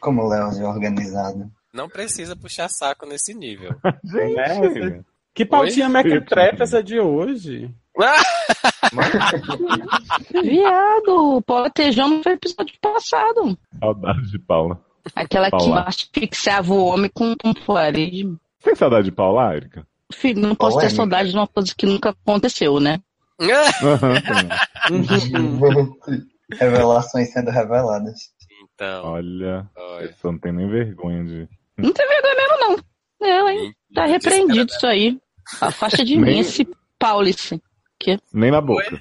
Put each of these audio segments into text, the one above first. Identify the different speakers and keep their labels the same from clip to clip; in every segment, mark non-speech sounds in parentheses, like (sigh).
Speaker 1: como o Léo é organizado.
Speaker 2: Não precisa puxar saco nesse (laughs) nível.
Speaker 3: Gente,
Speaker 4: Né?
Speaker 3: que pautinha mequetrefe essa de hoje.
Speaker 5: Viado, Polatejão não foi episódio passado.
Speaker 4: Saudade de Paula.
Speaker 5: Aquela que
Speaker 4: Paulá.
Speaker 5: fixava o homem com um poarismo.
Speaker 4: Tem saudade de Paula, ah, Erika?
Speaker 5: Filho, não posso ter
Speaker 1: Polêmica.
Speaker 5: saudade de uma coisa que nunca aconteceu, né?
Speaker 4: Aham, também.
Speaker 3: Uhum.
Speaker 1: Revelações sendo reveladas.
Speaker 2: então,
Speaker 4: Olha,
Speaker 2: olha.
Speaker 4: você não tem nem vergonha de.
Speaker 5: Não tem vergonha mesmo, não. Ela, hein? Tá
Speaker 2: é
Speaker 5: repreendido isso aí. Afasta de mim
Speaker 4: Nem-
Speaker 5: esse Paulice.
Speaker 4: Nem na boca.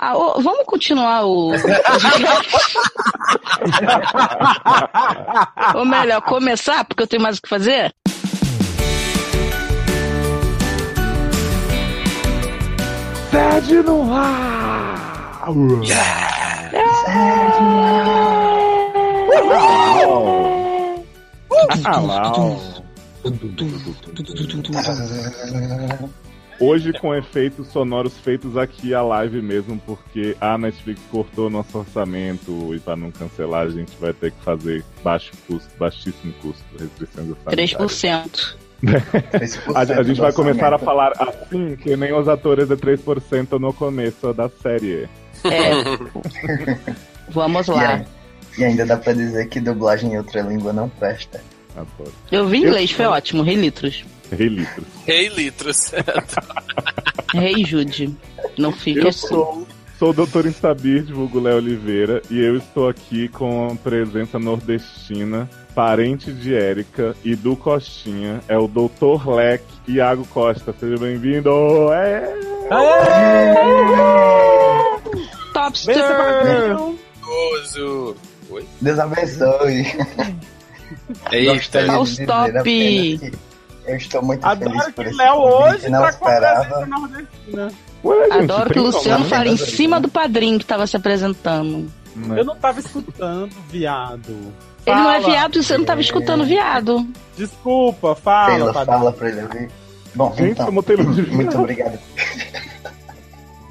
Speaker 5: Ah, ô, vamos continuar o. Ou melhor, começar, porque eu tenho mais o que fazer?
Speaker 4: Sede no ar! Uau! Ah, uau! Hoje com efeitos sonoros feitos aqui a live mesmo, porque a Netflix cortou nosso orçamento e para não cancelar a gente vai ter que fazer baixo custo, baixíssimo custo, restrições sanitárias.
Speaker 5: 3%.
Speaker 4: A, a gente vai começar a falar assim, que nem os atores de 3% no começo da série.
Speaker 5: É. Vamos lá.
Speaker 1: E ainda dá pra dizer que dublagem em outra língua não presta.
Speaker 4: Adoro.
Speaker 5: Eu vi inglês, foi ótimo. Rei Litros.
Speaker 4: Relitros.
Speaker 2: Rei litros.
Speaker 5: Rei Jude. Não fica
Speaker 4: Eu
Speaker 5: assim.
Speaker 4: sou, sou o Dr. Instabir, vulgo Léo Oliveira, e eu estou aqui com a presença nordestina, parente de Érica e do Costinha, é o Dr. Leque Iago Costa. Seja bem-vindo! É! tá
Speaker 5: Topster.
Speaker 2: Gozo.
Speaker 1: Deus abençoe.
Speaker 2: Eita.
Speaker 1: Gostaria de
Speaker 5: Aos
Speaker 1: dizer
Speaker 5: top.
Speaker 1: apenas que Eu estou muito feliz
Speaker 3: Adoro
Speaker 1: por
Speaker 3: que
Speaker 1: esse
Speaker 3: Léo
Speaker 1: convite,
Speaker 3: hoje
Speaker 1: não
Speaker 3: tá com a presença
Speaker 1: esperava.
Speaker 3: nordestina.
Speaker 4: Ué, gente,
Speaker 5: Adoro que
Speaker 4: tem
Speaker 5: o Luciano
Speaker 4: como, né?
Speaker 5: fala em cima do padrinho que tava se apresentando.
Speaker 3: Eu não tava escutando, viado.
Speaker 5: Ele não é
Speaker 3: Fala.
Speaker 5: viado e você não tava escutando viado.
Speaker 3: Desculpa, fala,
Speaker 1: Taylor,
Speaker 3: padrinho.
Speaker 1: fala pra ele ouvir. Bom,
Speaker 4: Gente,
Speaker 1: então,
Speaker 4: eu botei no
Speaker 1: muito obrigado.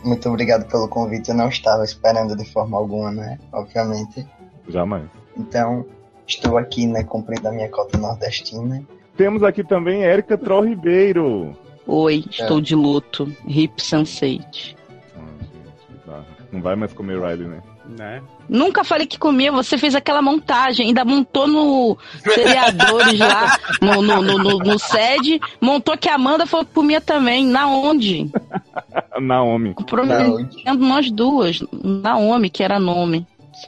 Speaker 1: muito obrigado pelo convite. Eu não estava esperando de forma alguma, né? Obviamente.
Speaker 4: Jamais.
Speaker 1: Então, estou aqui, né, cumprindo a minha cota nordestina.
Speaker 4: Temos aqui também Érica Troll Ribeiro.
Speaker 5: Oi,
Speaker 4: É.
Speaker 5: estou de luto. Hip Sunset.
Speaker 4: Ai, gente, tá. Não vai mais comer Riley, né?
Speaker 3: Né?
Speaker 5: Nunca falei que comia, você fez aquela montagem, ainda montou no seriadores lá, no, no, no, no, no sede, montou que a Amanda falou que comia também. Na onde?
Speaker 4: Naomi,
Speaker 5: Comprometendo nós duas. Naomi, que era nome.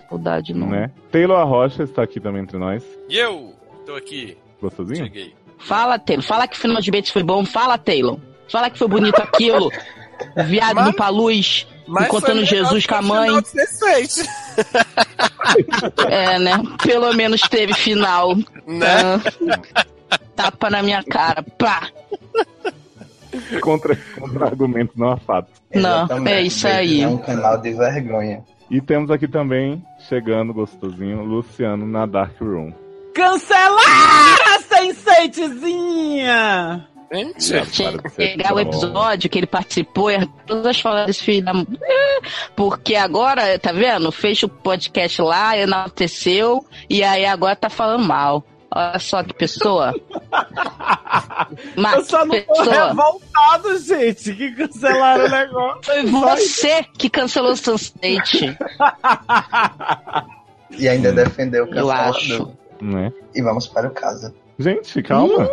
Speaker 5: Saudade, não.
Speaker 4: né? Taylor Rocha está aqui também entre nós.
Speaker 2: E eu? Tô aqui.
Speaker 4: Gostosinho?
Speaker 2: Cheguei.
Speaker 5: Fala, Taylor. Fala que o final de Bates foi bom. Fala, Taylor. Fala que foi bonito aquilo. Viado
Speaker 2: Mas-
Speaker 5: do Paluz. Encontrando
Speaker 2: foi
Speaker 5: Jesus com a mãe.
Speaker 2: melhor que o final de 16.
Speaker 5: É, né? Pelo menos teve final.
Speaker 2: Né?
Speaker 5: Ah, Tapa na minha cara. Pá.
Speaker 4: Contra, contra argumentos, não há fato.
Speaker 5: Não, é isso aí.
Speaker 1: É um canal de vergonha.
Speaker 4: E temos aqui também, chegando gostosinho, Luciano na Dark Room.
Speaker 3: Cancelar a senseitezinha!
Speaker 2: Gente.
Speaker 5: Tinha
Speaker 4: Para
Speaker 5: que
Speaker 4: de ser
Speaker 5: pegar o
Speaker 4: troll.
Speaker 5: episódio que ele participou e todas as falas desse filho da... mu- É, Porque agora, tá vendo? Fez o podcast lá, enalteceu, e aí agora tá falando mal. Olha só que pessoa. Mas,
Speaker 3: Eu só não tô
Speaker 5: pessoa.
Speaker 3: revoltado, gente, que cancelaram o negócio.
Speaker 5: Foi você que cancelou o Sunset.
Speaker 1: E ainda defendeu o
Speaker 5: Eu acho.
Speaker 1: cancelador.
Speaker 4: Né?
Speaker 1: E vamos para o caso.
Speaker 4: Gente, calma.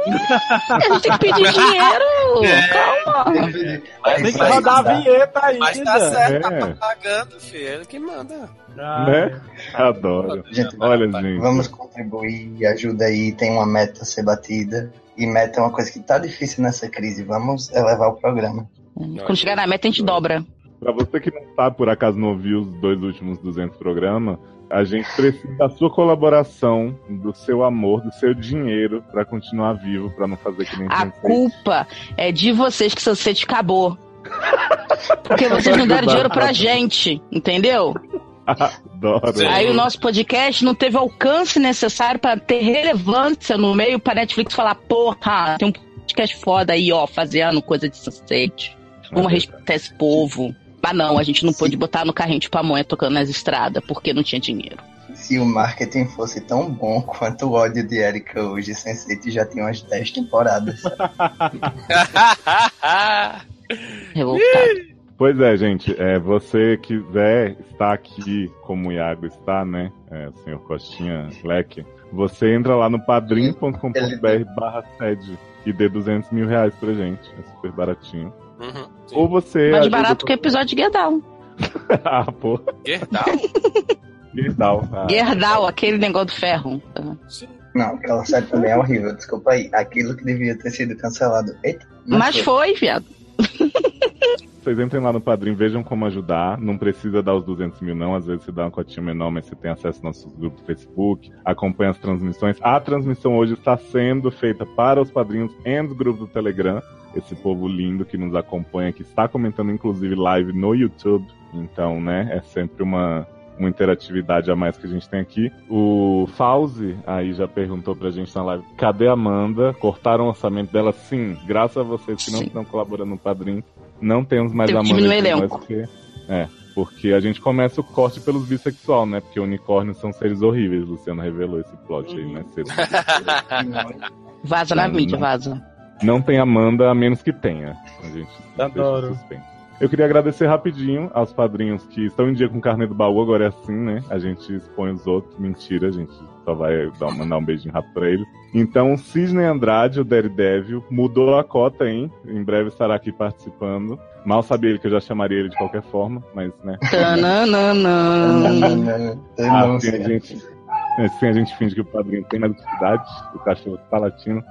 Speaker 5: A gente tem que pedir dinheiro. Calma.
Speaker 1: Aí
Speaker 3: Tem que
Speaker 1: vai
Speaker 3: rodar a
Speaker 1: dar.
Speaker 3: vinheta ainda.
Speaker 2: Mas tá certo,
Speaker 4: É.
Speaker 2: tá pagando, filho. Ele que manda.
Speaker 3: Ah,
Speaker 4: Né? Adoro.
Speaker 1: Gente,
Speaker 4: Olha, gente.
Speaker 1: Vamos contribuir, ajuda aí, tem uma meta a ser batida. E meta é uma coisa que tá difícil nessa crise. Vamos elevar o programa.
Speaker 5: Quando chegar na meta, a gente dobra.
Speaker 4: Pra você que não sabe, por acaso não ouviu os dois últimos 200 programas, a gente precisa da sua colaboração, do seu amor, do seu dinheiro pra continuar vivo, pra não fazer que nem
Speaker 5: A
Speaker 4: gente.
Speaker 5: culpa é de vocês que Sunset acabou. Porque vocês não deram dinheiro pra gente, entendeu?
Speaker 4: Adoro. É.
Speaker 2: Sim.
Speaker 5: Aí o nosso podcast não teve alcance necessário pra ter relevância no meio pra Netflix falar, porra, tem um podcast foda aí, ó, fazendo coisa de Sunset. Vamos
Speaker 4: É.
Speaker 5: respeitar esse povo. Mas não, a gente não pôde botar no carrinho de pamonha tocando nas estradas, porque não tinha dinheiro.
Speaker 1: Se o marketing fosse tão bom quanto o ódio de Erika hoje, Sense8 já tem umas 10 temporadas.
Speaker 5: Revoltado.
Speaker 4: Pois é, gente, é, você quiser estar aqui como o Iago está, né? É, o senhor Costinha Leque, você entra lá no padrim.com.br barra sede e dê 200 mil reais pra gente. É super baratinho.
Speaker 2: (laughs) Uhum, sim.
Speaker 4: Ou você.
Speaker 5: Mais
Speaker 4: ajuda-
Speaker 5: barato que o episódio de Guerdal.
Speaker 4: (laughs) ah, pô,
Speaker 2: Gerdau.
Speaker 4: Guerdal. Ah,
Speaker 5: Guerdal, aquele negócio do ferro.
Speaker 2: Sim.
Speaker 1: Não, aquela série também é horrível, desculpa aí. Aquilo que devia ter sido cancelado. Eita, não
Speaker 5: Mas foi, viado.
Speaker 4: Vocês entrem lá no Padrim, vejam como ajudar. Não precisa dar os 200 mil, não. Às vezes você dá uma cotinha menor, mas você tem acesso aos nossos grupos do Facebook, acompanha as transmissões. A transmissão hoje está sendo feita para os padrinhos e os grupos do Telegram. Esse povo lindo que nos acompanha, que está comentando, inclusive, live no YouTube. Então, né, é sempre uma, uma interatividade a mais que a gente tem aqui. O Fauzi aí já perguntou pra gente na live: cadê a Amanda? Cortaram o orçamento dela? Sim, graças a vocês que não
Speaker 5: Sim.
Speaker 4: estão colaborando no padrinho. Não temos mais
Speaker 5: Teve
Speaker 4: a
Speaker 5: que
Speaker 4: Amanda.
Speaker 5: diminuir o
Speaker 4: aqui, mas
Speaker 5: elenco.
Speaker 4: porque- é, porque a gente começa o corte pelos bissexual, né? Porque unicórnios são seres horríveis. Luciano revelou esse plot aí, né? Cedo.
Speaker 5: Vaza na
Speaker 4: Não,
Speaker 5: mídia,
Speaker 4: não.
Speaker 5: vaza.
Speaker 4: Não tem Amanda, a menos que tenha. A gente sempre
Speaker 3: Adoro.
Speaker 4: deixa suspenso. Eu queria agradecer rapidinho aos padrinhos que estão em dia com o carnê do baú, agora é assim, né? A gente expõe os outros. Mentira, a gente só vai dar- mandar um beijinho rápido pra eles. Então, o Cisne Andrade, o Daredevil, mudou a cota, hein? Em breve estará aqui participando. Mal sabia ele que eu já chamaria ele de qualquer forma, mas, né?
Speaker 5: Tananana.
Speaker 4: Ah, sim,
Speaker 1: Denúncia.
Speaker 4: a gente, assim a gente finge que o padrinho tem mais dificuldade, o cachorro tá (laughs) latindo.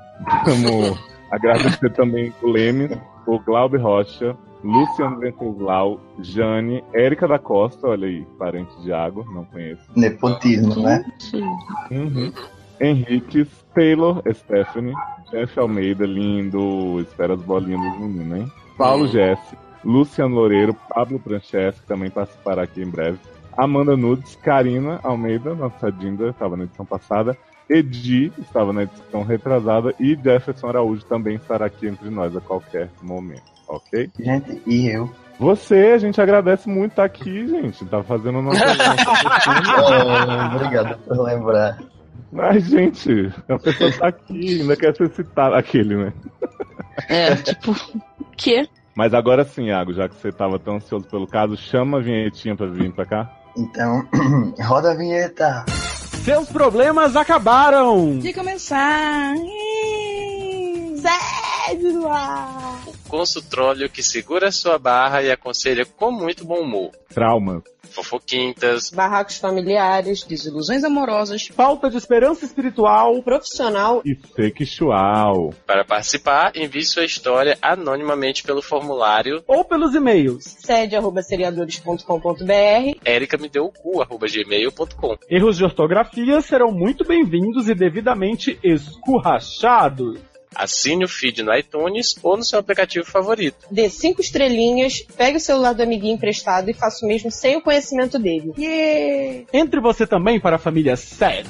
Speaker 4: Vamos agradecer também o Leme, o Glauber Rocha, Luciano Venceslau, Jane, Érica da Costa, olha aí, parente de água, não conheço.
Speaker 1: Nepotismo, né?
Speaker 4: Uhum. Henrique, Taylor, Stephanie, Jeff Almeida, lindo, espera as bolinhas dos meninos, hein? (laughs) Paulo
Speaker 2: Hum.
Speaker 4: Jesse, Luciano Loureiro, Pablo Frances, que também participará aqui em breve. Amanda Nudes, Karina Almeida, nossa Dinda, estava na edição passada. Edi, estava na edição retrasada. E Jefferson Araújo também estará aqui entre nós a qualquer momento, ok?
Speaker 1: Gente, e eu?
Speaker 4: Você, a gente agradece muito estar aqui, gente. Tá fazendo o
Speaker 1: (laughs)
Speaker 4: nosso.
Speaker 1: Oh, obrigado por lembrar.
Speaker 4: Mas, gente, a pessoa tá aqui, ainda quer ser citada, aquele, né?
Speaker 5: É, tipo, que?
Speaker 4: Mas agora sim, Iago, já que você tava tão ansioso pelo caso, chama a vinhetinha pra vir pra cá.
Speaker 1: Então, (clears throat) roda a vinheta.
Speaker 3: Seus problemas acabaram!
Speaker 6: De começar. Ih, Sede no ar.
Speaker 2: O consultório que segura sua barra e aconselha com muito bom humor.
Speaker 4: Trauma.
Speaker 2: Fofoquintas,
Speaker 6: Barracos familiares, desilusões amorosas,
Speaker 3: Falta de esperança espiritual.
Speaker 6: profissional.
Speaker 4: E sexual.
Speaker 2: Para participar, envie sua história anonimamente pelo formulário
Speaker 3: Ou pelos e-mails.
Speaker 6: Sede arroba seriadores.com.br.
Speaker 2: ericamedeucu.gmail.com
Speaker 3: Erros de ortografia serão muito bem-vindos e devidamente escurrachados.
Speaker 2: Assine o feed no iTunes ou no seu aplicativo favorito.
Speaker 6: Dê cinco estrelinhas, pegue o celular do amiguinho emprestado e faça o mesmo sem o conhecimento dele. Yeah.
Speaker 3: Entre você também para a família 7.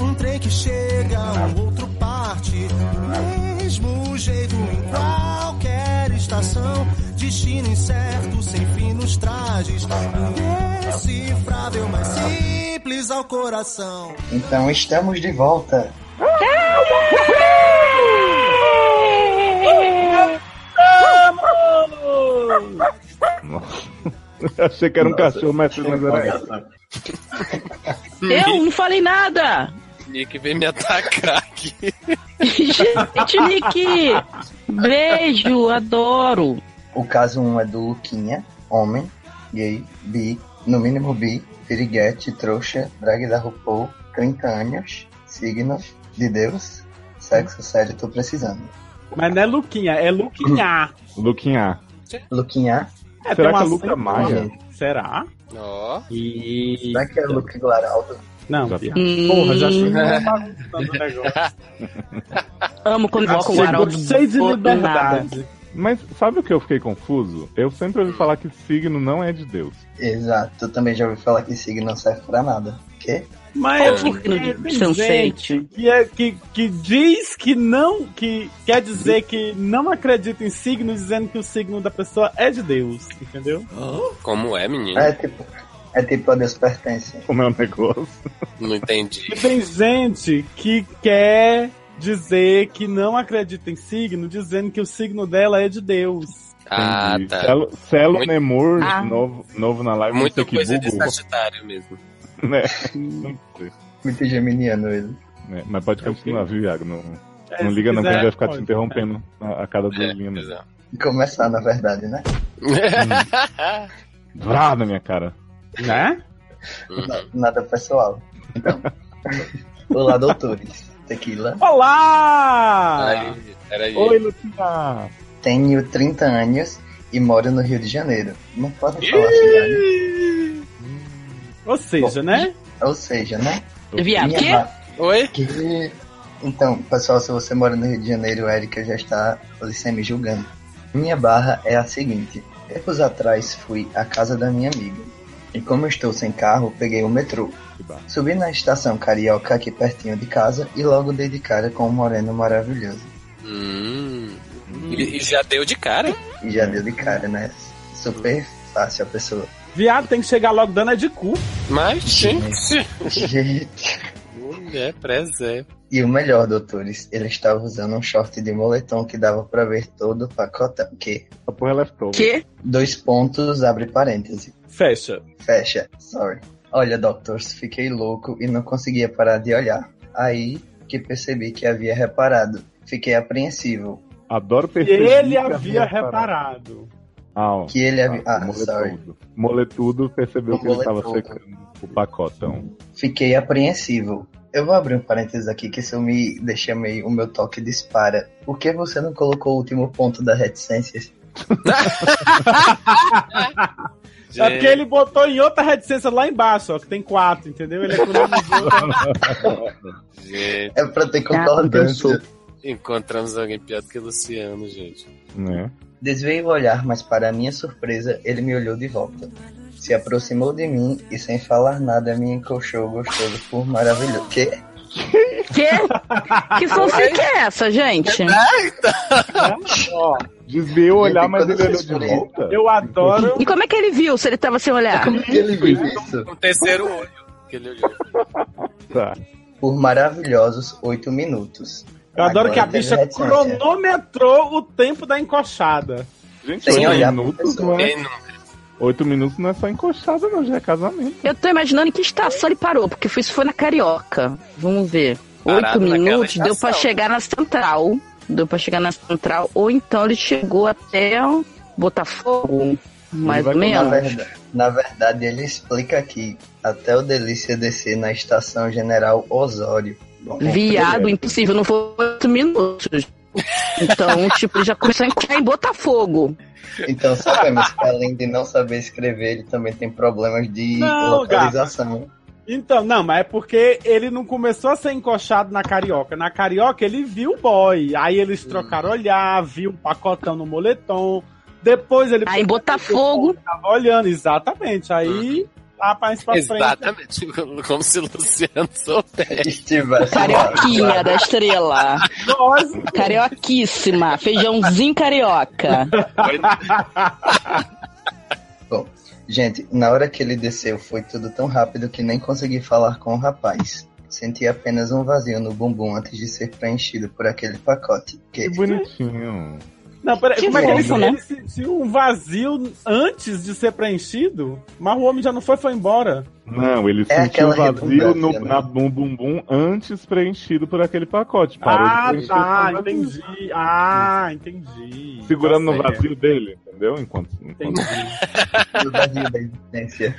Speaker 7: Um trem que chega, um outro parte. Do mesmo jeito em qualquer estação. Destino incerto, sem fim nos trajes. Indecifrável, mas simples ao coração.
Speaker 1: Então, estamos de volta.
Speaker 4: Nossa. Eu achei que era um
Speaker 1: Nossa.
Speaker 4: cachorro, mas mas era isso. Hum.
Speaker 5: Eu não falei nada! (laughs)
Speaker 2: Nick vem me atacar aqui.
Speaker 5: Gente, Nick! Beijo, adoro!
Speaker 1: O caso 1 é do Luquinha, homem, gay, bi, no mínimo bi, piriguete, trouxa, drag da RuPaul, 30 anos, signo de Deus, sexo sério, tô precisando.
Speaker 3: Mas não é Luquinha,
Speaker 4: (clears throat)
Speaker 3: é Luquinha.
Speaker 4: Luquinha.
Speaker 1: Luquinha,
Speaker 3: É,
Speaker 4: Será
Speaker 3: tem um
Speaker 4: que é Luca
Speaker 3: acento.
Speaker 4: Maia?
Speaker 3: Será?
Speaker 2: Ó,
Speaker 3: E...
Speaker 1: será que é Luke Glaraldo?
Speaker 3: Não,
Speaker 4: Já-
Speaker 3: viado.
Speaker 5: Hum,
Speaker 3: porra, já achei uma bagunça no negócio.
Speaker 5: Amo quando
Speaker 3: Ah,
Speaker 5: invoca o
Speaker 3: chegou
Speaker 5: Haroldo
Speaker 3: cheio de
Speaker 5: do nada.
Speaker 3: liberdade.
Speaker 4: Mas sabe o que eu fiquei confuso? Eu sempre ouvi falar que signo não é de Deus.
Speaker 1: Exato, eu também já ouvi falar que signo não serve pra nada. Quê?
Speaker 5: Qual
Speaker 3: Mas
Speaker 5: o signo
Speaker 3: porque tem
Speaker 5: de É São
Speaker 3: gente que, é, que, que diz que não, que quer dizer que não acredita em signo, dizendo que o signo da pessoa é de Deus, entendeu?
Speaker 2: Como é, menino?
Speaker 1: É tipo, é tipo a Deus pertence.
Speaker 4: Como é o negócio?
Speaker 2: Não entendi.
Speaker 3: E tem gente que quer dizer que não acredita em signo, dizendo que o signo dela é de Deus.
Speaker 2: Ah,
Speaker 4: Entendi.
Speaker 2: tá.
Speaker 4: Celo, Celo
Speaker 2: Muito-
Speaker 4: Nemur,
Speaker 5: Ah.
Speaker 4: novo, novo na live,
Speaker 2: Muita
Speaker 4: não sei que
Speaker 2: coisa de
Speaker 4: bugou,
Speaker 2: Sagitário mesmo.
Speaker 4: né? Não sei,
Speaker 1: Muito geminiano ele.
Speaker 4: né? Mas pode
Speaker 3: É o quê?
Speaker 4: continuar, viu, Iago? Não,
Speaker 3: É,
Speaker 4: não
Speaker 3: se
Speaker 4: liga não, que a
Speaker 3: quiser,
Speaker 4: gente vai ficar te
Speaker 3: pode.
Speaker 4: interrompendo a, a cada duas
Speaker 2: É,
Speaker 4: linhas.
Speaker 2: exato.
Speaker 1: Começar, na verdade, né?
Speaker 4: Hum.
Speaker 2: (laughs)
Speaker 4: Vrá na minha cara.
Speaker 3: Né?
Speaker 2: Uhum.
Speaker 1: Na- Nada pessoal. Então, olá, doutores. Tequila.
Speaker 3: Olá!
Speaker 2: Aí, peraí.
Speaker 4: Ah. Oi, Lutina!
Speaker 1: Tenho 30 anos e moro no Rio de Janeiro. Não posso falar cidade.
Speaker 3: Ou seja, né?
Speaker 1: Ou seja, né?
Speaker 5: Viado,
Speaker 1: Minha
Speaker 5: É quê?
Speaker 1: ma-
Speaker 2: Oi?
Speaker 1: Que- Então, pessoal, se você mora no Rio de Janeiro, o Erika já está você me julgando. Minha barra é a seguinte: tempos atrás fui à casa da minha amiga. E como eu estou sem carro, peguei o metrô.
Speaker 4: Que barra.
Speaker 1: Subi na estação carioca aqui pertinho de casa e logo dei de cara com um moreno maravilhoso.
Speaker 2: Hum. E, e já deu de cara?
Speaker 1: E já deu de cara, né? Super fácil a pessoa. (laughs)
Speaker 3: Viado tem que chegar logo dando é de cu.
Speaker 2: Mas, gente.
Speaker 1: Gente.
Speaker 2: Mulher, presépio.
Speaker 1: E o melhor, doutores, ele estava usando um short de moletom que dava pra ver todo o pacotão. Que?
Speaker 4: Essa porra é leftover.
Speaker 5: Quê?
Speaker 1: Dois pontos, abre parêntese.
Speaker 4: (laughs)
Speaker 3: Fecha.
Speaker 1: Fecha, sorry. Olha, Doctors, fiquei louco e não conseguia parar de olhar. Aí que percebi que havia reparado. Fiquei apreensivo.
Speaker 4: Adoro
Speaker 3: E
Speaker 4: perceber.
Speaker 3: ele
Speaker 4: que
Speaker 3: havia
Speaker 4: reparado.
Speaker 3: reparado.
Speaker 4: Ah, ó.
Speaker 1: Que ele havia. Ah, sorry.
Speaker 4: moletudo. moletudo percebeu
Speaker 1: O
Speaker 4: que ele tava
Speaker 1: moletudo.
Speaker 4: secando o pacotão.
Speaker 1: Fiquei apreensivo. Eu vou abrir um parênteses aqui que isso me deixa meio. O meu toque dispara. Por que você não colocou o último ponto da reticências?
Speaker 3: É porque ele botou em outra reticência lá embaixo, ó, que tem quatro, entendeu? Ele é economizou.
Speaker 2: Gente,
Speaker 1: É pra ter
Speaker 5: pensou.
Speaker 1: concordância.
Speaker 2: encontramos alguém pior do que Luciano, gente.
Speaker 4: (laughs) Né?
Speaker 1: Desviei o olhar, mas para minha surpresa, ele me olhou de volta. Se aproximou de mim e, sem falar nada, me encoxou gostoso por maravilhoso. Que?
Speaker 5: Quê?
Speaker 3: (laughs)
Speaker 5: Que fanfic é essa, gente?
Speaker 4: Desviou o olhar, mas
Speaker 1: Quando
Speaker 4: ele olhou
Speaker 1: vocês
Speaker 4: de
Speaker 1: forem-
Speaker 4: volta.
Speaker 3: Eu adoro.
Speaker 5: E como é que ele viu se ele tava sem
Speaker 3: É
Speaker 5: olhar?
Speaker 1: ele viu isso?
Speaker 2: Um terceiro olho que ele olhou.
Speaker 4: Tá.
Speaker 1: Por maravilhosos oito minutos.
Speaker 3: Eu adoro
Speaker 1: Agora
Speaker 3: que a
Speaker 1: teve
Speaker 3: bicha
Speaker 1: reticência.
Speaker 3: cronometrou o tempo da encoxada.
Speaker 4: Gente,
Speaker 1: Sem olhar pra
Speaker 4: oito minutos,
Speaker 1: pessoa.
Speaker 4: não é,
Speaker 2: Quem não?
Speaker 4: oito minutos não é só encoxada, não, já é casamento.
Speaker 5: Eu tô imaginando em que estação ele parou, porque foi- isso foi na Carioca. Vamos ver.
Speaker 2: Parado
Speaker 5: Oito
Speaker 2: naquela
Speaker 5: minutos, deu
Speaker 2: estação.
Speaker 5: pra chegar na Central. Deu pra chegar na Central. Ou então ele chegou até o Botafogo, mais
Speaker 4: vai
Speaker 5: ou
Speaker 1: Na
Speaker 5: menos.
Speaker 1: verdade, na verdade, ele explica aqui. Até o Delícia descer na estação General Osório. Bom,
Speaker 4: É,
Speaker 5: Viado, impossível. Não foi oito minutos. Então, (laughs) tipo, ele já começou a encontrar em Botafogo.
Speaker 1: Então,
Speaker 3: (laughs)
Speaker 1: sabemos que além de não saber escrever, ele também tem problemas de
Speaker 3: Não,
Speaker 1: localização.
Speaker 3: Então, não, mas é porque ele não começou a ser encoxado na Carioca. Na Carioca ele viu o boy. Aí eles trocaram olhar, viu o pacotão no moletom. Depois ele
Speaker 5: Aí em Botafogo.
Speaker 3: tava olhando, exatamente. Aí, rapaz, pra tá frente.
Speaker 2: Exatamente,
Speaker 8: (laughs)
Speaker 2: como se Luciano
Speaker 3: É
Speaker 2: soubesse.
Speaker 1: (laughs) Estivesse lá.
Speaker 5: Carioquinha da estrela.
Speaker 3: Nossa,
Speaker 5: Carioquíssima. Feijãozinho carioca.
Speaker 1: Gente, na hora que ele desceu, foi tudo tão rápido que nem consegui falar com o rapaz. Senti apenas um vazio no bumbum antes de ser preenchido por aquele pacote.
Speaker 4: Que
Speaker 1: Que
Speaker 4: é bonitinho.
Speaker 3: Não, peraí,
Speaker 5: Que
Speaker 3: como é que ele,
Speaker 5: fofo, né?
Speaker 3: ele sentiu um vazio antes de ser preenchido? Mas o homem já não foi, foi embora.
Speaker 4: Não, ele
Speaker 1: É
Speaker 4: sentiu
Speaker 1: aquela
Speaker 4: vazio no,
Speaker 1: redundância, né?
Speaker 4: na bum bum bum antes preenchido por aquele pacote. Parou de preencher
Speaker 3: ah,
Speaker 4: com
Speaker 3: tá,
Speaker 4: vazio.
Speaker 3: entendi. Ah, entendi.
Speaker 4: Segurando
Speaker 3: Tá
Speaker 4: no
Speaker 3: certo.
Speaker 4: vazio dele, entendeu? Enquanto. enquanto-
Speaker 3: Entendi.
Speaker 1: o vazio da existência.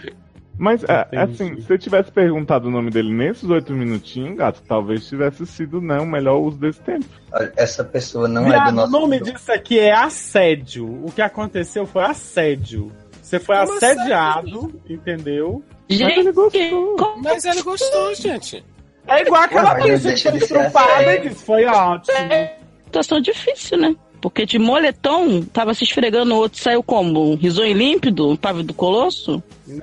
Speaker 4: Mas, é,
Speaker 3: Entendi.
Speaker 4: assim, se eu tivesse perguntado o nome dele nesses oito minutinhos, gato, talvez tivesse sido, né, o melhor uso desse tempo.
Speaker 1: Olha, essa pessoa não é
Speaker 3: Viado,
Speaker 1: do
Speaker 3: o
Speaker 1: nosso.
Speaker 3: nome
Speaker 1: grupo.
Speaker 3: disso aqui é assédio. O que aconteceu foi assédio. Você foi
Speaker 9: assim?
Speaker 2: Como
Speaker 3: assediado, entendeu?
Speaker 4: Mas ele
Speaker 5: Gente,
Speaker 4: gostou.
Speaker 5: como
Speaker 2: Mas ele gostou, gente.
Speaker 3: É igual aquela
Speaker 1: Mas não
Speaker 3: bicha que
Speaker 1: deixa
Speaker 3: foi
Speaker 1: de ser
Speaker 3: estrupada e
Speaker 1: assédio.
Speaker 3: disse, foi ótimo.
Speaker 5: é situação difícil, né? Porque de moletom, tava se esfregando o outro, saiu como? Um risonho límpido? Um pavio do colosso?
Speaker 3: Né?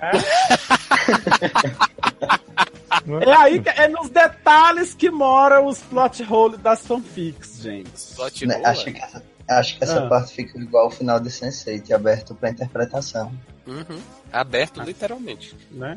Speaker 4: né?
Speaker 3: É aí que, é nos detalhes que moram os plot holes das fanfics, gente.
Speaker 8: Plot
Speaker 1: Né,
Speaker 8: hole.
Speaker 1: Acho que essa, acho que essa
Speaker 3: Ah.
Speaker 1: parte fica igual ao final de Sense8, aberto pra interpretação.
Speaker 8: Uhum. Aberto, literalmente.
Speaker 3: Né?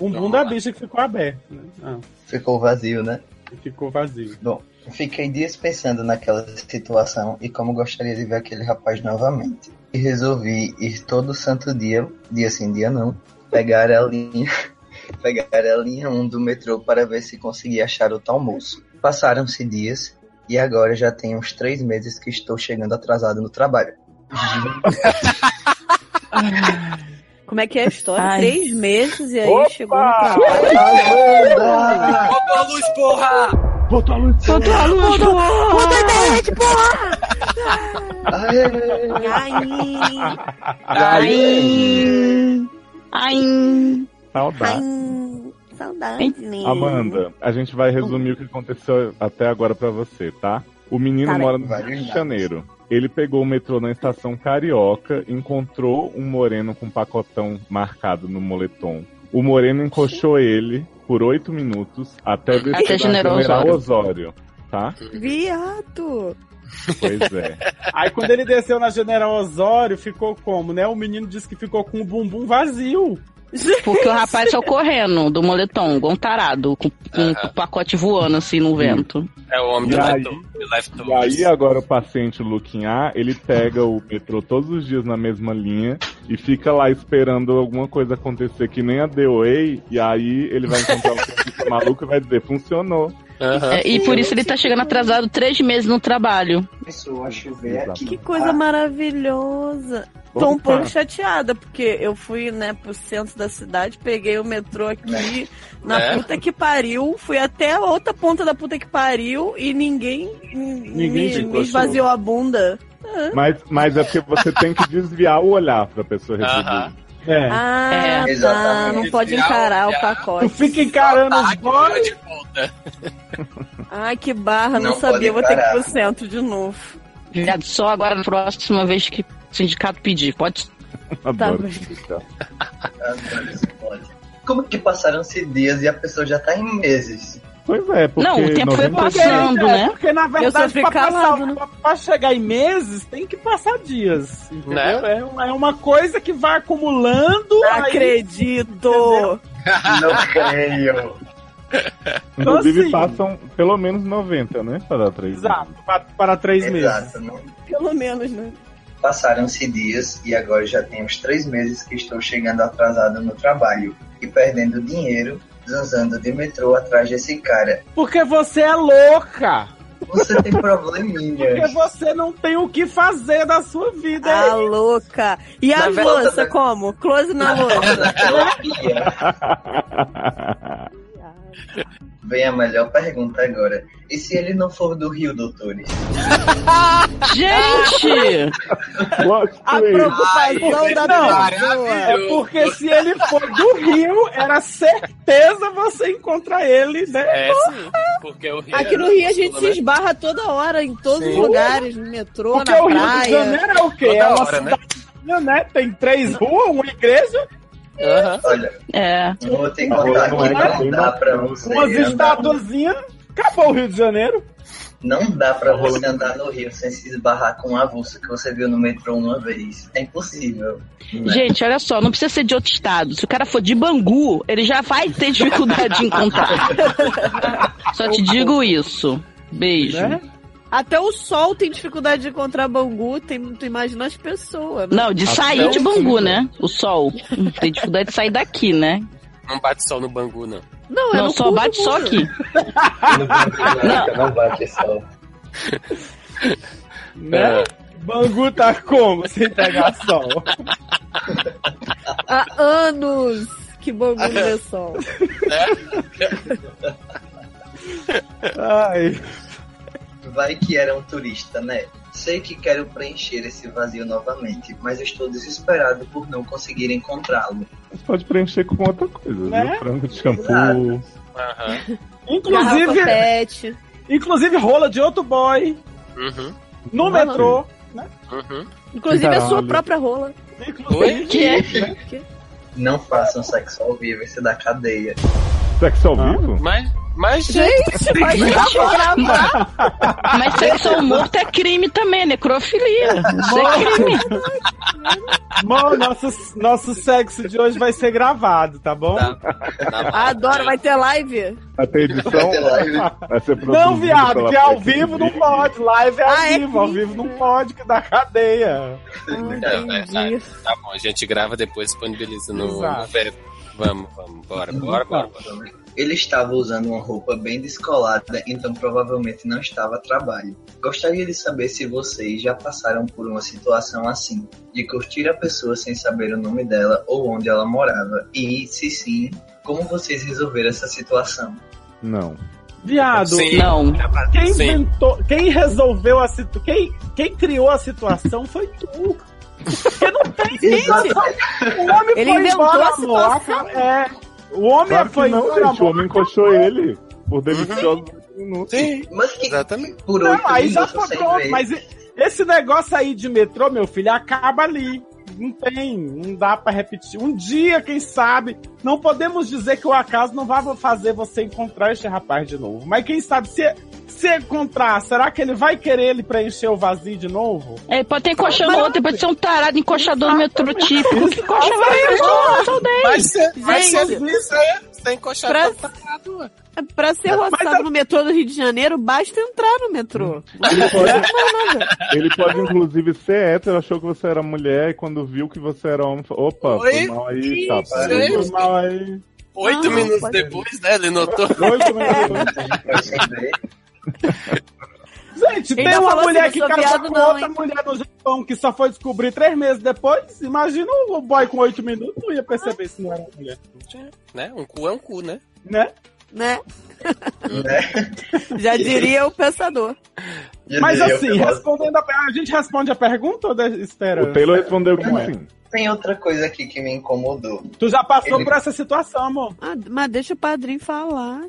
Speaker 3: Um bom da bicha que ficou aberto, né? Ah,
Speaker 1: Ficou vazio, né?
Speaker 3: ficou vazio.
Speaker 1: Bom, fiquei dias pensando naquela situação e como gostaria de ver aquele rapaz novamente. E resolvi ir todo santo dia, dia sim, dia não, pegar a linha, (laughs) pegar a linha 1 do metrô para ver se conseguia achar o tal moço. Passaram-se dias e agora já tem uns três meses que estou chegando atrasado no trabalho.
Speaker 9: Como é que é a história?
Speaker 5: Ai.
Speaker 9: Três meses e aí
Speaker 4: Opa!
Speaker 9: chegou no trabalho.
Speaker 1: Amanda!
Speaker 8: Ó, boa luz, porra!
Speaker 4: Botou a luz.
Speaker 5: Todo aluno,
Speaker 1: Aê!
Speaker 9: Ai,
Speaker 5: Ai, ai,
Speaker 4: Saudade.
Speaker 9: ai, saudade.
Speaker 4: né? Amanda, a gente vai resumir o que aconteceu até agora pra você, tá? O menino
Speaker 9: Tá bem.
Speaker 4: mora no
Speaker 1: Vários
Speaker 4: Rio de
Speaker 1: dados.
Speaker 4: Janeiro. Ele pegou o metrô na estação Carioca, encontrou um moreno com pacotão marcado no moletom. O moreno encoxou ele por oito minutos até
Speaker 5: Até
Speaker 4: descer na
Speaker 5: General
Speaker 4: General
Speaker 5: Osório.
Speaker 4: Osório, tá?
Speaker 9: Viado.
Speaker 4: Pois é.
Speaker 3: Aí quando ele desceu na General Osório, ficou como, né? O menino disse que ficou com o bumbum vazio.
Speaker 5: Porque o rapaz saiu correndo do moletom, igual um tarado, com, com o pacote voando assim no vento.
Speaker 2: É o homem
Speaker 4: E
Speaker 2: do
Speaker 4: aí?
Speaker 2: Leftovers.
Speaker 4: E aí agora o paciente Luquin A, ele pega o metrô todos os dias na mesma linha e fica lá esperando alguma coisa acontecer que nem a DOA, e aí ele vai encontrar um cientista maluco e vai dizer, funcionou.
Speaker 5: É, e por isso ele tá chegando atrasado três meses no trabalho.
Speaker 1: Começou a chover aqui.
Speaker 9: Que coisa
Speaker 1: Ah.
Speaker 9: maravilhosa. Tô
Speaker 5: Então,
Speaker 9: um
Speaker 3: tá.
Speaker 9: pouco chateada, porque eu fui, né, pro centro da cidade, peguei o metrô aqui, na
Speaker 8: É.
Speaker 9: puta que pariu, fui até a outra ponta da puta que pariu e ninguém,
Speaker 3: Ninguém te
Speaker 9: me, me
Speaker 3: encostou.
Speaker 9: esvaziou a bunda.
Speaker 4: Mas, mas é porque você tem que desviar o olhar pra pessoa
Speaker 8: Aham.
Speaker 4: receber.
Speaker 3: É.
Speaker 9: Ah, tá,
Speaker 1: Exatamente.
Speaker 9: não pode
Speaker 8: Desviar,
Speaker 9: encarar o
Speaker 8: olhar.
Speaker 3: Tu
Speaker 9: pacote.
Speaker 3: fica encarando os
Speaker 2: É,
Speaker 3: boys.
Speaker 8: de volta.
Speaker 9: Ai, que barra, não,
Speaker 1: Não
Speaker 9: sabia,
Speaker 1: pode
Speaker 9: vou ter que ir
Speaker 1: encarar.
Speaker 9: pro centro de novo.
Speaker 5: Viado, só agora na próxima vez que o sindicato pedir. Pode. Tá
Speaker 4: Adoro.
Speaker 9: bem.
Speaker 4: explicar.
Speaker 1: ah, Agora isso pode. Como que passaram-se dias e a pessoa já tá em meses?
Speaker 4: Pois é, porque...
Speaker 5: Não, o tempo foi
Speaker 4: 90
Speaker 3: Porque,
Speaker 5: passando. Pensando,
Speaker 3: é,
Speaker 5: né?
Speaker 3: porque na
Speaker 9: só
Speaker 3: verdade,
Speaker 9: fui
Speaker 3: pra, passar-
Speaker 9: calado, né?
Speaker 3: pra- pra chegar em meses, tem que passar dias. Entendeu?
Speaker 8: Né?
Speaker 3: É, uma- é uma coisa que vai acumulando.
Speaker 9: Tá
Speaker 3: aí-
Speaker 9: Acredito!
Speaker 1: Não
Speaker 8: (laughs)
Speaker 1: creio.
Speaker 4: Inclusive
Speaker 3: assim.
Speaker 4: passam pelo menos 90, né? Pra dar três. (laughs)
Speaker 3: Exato, pa- para três meses.
Speaker 1: Exato. não-
Speaker 9: Pelo menos, né?
Speaker 1: Passaram-se dias e agora já tem uns três meses que estou chegando atrasado no trabalho e perdendo dinheiro zanzando de metrô atrás desse cara.
Speaker 3: Porque você é louca.
Speaker 1: Você tem
Speaker 3: (laughs) Porque
Speaker 1: probleminhas.
Speaker 3: você não tem o que fazer da sua vida. é
Speaker 9: Ah, louca! E a
Speaker 1: Na verdade-
Speaker 9: louça, como? Close na louça.
Speaker 1: Vem a melhor pergunta agora. E se ele não for do Rio, doutores?
Speaker 5: (laughs) Gente!
Speaker 4: Plot
Speaker 9: A
Speaker 4: twist.
Speaker 9: preocupação da
Speaker 3: Não,
Speaker 9: pessoa.
Speaker 3: É porque se ele for do Rio, era certeza você encontra ele, né?
Speaker 8: É, sim. Porque o Rio
Speaker 9: Aqui no Rio a gente se esbarra toda hora, em todos os lugares, no metrô,
Speaker 3: Porque
Speaker 9: na
Speaker 3: o Rio de
Speaker 9: praia.
Speaker 3: Janeiro é o quê?
Speaker 8: Toda
Speaker 3: é uma
Speaker 8: hora, né?
Speaker 3: cidade, né? Tem três ruas, uma igreja,
Speaker 8: Aham.
Speaker 1: Olha,
Speaker 5: É.
Speaker 1: eu vou ter que contar
Speaker 4: Não é
Speaker 1: que
Speaker 4: que
Speaker 1: não dá
Speaker 4: tem
Speaker 1: pra
Speaker 4: noção.
Speaker 1: você
Speaker 3: umas
Speaker 1: andar
Speaker 3: estatuazinhas. Acabou o Rio de Janeiro.
Speaker 1: Não dá pra você andar no Rio sem se esbarrar com um avulso que você viu no metrô uma vez. É impossível. né?
Speaker 5: Gente, olha só, não precisa ser de outro estado. Se o cara for de Bangu, ele já vai ter dificuldade de encontrar. Só te digo isso. Beijo.
Speaker 3: Né?
Speaker 9: Até o sol tem dificuldade de encontrar Bangu, tem, tu imagina as pessoas. né?
Speaker 5: Não, de sair
Speaker 4: Até
Speaker 5: de
Speaker 4: o
Speaker 5: Bangu,
Speaker 4: fim.
Speaker 5: né? O sol. Tem dificuldade de sair daqui, né?
Speaker 8: Não bate sol no Bangu, não.
Speaker 9: Não, é
Speaker 5: Não,
Speaker 9: no
Speaker 5: só
Speaker 9: cu do
Speaker 5: bate só
Speaker 9: mundo.
Speaker 5: aqui.
Speaker 1: Não bate só.
Speaker 8: É.
Speaker 3: né? Bangu tá como sem pegar sol?
Speaker 9: Há anos que Bangu não é sol.
Speaker 3: Ai.
Speaker 1: Vai que era um turista, né? Sei que quero preencher esse vazio novamente, mas estou desesperado por não conseguir encontrá-lo.
Speaker 4: Você pode preencher com outra coisa,
Speaker 3: Né?
Speaker 4: viu? Frango de shampoo.
Speaker 1: Exato.
Speaker 8: Aham.
Speaker 3: Inclusive,
Speaker 9: Garrafa pet.
Speaker 3: inclusive rola de outro boy.
Speaker 8: Uhum.
Speaker 3: No
Speaker 9: Mano.
Speaker 3: metrô.
Speaker 8: Uhum.
Speaker 9: Inclusive a sua
Speaker 4: Caralho.
Speaker 9: própria rola.
Speaker 8: Oi?
Speaker 5: Que? é
Speaker 1: Não façam sexo ao vivo, isso da cadeia.
Speaker 4: Sexo ao
Speaker 3: Ah.
Speaker 4: vivo?
Speaker 8: Mas, mas,
Speaker 9: Gente, mas deixa eu gravar.
Speaker 5: Mas sexo morto é crime também, necrofilia. Isso é crime.
Speaker 3: Mano, nosso, nosso sexo de hoje vai ser gravado, tá bom?
Speaker 8: Tá.
Speaker 9: Adoro, vai ter live.
Speaker 4: Vai ter edição?
Speaker 1: Vai ter live.
Speaker 4: Vai ser
Speaker 3: Não,
Speaker 4: produzido
Speaker 3: viado,
Speaker 4: pela
Speaker 3: que é ao
Speaker 4: Flex
Speaker 3: vivo não
Speaker 4: Video.
Speaker 3: pode. Live é ao
Speaker 9: Ah, é
Speaker 3: vivo, ao
Speaker 9: crime,
Speaker 3: vivo não pode, que dá cadeia.
Speaker 9: Entendi.
Speaker 8: Tá bom, a gente grava depois disponibiliza no,
Speaker 3: Exato.
Speaker 8: no web. Vamos, vamos, bora, bora, bora, bora.
Speaker 1: Ele estava usando uma roupa bem descolada, então provavelmente não estava a trabalho. Gostaria de saber se vocês já passaram por uma situação assim, de curtir a pessoa sem saber o nome dela ou onde ela morava, e, se sim, como vocês resolveram essa situação.
Speaker 4: Não.
Speaker 3: Viado,
Speaker 8: Sim.
Speaker 5: Não.
Speaker 3: quem
Speaker 8: Sim.
Speaker 3: inventou, quem resolveu a situação, quem, quem criou a situação foi tu. Porque não
Speaker 9: (laughs)
Speaker 3: tem
Speaker 1: Exato.
Speaker 3: O homem
Speaker 9: Ele
Speaker 3: foi
Speaker 9: inventou
Speaker 3: embora,
Speaker 9: a situação.
Speaker 3: amor. É. O homem
Speaker 4: Claro
Speaker 3: foi
Speaker 4: que não,
Speaker 3: embora,
Speaker 4: gente. O
Speaker 3: amor.
Speaker 4: homem encoxou ele por deliciosos minutos.
Speaker 8: Sim,
Speaker 1: Mas que
Speaker 8: exatamente.
Speaker 1: por
Speaker 3: Não,
Speaker 1: oito
Speaker 3: aí já
Speaker 1: minutos
Speaker 3: foi
Speaker 1: sem
Speaker 3: pronto,
Speaker 1: ver.
Speaker 3: mas e- esse negócio aí de metrô, meu filho, acaba ali. Não tem, não dá pra repetir. Um dia, quem sabe, não podemos dizer que o acaso não vai fazer você encontrar este rapaz de novo. Mas quem sabe, se, se encontrar, será que ele vai querer ele preencher o vazio de novo?
Speaker 5: É, pode ter encoxando no outro, pode ser um tarado encoxador no metrô típico. Que encoxa
Speaker 3: Nossa,
Speaker 5: várias pessoas,
Speaker 8: Mas você, mas
Speaker 9: Gente,
Speaker 8: você, você, você encoxar
Speaker 3: (laughs)
Speaker 9: pra-
Speaker 8: tá parado, ué.
Speaker 9: Pra ser roçado no metrô do Rio de Janeiro, basta entrar no metrô.
Speaker 4: Ele pode,
Speaker 9: Não, nada.
Speaker 4: ele pode, inclusive, ser hétero, achou que você era mulher e quando viu que você era homem, falou, opa, foi
Speaker 8: Oi?
Speaker 4: mal aí, tá,
Speaker 8: Sim.
Speaker 4: pariu.
Speaker 3: Foi mal aí.
Speaker 8: Oito
Speaker 9: Não,
Speaker 8: minutos
Speaker 9: pode-
Speaker 8: depois, né? Ele notou.
Speaker 3: Oito minutos.
Speaker 1: Foi sem ver.
Speaker 3: Gente,
Speaker 9: Ele
Speaker 3: tem
Speaker 9: não
Speaker 3: uma
Speaker 9: falou
Speaker 3: mulher
Speaker 9: assim,
Speaker 3: que
Speaker 9: "Eu sou
Speaker 3: casou
Speaker 9: viado,
Speaker 3: com
Speaker 9: não,
Speaker 3: outra
Speaker 9: hein?"
Speaker 3: mulher no Japão que só foi descobrir três meses depois. Imagina o boy com oito minutos, não ia perceber se não era mulher.
Speaker 8: Né? Um cu é um cu, né?
Speaker 3: Né?
Speaker 9: Né?
Speaker 1: Né?
Speaker 9: Já diria o pensador.
Speaker 1: Já
Speaker 3: (laughs) Mas
Speaker 1: diria o
Speaker 3: assim,
Speaker 1: filósofo.
Speaker 3: respondendo a, a gente responde a pergunta ou de- espera?
Speaker 4: O Taylor respondeu que
Speaker 1: Não é.
Speaker 4: sim.
Speaker 1: Tem outra coisa aqui que me incomodou.
Speaker 3: Tu já passou
Speaker 1: Ele-
Speaker 3: por essa situação, amor.
Speaker 9: Ah, mas deixa o padrinho falar.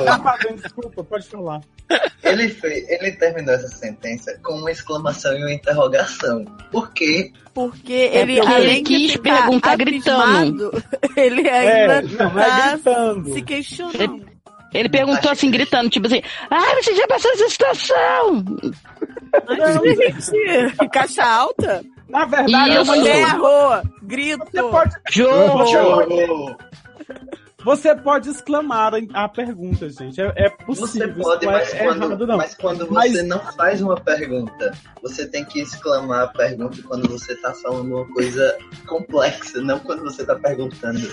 Speaker 3: Opa, padrinho, desculpa, pode falar.
Speaker 1: Ele, fez, ele terminou essa sentença com uma exclamação e uma interrogação. Por quê?
Speaker 9: Porque ele,
Speaker 5: É porque
Speaker 9: além
Speaker 5: ele quis
Speaker 9: de ficar
Speaker 5: perguntar
Speaker 9: abismado, (laughs) Ele ainda
Speaker 3: É, não, vai
Speaker 9: tá
Speaker 3: gritando.
Speaker 9: se questionando.
Speaker 5: Ele perguntou assim, gritando, tipo assim, ai, você já passou essa situação?
Speaker 9: Mas, gente, em caixa alta,
Speaker 3: Na verdade,
Speaker 5: Isso.
Speaker 3: eu vou dizer,
Speaker 9: berro, grito.
Speaker 3: você pode,
Speaker 1: Uhum.
Speaker 5: Jô!
Speaker 1: Jô,
Speaker 3: você pode exclamar a a pergunta, gente. É, é
Speaker 1: você
Speaker 3: possível.
Speaker 1: pode,
Speaker 3: isso não é
Speaker 1: mas, quando,
Speaker 3: errado, não.
Speaker 1: mas quando
Speaker 3: Mas-
Speaker 1: você não faz uma pergunta, você tem que exclamar a pergunta quando você tá falando uma coisa complexa, não quando você tá perguntando.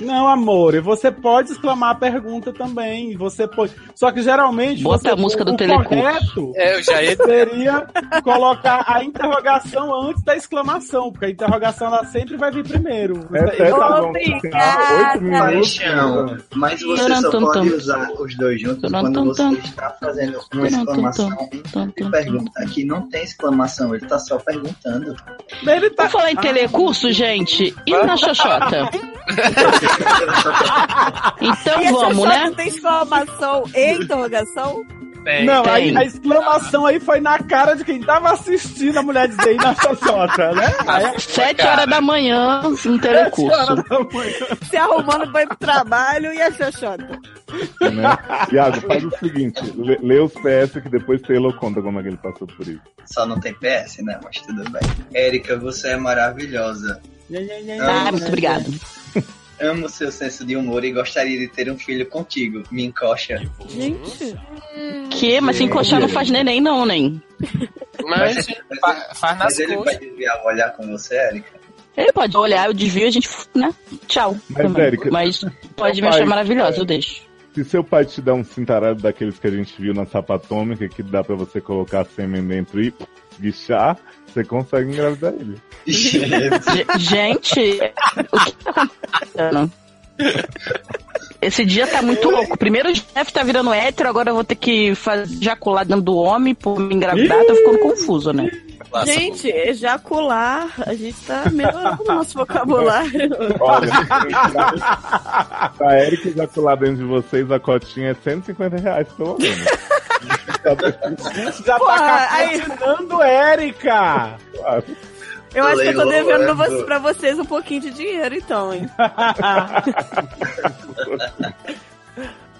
Speaker 3: Não, amor, e você pode exclamar a pergunta também. Você pode. Só que geralmente.
Speaker 5: Bota
Speaker 3: você-
Speaker 5: a música do
Speaker 3: o
Speaker 5: Telecurso.
Speaker 3: correto
Speaker 8: É, eu já ia.
Speaker 3: seria colocar a interrogação antes da exclamação, porque a interrogação ela sempre vai vir primeiro.
Speaker 4: É
Speaker 3: Então,
Speaker 4: certo, não.
Speaker 9: Obrigada.
Speaker 4: Oito minutos.
Speaker 1: Paixão. Mas você só
Speaker 5: Tarantum,
Speaker 1: pode
Speaker 5: tum.
Speaker 1: usar os dois juntos
Speaker 5: Tarantum,
Speaker 1: quando você
Speaker 5: tum.
Speaker 1: está fazendo uma
Speaker 5: Tarantum,
Speaker 1: exclamação
Speaker 5: Tum,
Speaker 1: e
Speaker 5: tum, tum.
Speaker 1: pergunta. Aqui não tem exclamação, ele tá só perguntando. (laughs)
Speaker 3: ele
Speaker 5: Por
Speaker 3: tá.
Speaker 5: falar em telecurso, gente, e na xoxota?
Speaker 9: E a
Speaker 5: Então vamos,
Speaker 9: xoxota
Speaker 5: né?
Speaker 9: tem exclamação e interrogação?
Speaker 8: Tem.
Speaker 3: Não, aí
Speaker 5: Tem.
Speaker 3: a exclamação aí foi na cara de quem tava assistindo a mulher dizer aí na xoxota, né? Aí,
Speaker 5: Sete horas da manhã, um telecurso.
Speaker 9: Se arrumando pra ir pro trabalho e a Xoxota?
Speaker 4: (laughs) Né? Iago, faz o seguinte: lê, lê os PS que depois Taylor conta como é que ele passou por isso.
Speaker 1: Só não tem PS, né? Mas tudo bem. Érica, você é maravilhosa.
Speaker 5: Ah, muito obrigada.
Speaker 1: Amo seu senso de humor e gostaria de ter um filho contigo. Me encoxa.
Speaker 9: Gente,
Speaker 5: Que? Mas se encoxar não faz neném não, nem.
Speaker 8: (laughs) Mas
Speaker 1: mas,
Speaker 8: fa- faz nas
Speaker 1: mas ele vai
Speaker 8: costas.
Speaker 1: desviar o olhar com você, Érica?
Speaker 5: Ele pode olhar, eu desvio, a gente, né? Tchau.
Speaker 4: Mas,
Speaker 5: Também.
Speaker 4: Érica,
Speaker 5: Mas pode me
Speaker 4: pai-
Speaker 5: achar maravilhosa, eu deixo.
Speaker 4: Se seu pai te dá um cintarado daqueles que a gente viu na sapatômica, que dá pra você colocar sêmen dentro e guichar, você consegue engravidar ele.
Speaker 5: Ge- Gente, o que tá acontecendo? Esse dia tá muito louco. Primeiro o Jeff tá virando hétero, agora eu vou ter que fazer jacular dentro do homem por me engravidar, tá ficando confuso, né?
Speaker 9: gente, ejacular, a gente tá melhorando o
Speaker 4: (laughs)
Speaker 9: nosso vocabulário.
Speaker 4: Olha, pra Eric ejacular dentro de vocês, a cotinha é 150 reais, pelo menos.
Speaker 3: gente já
Speaker 9: Porra,
Speaker 3: tá
Speaker 9: aí-
Speaker 3: capitulando, Érica!
Speaker 9: Eu acho que eu tô
Speaker 1: Leilão,
Speaker 9: devendo
Speaker 1: né?
Speaker 9: vo- pra vocês um pouquinho de dinheiro, então, hein?
Speaker 1: (laughs)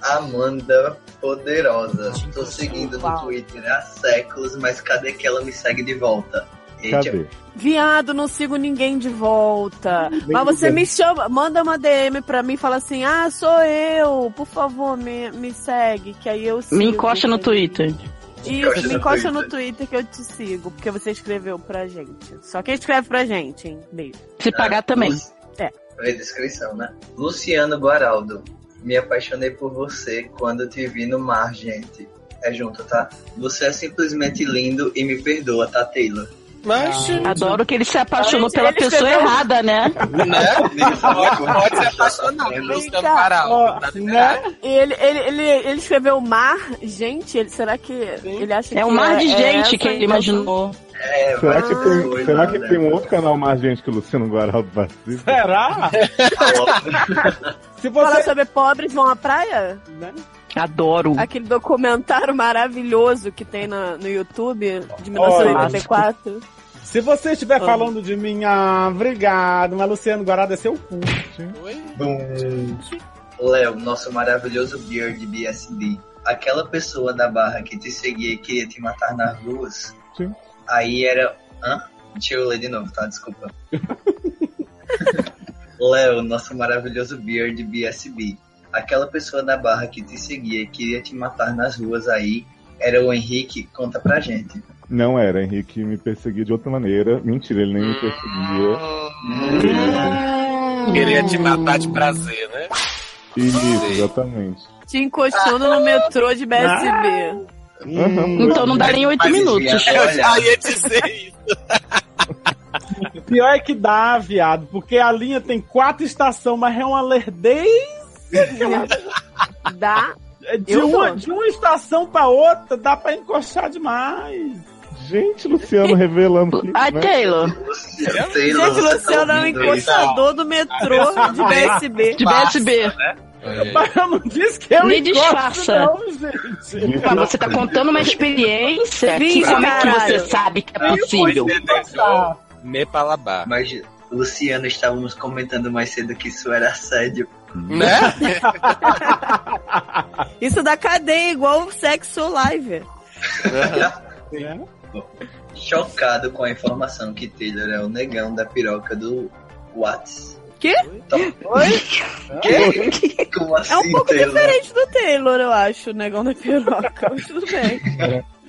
Speaker 1: Amanda Poderosa. Tô seguindo no Twitter né? há séculos, mas cadê que ela me segue de volta? Eita,
Speaker 4: Cadê?
Speaker 9: Viado, não sigo ninguém de volta. Mas você me chama, manda uma DM pra mim e fala assim: ah, sou eu, por favor, me, me segue, que aí eu sigo.
Speaker 5: Me encosta no Twitter.
Speaker 9: Isso, me
Speaker 1: no
Speaker 9: encosta
Speaker 1: Twitter.
Speaker 9: no Twitter que eu te sigo, porque você escreveu pra gente. Só quem escreve pra gente, hein? Beijo.
Speaker 5: Se pagar também.
Speaker 1: Lu-
Speaker 9: É.
Speaker 1: Foi a descrição, né? Luciano Guaraldo. Me apaixonei por você quando te vi no mar, gente. É junto, tá? Você é simplesmente lindo e me perdoa, tá, Taylor?
Speaker 8: Mas, gente,
Speaker 5: Adoro que ele se apaixonou
Speaker 9: Gente,
Speaker 5: pela
Speaker 9: ele
Speaker 5: pessoa
Speaker 9: escreveu-
Speaker 5: errada, né?
Speaker 1: (laughs) Né?
Speaker 8: pode se apaixonar né? pelo
Speaker 9: Vem cá,
Speaker 8: Luciano Pará.
Speaker 3: ó,
Speaker 8: Tá
Speaker 4: um
Speaker 3: né?
Speaker 8: liberado.
Speaker 9: E Ele, ele, ele, ele escreveu mar, gente, ele, será que ele acha
Speaker 5: É
Speaker 9: que
Speaker 5: um mar de
Speaker 9: é
Speaker 5: gente
Speaker 9: essa Então,
Speaker 5: que
Speaker 9: a
Speaker 5: ele
Speaker 9: intenção?
Speaker 5: imaginou.
Speaker 1: É,
Speaker 4: Será
Speaker 1: vai
Speaker 4: que
Speaker 1: ter
Speaker 4: tem,
Speaker 1: coisa,
Speaker 4: será que
Speaker 1: né?
Speaker 4: tem um outro canal mais gente que o Luciano Guaraldo participa?
Speaker 3: Será?
Speaker 1: né?
Speaker 3: Se
Speaker 9: Falar
Speaker 3: você.
Speaker 9: sobre pobres vão à praia?
Speaker 3: né?
Speaker 5: Adoro.
Speaker 9: Aquele documentário maravilhoso que tem na- no YouTube de 1994.
Speaker 3: Se você estiver falando de mim, ah, obrigado, mas Luciano Guarada é seu cu.
Speaker 8: Oi?
Speaker 1: Léo, nosso maravilhoso Beard BSD. Aquela pessoa da barra que te seguia e queria te matar nas ruas.
Speaker 4: Sim.
Speaker 1: Aí era. Hã? Deixa eu ler de novo, tá? Desculpa. Léo, nosso maravilhoso Beard BSB. Aquela pessoa da barra que te seguia e queria te matar nas ruas aí. Era o Henrique, conta pra gente.
Speaker 4: Não era, Henrique me perseguia de outra maneira. Mentira, ele nem me perseguia.
Speaker 9: Hum.
Speaker 8: Queria te matar de prazer, né?
Speaker 4: Isso, exatamente.
Speaker 9: Te encostando no metrô de BSB.
Speaker 4: Uhum.
Speaker 5: Então não dá nem oito
Speaker 1: Mas
Speaker 5: minutos.
Speaker 1: desviar,
Speaker 8: Eu já
Speaker 1: olha,
Speaker 8: ia dizer isso.
Speaker 3: O pior é que dá, viado, porque a linha tem quatro estações, mas é uma lerdez.
Speaker 5: (laughs)
Speaker 9: Dá.
Speaker 3: De
Speaker 9: Eu
Speaker 3: uma,
Speaker 9: dou.
Speaker 3: de uma estação pra outra, dá pra encostar demais.
Speaker 4: Gente, Luciano revelando que.
Speaker 5: Ai,
Speaker 4: né?
Speaker 5: Taylor,
Speaker 1: Luciano, Taylor,
Speaker 9: Gente,
Speaker 1: você tá
Speaker 9: Luciano é um
Speaker 1: ouvindo isso?
Speaker 9: encostador do metrô de BSB.
Speaker 5: de BSB.
Speaker 3: Mas eu não disse que eu
Speaker 5: Me
Speaker 3: encosto,
Speaker 5: disfarça.
Speaker 3: não, gente.
Speaker 5: Mas você tá contando uma experiência que
Speaker 9: Vixe,
Speaker 5: como é que
Speaker 9: caralho.
Speaker 5: você sabe que é possível?
Speaker 8: Me palabá.
Speaker 1: Mas, Luciano, estávamos comentando mais cedo que isso era assédio.
Speaker 8: Né?
Speaker 9: Isso da cadeia, igual o sexo live.
Speaker 1: (laughs)
Speaker 3: né?
Speaker 1: Chocado com a informação que Taylor é o negão da piroca do Watts.
Speaker 9: Quê?
Speaker 1: Quê? Como assim,
Speaker 9: É um pouco
Speaker 1: Taylor?
Speaker 9: diferente do Taylor, eu acho, o negão da piroca. (laughs) Mas tudo bem.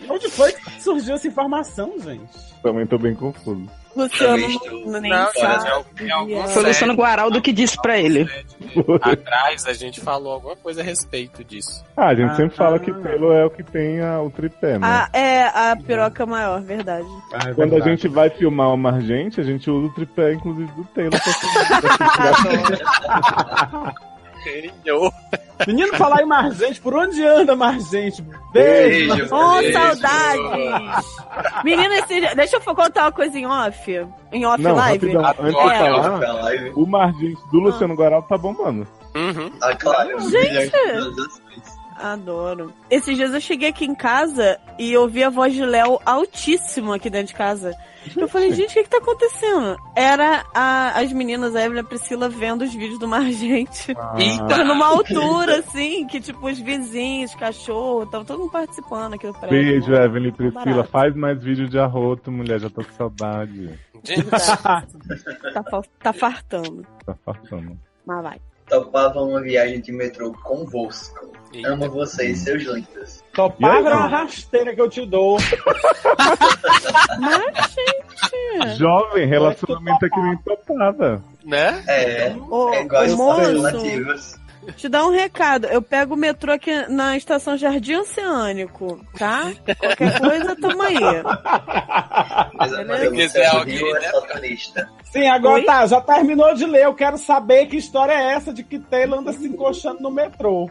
Speaker 3: Onde foi que surgiu essa informação, gente?
Speaker 4: Também tô bem confuso.
Speaker 9: Luciano
Speaker 1: Talvez
Speaker 9: não, nem
Speaker 8: Não,
Speaker 9: sabe.
Speaker 8: é algum- é algum
Speaker 5: Foi o Luciano Guaraldo que disse pra ele.
Speaker 8: Atrás a gente falou alguma coisa a respeito disso.
Speaker 4: Ah, a gente
Speaker 3: Ah,
Speaker 4: sempre fala que
Speaker 3: ah.
Speaker 4: pelo é o que tem a- o tripé, né?
Speaker 9: Ah, é a piroca maior, verdade.
Speaker 4: Ah, é Quando a gente vai filmar uma Margente, a gente usa o tripé, inclusive, do Taylor. pra filmar.
Speaker 8: Entendeu?
Speaker 3: Menino, falar em Margente, por onde anda Margente? Beijo!
Speaker 1: Beijo,
Speaker 9: Oh,
Speaker 1: beijo.
Speaker 9: saudades! Menina, esse dia- deixa eu contar uma coisa em off. Em off
Speaker 4: Não,
Speaker 9: live.
Speaker 4: rapidão, antes de
Speaker 8: Adoro.
Speaker 4: falar,
Speaker 1: Da live.
Speaker 4: o Margente do Luciano Guaraldo tá bombando.
Speaker 8: Uhum.
Speaker 1: Ah, claro.
Speaker 9: Gente!
Speaker 1: Todas as vezes.
Speaker 9: Adoro. Esses dias eu cheguei aqui em casa e ouvi a voz de Léo altíssima aqui dentro de casa. Eu falei, gente, o que, que tá acontecendo? Era a- as meninas, a Evelyn e a Priscila, vendo os vídeos do (laughs) Margente.
Speaker 4: Ah,
Speaker 5: Ah.
Speaker 8: Eita.
Speaker 9: Numa altura, assim, que tipo, os vizinhos, cachorro, tava todo mundo participando aqui do prédio.
Speaker 4: Beijo, Evelyn e Priscila.
Speaker 9: Barato.
Speaker 4: Faz mais vídeo de arroto, mulher. Já tô com saudade.
Speaker 8: Gente,
Speaker 9: Tá, fal- tá fartando.
Speaker 4: Tá passando.
Speaker 9: Mas vai.
Speaker 1: Topava uma viagem de metrô convosco.
Speaker 8: eita.
Speaker 1: Amo vocês, seus lindos.
Speaker 4: E aí,
Speaker 3: Paga uma
Speaker 4: mano?
Speaker 3: rasteira que eu te dou. (laughs)
Speaker 9: Mas, gente.
Speaker 4: Jovem, relacionamento é que nem topada.
Speaker 8: né?
Speaker 1: É,
Speaker 9: Ô,
Speaker 1: é igual
Speaker 9: ô,
Speaker 1: as
Speaker 9: moço,
Speaker 1: relativas.
Speaker 9: te dá um recado. Eu pego o metrô aqui na estação Jardim Oceânico, tá? Qualquer coisa, tamo aí. Ah,
Speaker 1: Mas a
Speaker 8: Beleza.
Speaker 1: Maria Luciana do
Speaker 8: Quiser
Speaker 1: Rio
Speaker 8: alguém,
Speaker 1: é
Speaker 8: né?
Speaker 1: satanista.
Speaker 3: Sim, agora
Speaker 9: Oi?
Speaker 3: tá, já terminou de ler. Eu quero saber que história é essa de que Taylor anda se encoxando no metrô.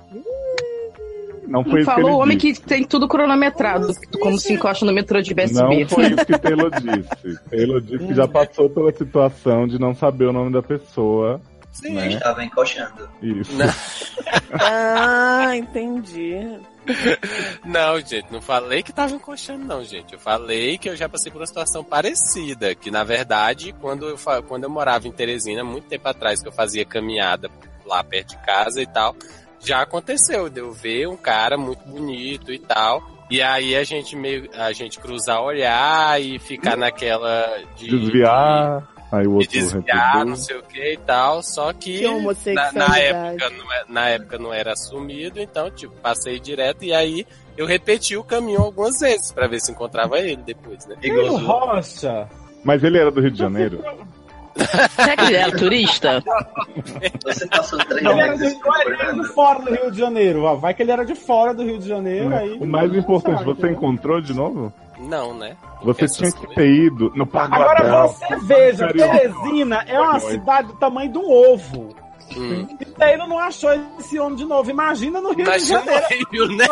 Speaker 4: Não foi isso
Speaker 5: Falou o
Speaker 4: que ele
Speaker 5: homem
Speaker 4: disse.
Speaker 5: que tem tudo cronometrado, como se encosta no metrô de BSB.
Speaker 4: Não foi isso que Taylor disse. Taylor disse que já passou pela situação de não saber o nome da pessoa.
Speaker 8: Sim.
Speaker 1: Eu estava encoxando.
Speaker 4: Isso.
Speaker 8: Não.
Speaker 9: Ah, entendi.
Speaker 2: Não, gente, não falei que tava encoxando, não, gente. Eu falei que eu já passei por uma situação parecida. Que, na verdade, quando eu, fa- quando eu morava em Teresina, muito tempo atrás, que eu fazia caminhada lá perto de casa e tal, já aconteceu de eu ver um cara muito bonito e tal. E aí a gente meio, a gente cruzar olhar e ficar naquela de
Speaker 4: (laughs) Desviar, aí o
Speaker 2: de,
Speaker 4: outro
Speaker 2: de desviar, não
Speaker 4: repetiu.
Speaker 2: sei o que e tal. Só que
Speaker 9: Que é um
Speaker 2: na,
Speaker 9: homossexualidade.
Speaker 2: na época, não é- na época não era assumido, então, tipo, passei direto e aí eu repeti o caminho algumas vezes pra ver se encontrava ele depois, né?
Speaker 3: Pedro Rocha.
Speaker 4: Mas ele era do Rio de Janeiro?
Speaker 5: (laughs) Será que ele era turista?
Speaker 1: Você passou três
Speaker 3: Ele era, de,
Speaker 1: meses
Speaker 3: ele era de fora do Rio de Janeiro. ó. Vai que ele era de fora do Rio de Janeiro. Aí,
Speaker 4: O mais
Speaker 3: não
Speaker 4: importante,
Speaker 3: sabe,
Speaker 4: você
Speaker 3: né?
Speaker 4: encontrou de novo?
Speaker 2: Não, né?
Speaker 4: Você
Speaker 2: Essas
Speaker 4: tinha que
Speaker 2: coisas.
Speaker 4: ter ido no pagodão.
Speaker 3: Agora você veja,
Speaker 4: Carioca.
Speaker 3: Teresina é uma
Speaker 4: Carioca.
Speaker 3: cidade do tamanho de um ovo.
Speaker 2: Hum.
Speaker 3: E Taylor não achou esse homem de novo. Imagina no Rio
Speaker 2: (laughs)
Speaker 3: de
Speaker 2: Mas já
Speaker 3: Janeiro.
Speaker 2: veio, né?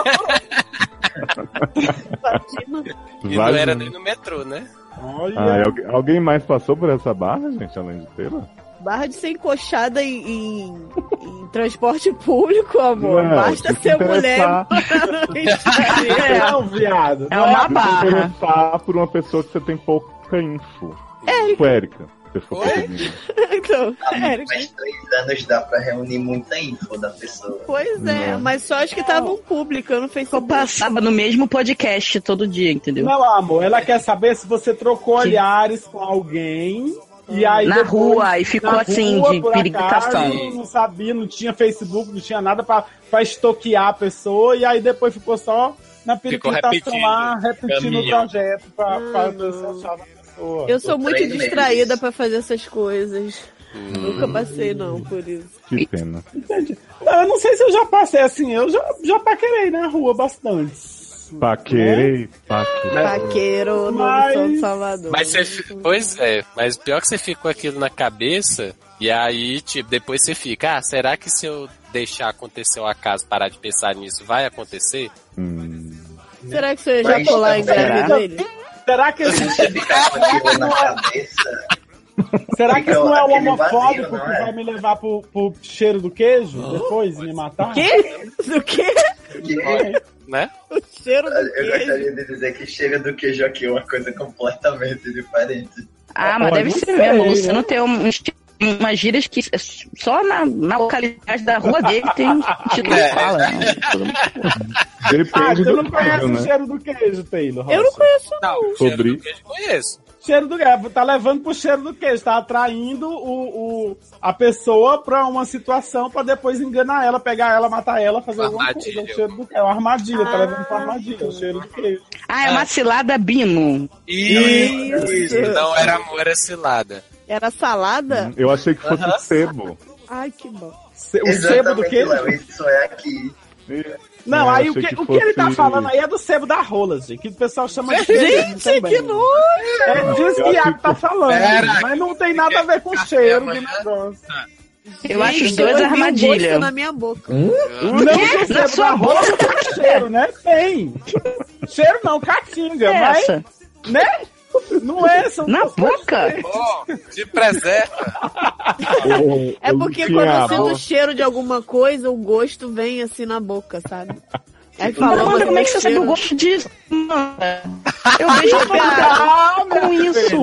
Speaker 2: E não
Speaker 4: Vai-
Speaker 2: era nem no metrô, né?
Speaker 3: Olha,
Speaker 4: Ah, e algu- alguém mais passou por essa barra, gente, além de Taylor?
Speaker 9: Barra de ser encoxada em, em- em transporte público, amor.
Speaker 4: Não,
Speaker 9: Basta
Speaker 4: tem que
Speaker 9: ser mulher.
Speaker 4: interessar. (laughs)
Speaker 9: é,
Speaker 3: não, viado.
Speaker 5: É uma
Speaker 4: Tem que
Speaker 5: barra.
Speaker 4: interessar por uma pessoa que você tem pouca info.
Speaker 9: Érica.
Speaker 4: Tipo Érica. Você ficou
Speaker 2: Oi?
Speaker 4: perdida.
Speaker 9: então, Érica.
Speaker 1: Mas três anos dá pra reunir muita info da pessoa.
Speaker 9: Pois é,
Speaker 4: Não.
Speaker 9: mas só as que estavam publicando no Facebook.
Speaker 5: Passava no mesmo podcast todo dia, entendeu?
Speaker 3: Não, amor, ela quer saber se você trocou olhares com alguém e aí
Speaker 5: na
Speaker 3: depois-
Speaker 5: rua, e ficou
Speaker 3: na
Speaker 5: assim,
Speaker 3: rua,
Speaker 5: de
Speaker 3: por
Speaker 5: piriguitação.
Speaker 3: acaso, Não sabia, não tinha Facebook, não tinha nada pra, pra estoquear a pessoa e aí depois ficou só na piriguitação
Speaker 2: repetindo
Speaker 3: lá, repetindo o
Speaker 2: caminho.
Speaker 3: trajeto pra,
Speaker 9: Ah,
Speaker 3: pra
Speaker 9: não.
Speaker 3: você achar na pessoa.
Speaker 9: Eu sou
Speaker 1: Por
Speaker 9: muito
Speaker 1: três meses.
Speaker 9: distraída pra fazer essas coisas.
Speaker 2: Hum.
Speaker 9: Nunca passei, não, por isso.
Speaker 4: Que pena.
Speaker 3: Ah, Eu não sei se eu já passei assim, eu já, já paquerei na rua bastante. É?
Speaker 4: Paquerei, paquerei.
Speaker 3: Né?
Speaker 9: Paqueiro, no
Speaker 3: Mas-
Speaker 9: São Salvador.
Speaker 2: Mas você. fi- Pois é, mas pior que você fica com aquilo na cabeça. E aí, tipo, depois você fica, ah, será que se eu deixar acontecer o acaso, parar de pensar nisso, vai acontecer?
Speaker 4: Hum.
Speaker 9: Será que você
Speaker 1: Mas-
Speaker 9: já pular em
Speaker 1: Será?
Speaker 9: grávida dele?
Speaker 3: Será que existe
Speaker 1: Você ficar com aquilo na cabeça.
Speaker 3: Será que isso não é o
Speaker 1: Aquele vazio,
Speaker 3: homofóbico
Speaker 1: não
Speaker 3: que
Speaker 1: é?
Speaker 3: vai me levar pro, pro cheiro do queijo depois e me matar?
Speaker 9: Quê? Do quê?
Speaker 1: Porque
Speaker 2: Né?
Speaker 9: O cheiro do
Speaker 1: eu
Speaker 9: queijo?
Speaker 1: gostaria de dizer que cheiro do queijo aqui é uma coisa completamente diferente.
Speaker 5: Ah, mas
Speaker 3: Olha,
Speaker 5: deve
Speaker 3: não
Speaker 5: ser
Speaker 3: sei,
Speaker 5: mesmo.
Speaker 3: né?
Speaker 5: O Luciano tem um- uns- umas gírias que é só na, na localidade da rua dele tem gente que não fala. né?
Speaker 3: Ah,
Speaker 4: Depende
Speaker 3: você
Speaker 4: do
Speaker 3: não conhece
Speaker 4: caso,
Speaker 3: o
Speaker 4: né?
Speaker 3: cheiro do queijo, Taylor.
Speaker 9: Eu não
Speaker 3: Rocha?
Speaker 9: conheço.
Speaker 2: Não, o
Speaker 4: Sobre-
Speaker 2: cheiro do queijo eu conheço.
Speaker 3: Cheiro do queijo. Tá levando pro cheiro do queijo. Tá atraindo o, o- a pessoa pra uma situação pra depois enganar ela, pegar ela, matar ela, fazer alguma coisa. É
Speaker 2: Armadilha.
Speaker 3: o cheiro do queijo. É uma armadilha. Tá
Speaker 9: Ah.
Speaker 3: levando pra armadilha. O cheiro do queijo.
Speaker 5: Ah, é uma cilada bino.
Speaker 2: Isso.
Speaker 9: Isso.
Speaker 2: Não era amor, era cilada.
Speaker 9: Era salada?
Speaker 4: Eu achei que fosse sebo.
Speaker 9: Ai, que bom.
Speaker 3: Se- O sebo do queijo?
Speaker 1: Léo, isso é aqui.
Speaker 3: Não,
Speaker 4: Eu
Speaker 3: aí o
Speaker 4: achei
Speaker 3: que,
Speaker 4: que
Speaker 3: o que ele tá
Speaker 4: fosse-
Speaker 3: falando aí é do sebo da rola, gente. Que o pessoal chama de queijo
Speaker 9: Gente,
Speaker 3: também.
Speaker 9: que nojo!
Speaker 3: É disso
Speaker 4: Eu
Speaker 3: que
Speaker 4: achei
Speaker 3: Iago tá falando,
Speaker 2: Pera.
Speaker 3: mas não tem nada a ver com o cheiro do
Speaker 2: Amanhã.
Speaker 3: negócio.
Speaker 5: Eu acho os
Speaker 9: Gente,
Speaker 5: dois
Speaker 9: eu ouvi um gosto
Speaker 5: armadilha.
Speaker 9: na minha boca.
Speaker 3: Não
Speaker 5: Quê?
Speaker 3: do
Speaker 5: Na
Speaker 3: cheiro
Speaker 5: sua
Speaker 3: da rola,
Speaker 9: tá
Speaker 3: tem cheiro, né? Tem. Cheiro não,
Speaker 5: É
Speaker 3: caatinga, mas,
Speaker 5: essa?
Speaker 3: né? Não é, são
Speaker 5: Na
Speaker 3: duas coisas
Speaker 5: boca?
Speaker 3: diferentes.
Speaker 2: Bom, de preserva.
Speaker 9: É porque quando eu sinto o cheiro de alguma coisa, o gosto vem assim na boca, sabe? Aí
Speaker 5: Não,
Speaker 9: falando
Speaker 5: mas como é que você sabe o gosto disso? Eu vejo (laughs) a cara
Speaker 3: Ah, meu
Speaker 5: com isso.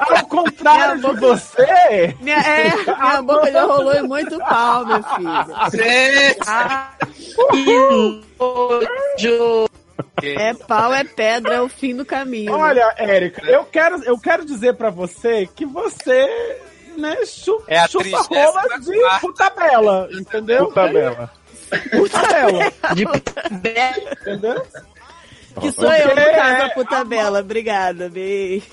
Speaker 3: Ao contrário de você,
Speaker 9: Minha, é, minha boca já rolou em muito pau, meu filho.
Speaker 2: Gente,
Speaker 5: Ah, que nojo.
Speaker 9: É pau, é pedra, é o fim do caminho.
Speaker 3: olha, Érica, eu quero, eu quero dizer pra você que você, né, chupa,
Speaker 2: É a
Speaker 3: chupa
Speaker 2: tristeza
Speaker 3: rola
Speaker 2: da
Speaker 3: de
Speaker 2: quarta.
Speaker 3: puta bela, entendeu?
Speaker 4: Puta bela.
Speaker 3: Puta bela,
Speaker 5: De puta-
Speaker 3: entendeu?
Speaker 9: que sou eu, no
Speaker 3: É,
Speaker 9: caso, a
Speaker 3: é,
Speaker 9: puta bela. Obrigada, beijo.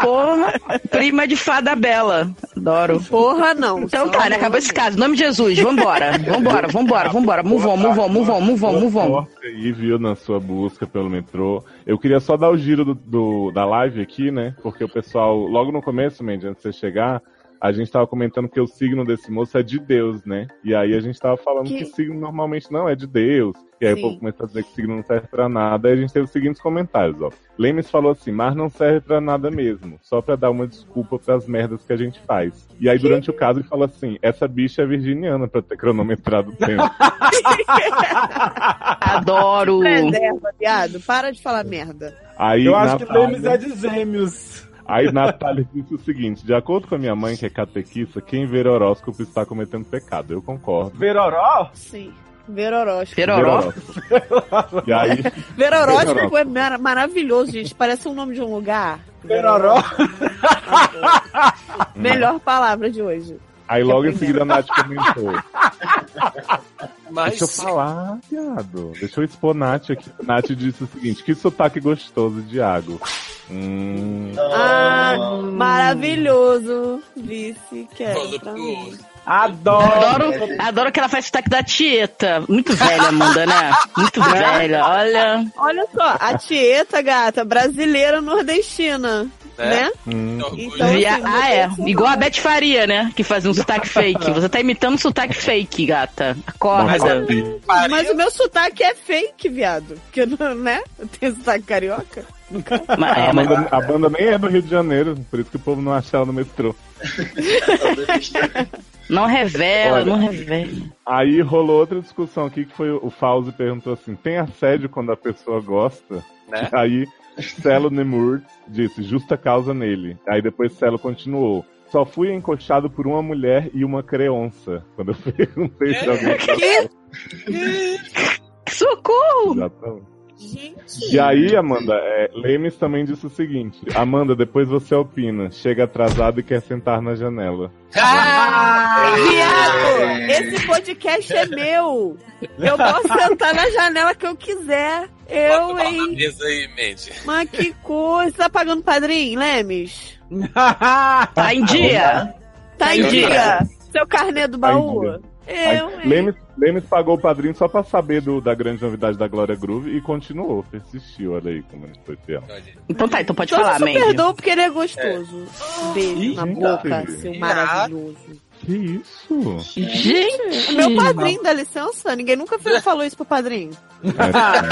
Speaker 5: Porra, prima de fada bela. Adoro.
Speaker 9: Porra, não.
Speaker 5: Então
Speaker 9: Só um.
Speaker 5: tá, né?
Speaker 9: não.
Speaker 5: Acabou esse caso. Em nome de Jesus. Vambora. Vambora, vambora, vambora. Muvon, muvon, muvon, muvon, muvon.
Speaker 4: Forte aí, viu, na sua busca pelo metrô. Eu queria só dar o giro do, do- da live aqui, né? Porque o pessoal, logo no começo, Mandy, antes de você chegar, a gente tava comentando que o signo desse moço é de Deus, né? E aí a gente tava falando que,
Speaker 9: Que-
Speaker 4: signo normalmente não é de Deus. E aí o
Speaker 9: Sim.
Speaker 4: povo começou a dizer que signo não serve pra nada. E a gente teve os seguintes comentários, ó. Lemes falou assim, mas não serve pra nada mesmo. Só pra dar uma desculpa pras merdas que a gente faz. E aí durante o caso ele falou assim, essa bicha é virginiana pra ter cronometrado o (laughs) tempo.
Speaker 5: Adoro.
Speaker 9: Preserva, viado. Para de falar merda.
Speaker 4: Aí,
Speaker 3: Eu acho que
Speaker 4: Natália-
Speaker 3: Lemes é de gêmeos.
Speaker 4: Aí Natália (laughs) disse o seguinte: de acordo com a minha mãe, que é catequista, quem ver horóscopo está cometendo pecado. Eu concordo.
Speaker 3: Veroró?
Speaker 9: Sim. Veroróscopo.
Speaker 5: Peroró.
Speaker 4: Ver horóscopo. E aí,
Speaker 9: Veroróscopo
Speaker 4: Veroróscopo.
Speaker 9: é mar- maravilhoso, gente. Parece um nome de um lugar.
Speaker 3: Veroró?
Speaker 9: Melhor palavra de hoje.
Speaker 4: aí logo em seguida a Nath (laughs) comentou:
Speaker 2: Mas
Speaker 4: Deixa eu falar, viado. Deixa eu expor Nath aqui. Nath disse o seguinte: que sotaque gostoso, Diago. Hum.
Speaker 9: Ah, maravilhoso. Vice, quero. é, pra mim.
Speaker 2: voluptuoso.
Speaker 3: Adoro.
Speaker 5: Adoro, adoro que ela faz sotaque da Tieta. Muito velha, Amanda, né? Muito velha. Olha.
Speaker 9: Olha só, a Tieta, gata, brasileira nordestina,
Speaker 2: Né?
Speaker 9: né?
Speaker 4: hum.
Speaker 2: Muito orgulho.
Speaker 9: Então,
Speaker 5: Via-
Speaker 9: assim,
Speaker 5: Ah, é. Igual a Beth Faria, né? Que faz um sotaque fake. Você tá imitando sotaque fake, gata.
Speaker 4: Mas
Speaker 5: Acorda.
Speaker 4: é-
Speaker 9: Mas
Speaker 2: Faria-
Speaker 9: o meu sotaque é fake, viado. Porque, (laughs) eu não- né? Eu tenho sotaque carioca.
Speaker 5: Mas, é,
Speaker 4: a,
Speaker 5: mas-
Speaker 4: banda, a banda nem Ah, é do Rio de Janeiro, por isso que o povo não acha ela no metrô.
Speaker 5: não revela,
Speaker 4: Olha.
Speaker 5: não revela.
Speaker 4: Aí rolou outra discussão aqui que foi o Fauzi perguntou assim: tem assédio quando a pessoa gosta?
Speaker 2: Né?
Speaker 4: (laughs) Aí Celo Nemur disse justa causa nele. Aí depois Celo continuou. Só fui encoxado por uma mulher e uma creonça. Quando eu (laughs) perguntei se alguém
Speaker 9: (laughs) Que?
Speaker 5: Socorro!
Speaker 4: já tava.
Speaker 9: Gente.
Speaker 4: E aí, Amanda, é, Lemes também disse o seguinte: Amanda, depois você opina. Chega atrasado e quer sentar na janela.
Speaker 9: Viado, esse podcast é meu. Eu posso sentar na janela que eu quiser. Eu,
Speaker 2: Bota o pau na
Speaker 9: hein?
Speaker 2: mesa aí, Mandy.
Speaker 9: Mas que coisa. Tá pagando padrinho, Lemes?
Speaker 5: Tá
Speaker 4: Ah,
Speaker 5: em dia?
Speaker 9: Tá em
Speaker 2: Eu
Speaker 9: dia. Seu carnê do baú?
Speaker 4: Tá Aí,
Speaker 9: Eu, hein?
Speaker 4: Lemes, Lemes pagou o padrinho só pra saber do- da grande novidade da Glória Groove e continuou, persistiu. Olha aí como ele foi fiel.
Speaker 2: Olha,
Speaker 5: Então tá, então pode
Speaker 9: Só
Speaker 5: falar,
Speaker 9: se
Speaker 5: Mandy.
Speaker 9: eu perdoo porque ele é gostoso. Beijo
Speaker 4: Ih,
Speaker 9: na
Speaker 4: gente.
Speaker 9: boca, seu maravilhoso.
Speaker 4: Que isso?
Speaker 5: Gente!
Speaker 9: Meu padrinho, dá licença? Ninguém nunca fe- falou isso pro padrinho.
Speaker 4: É, Ah,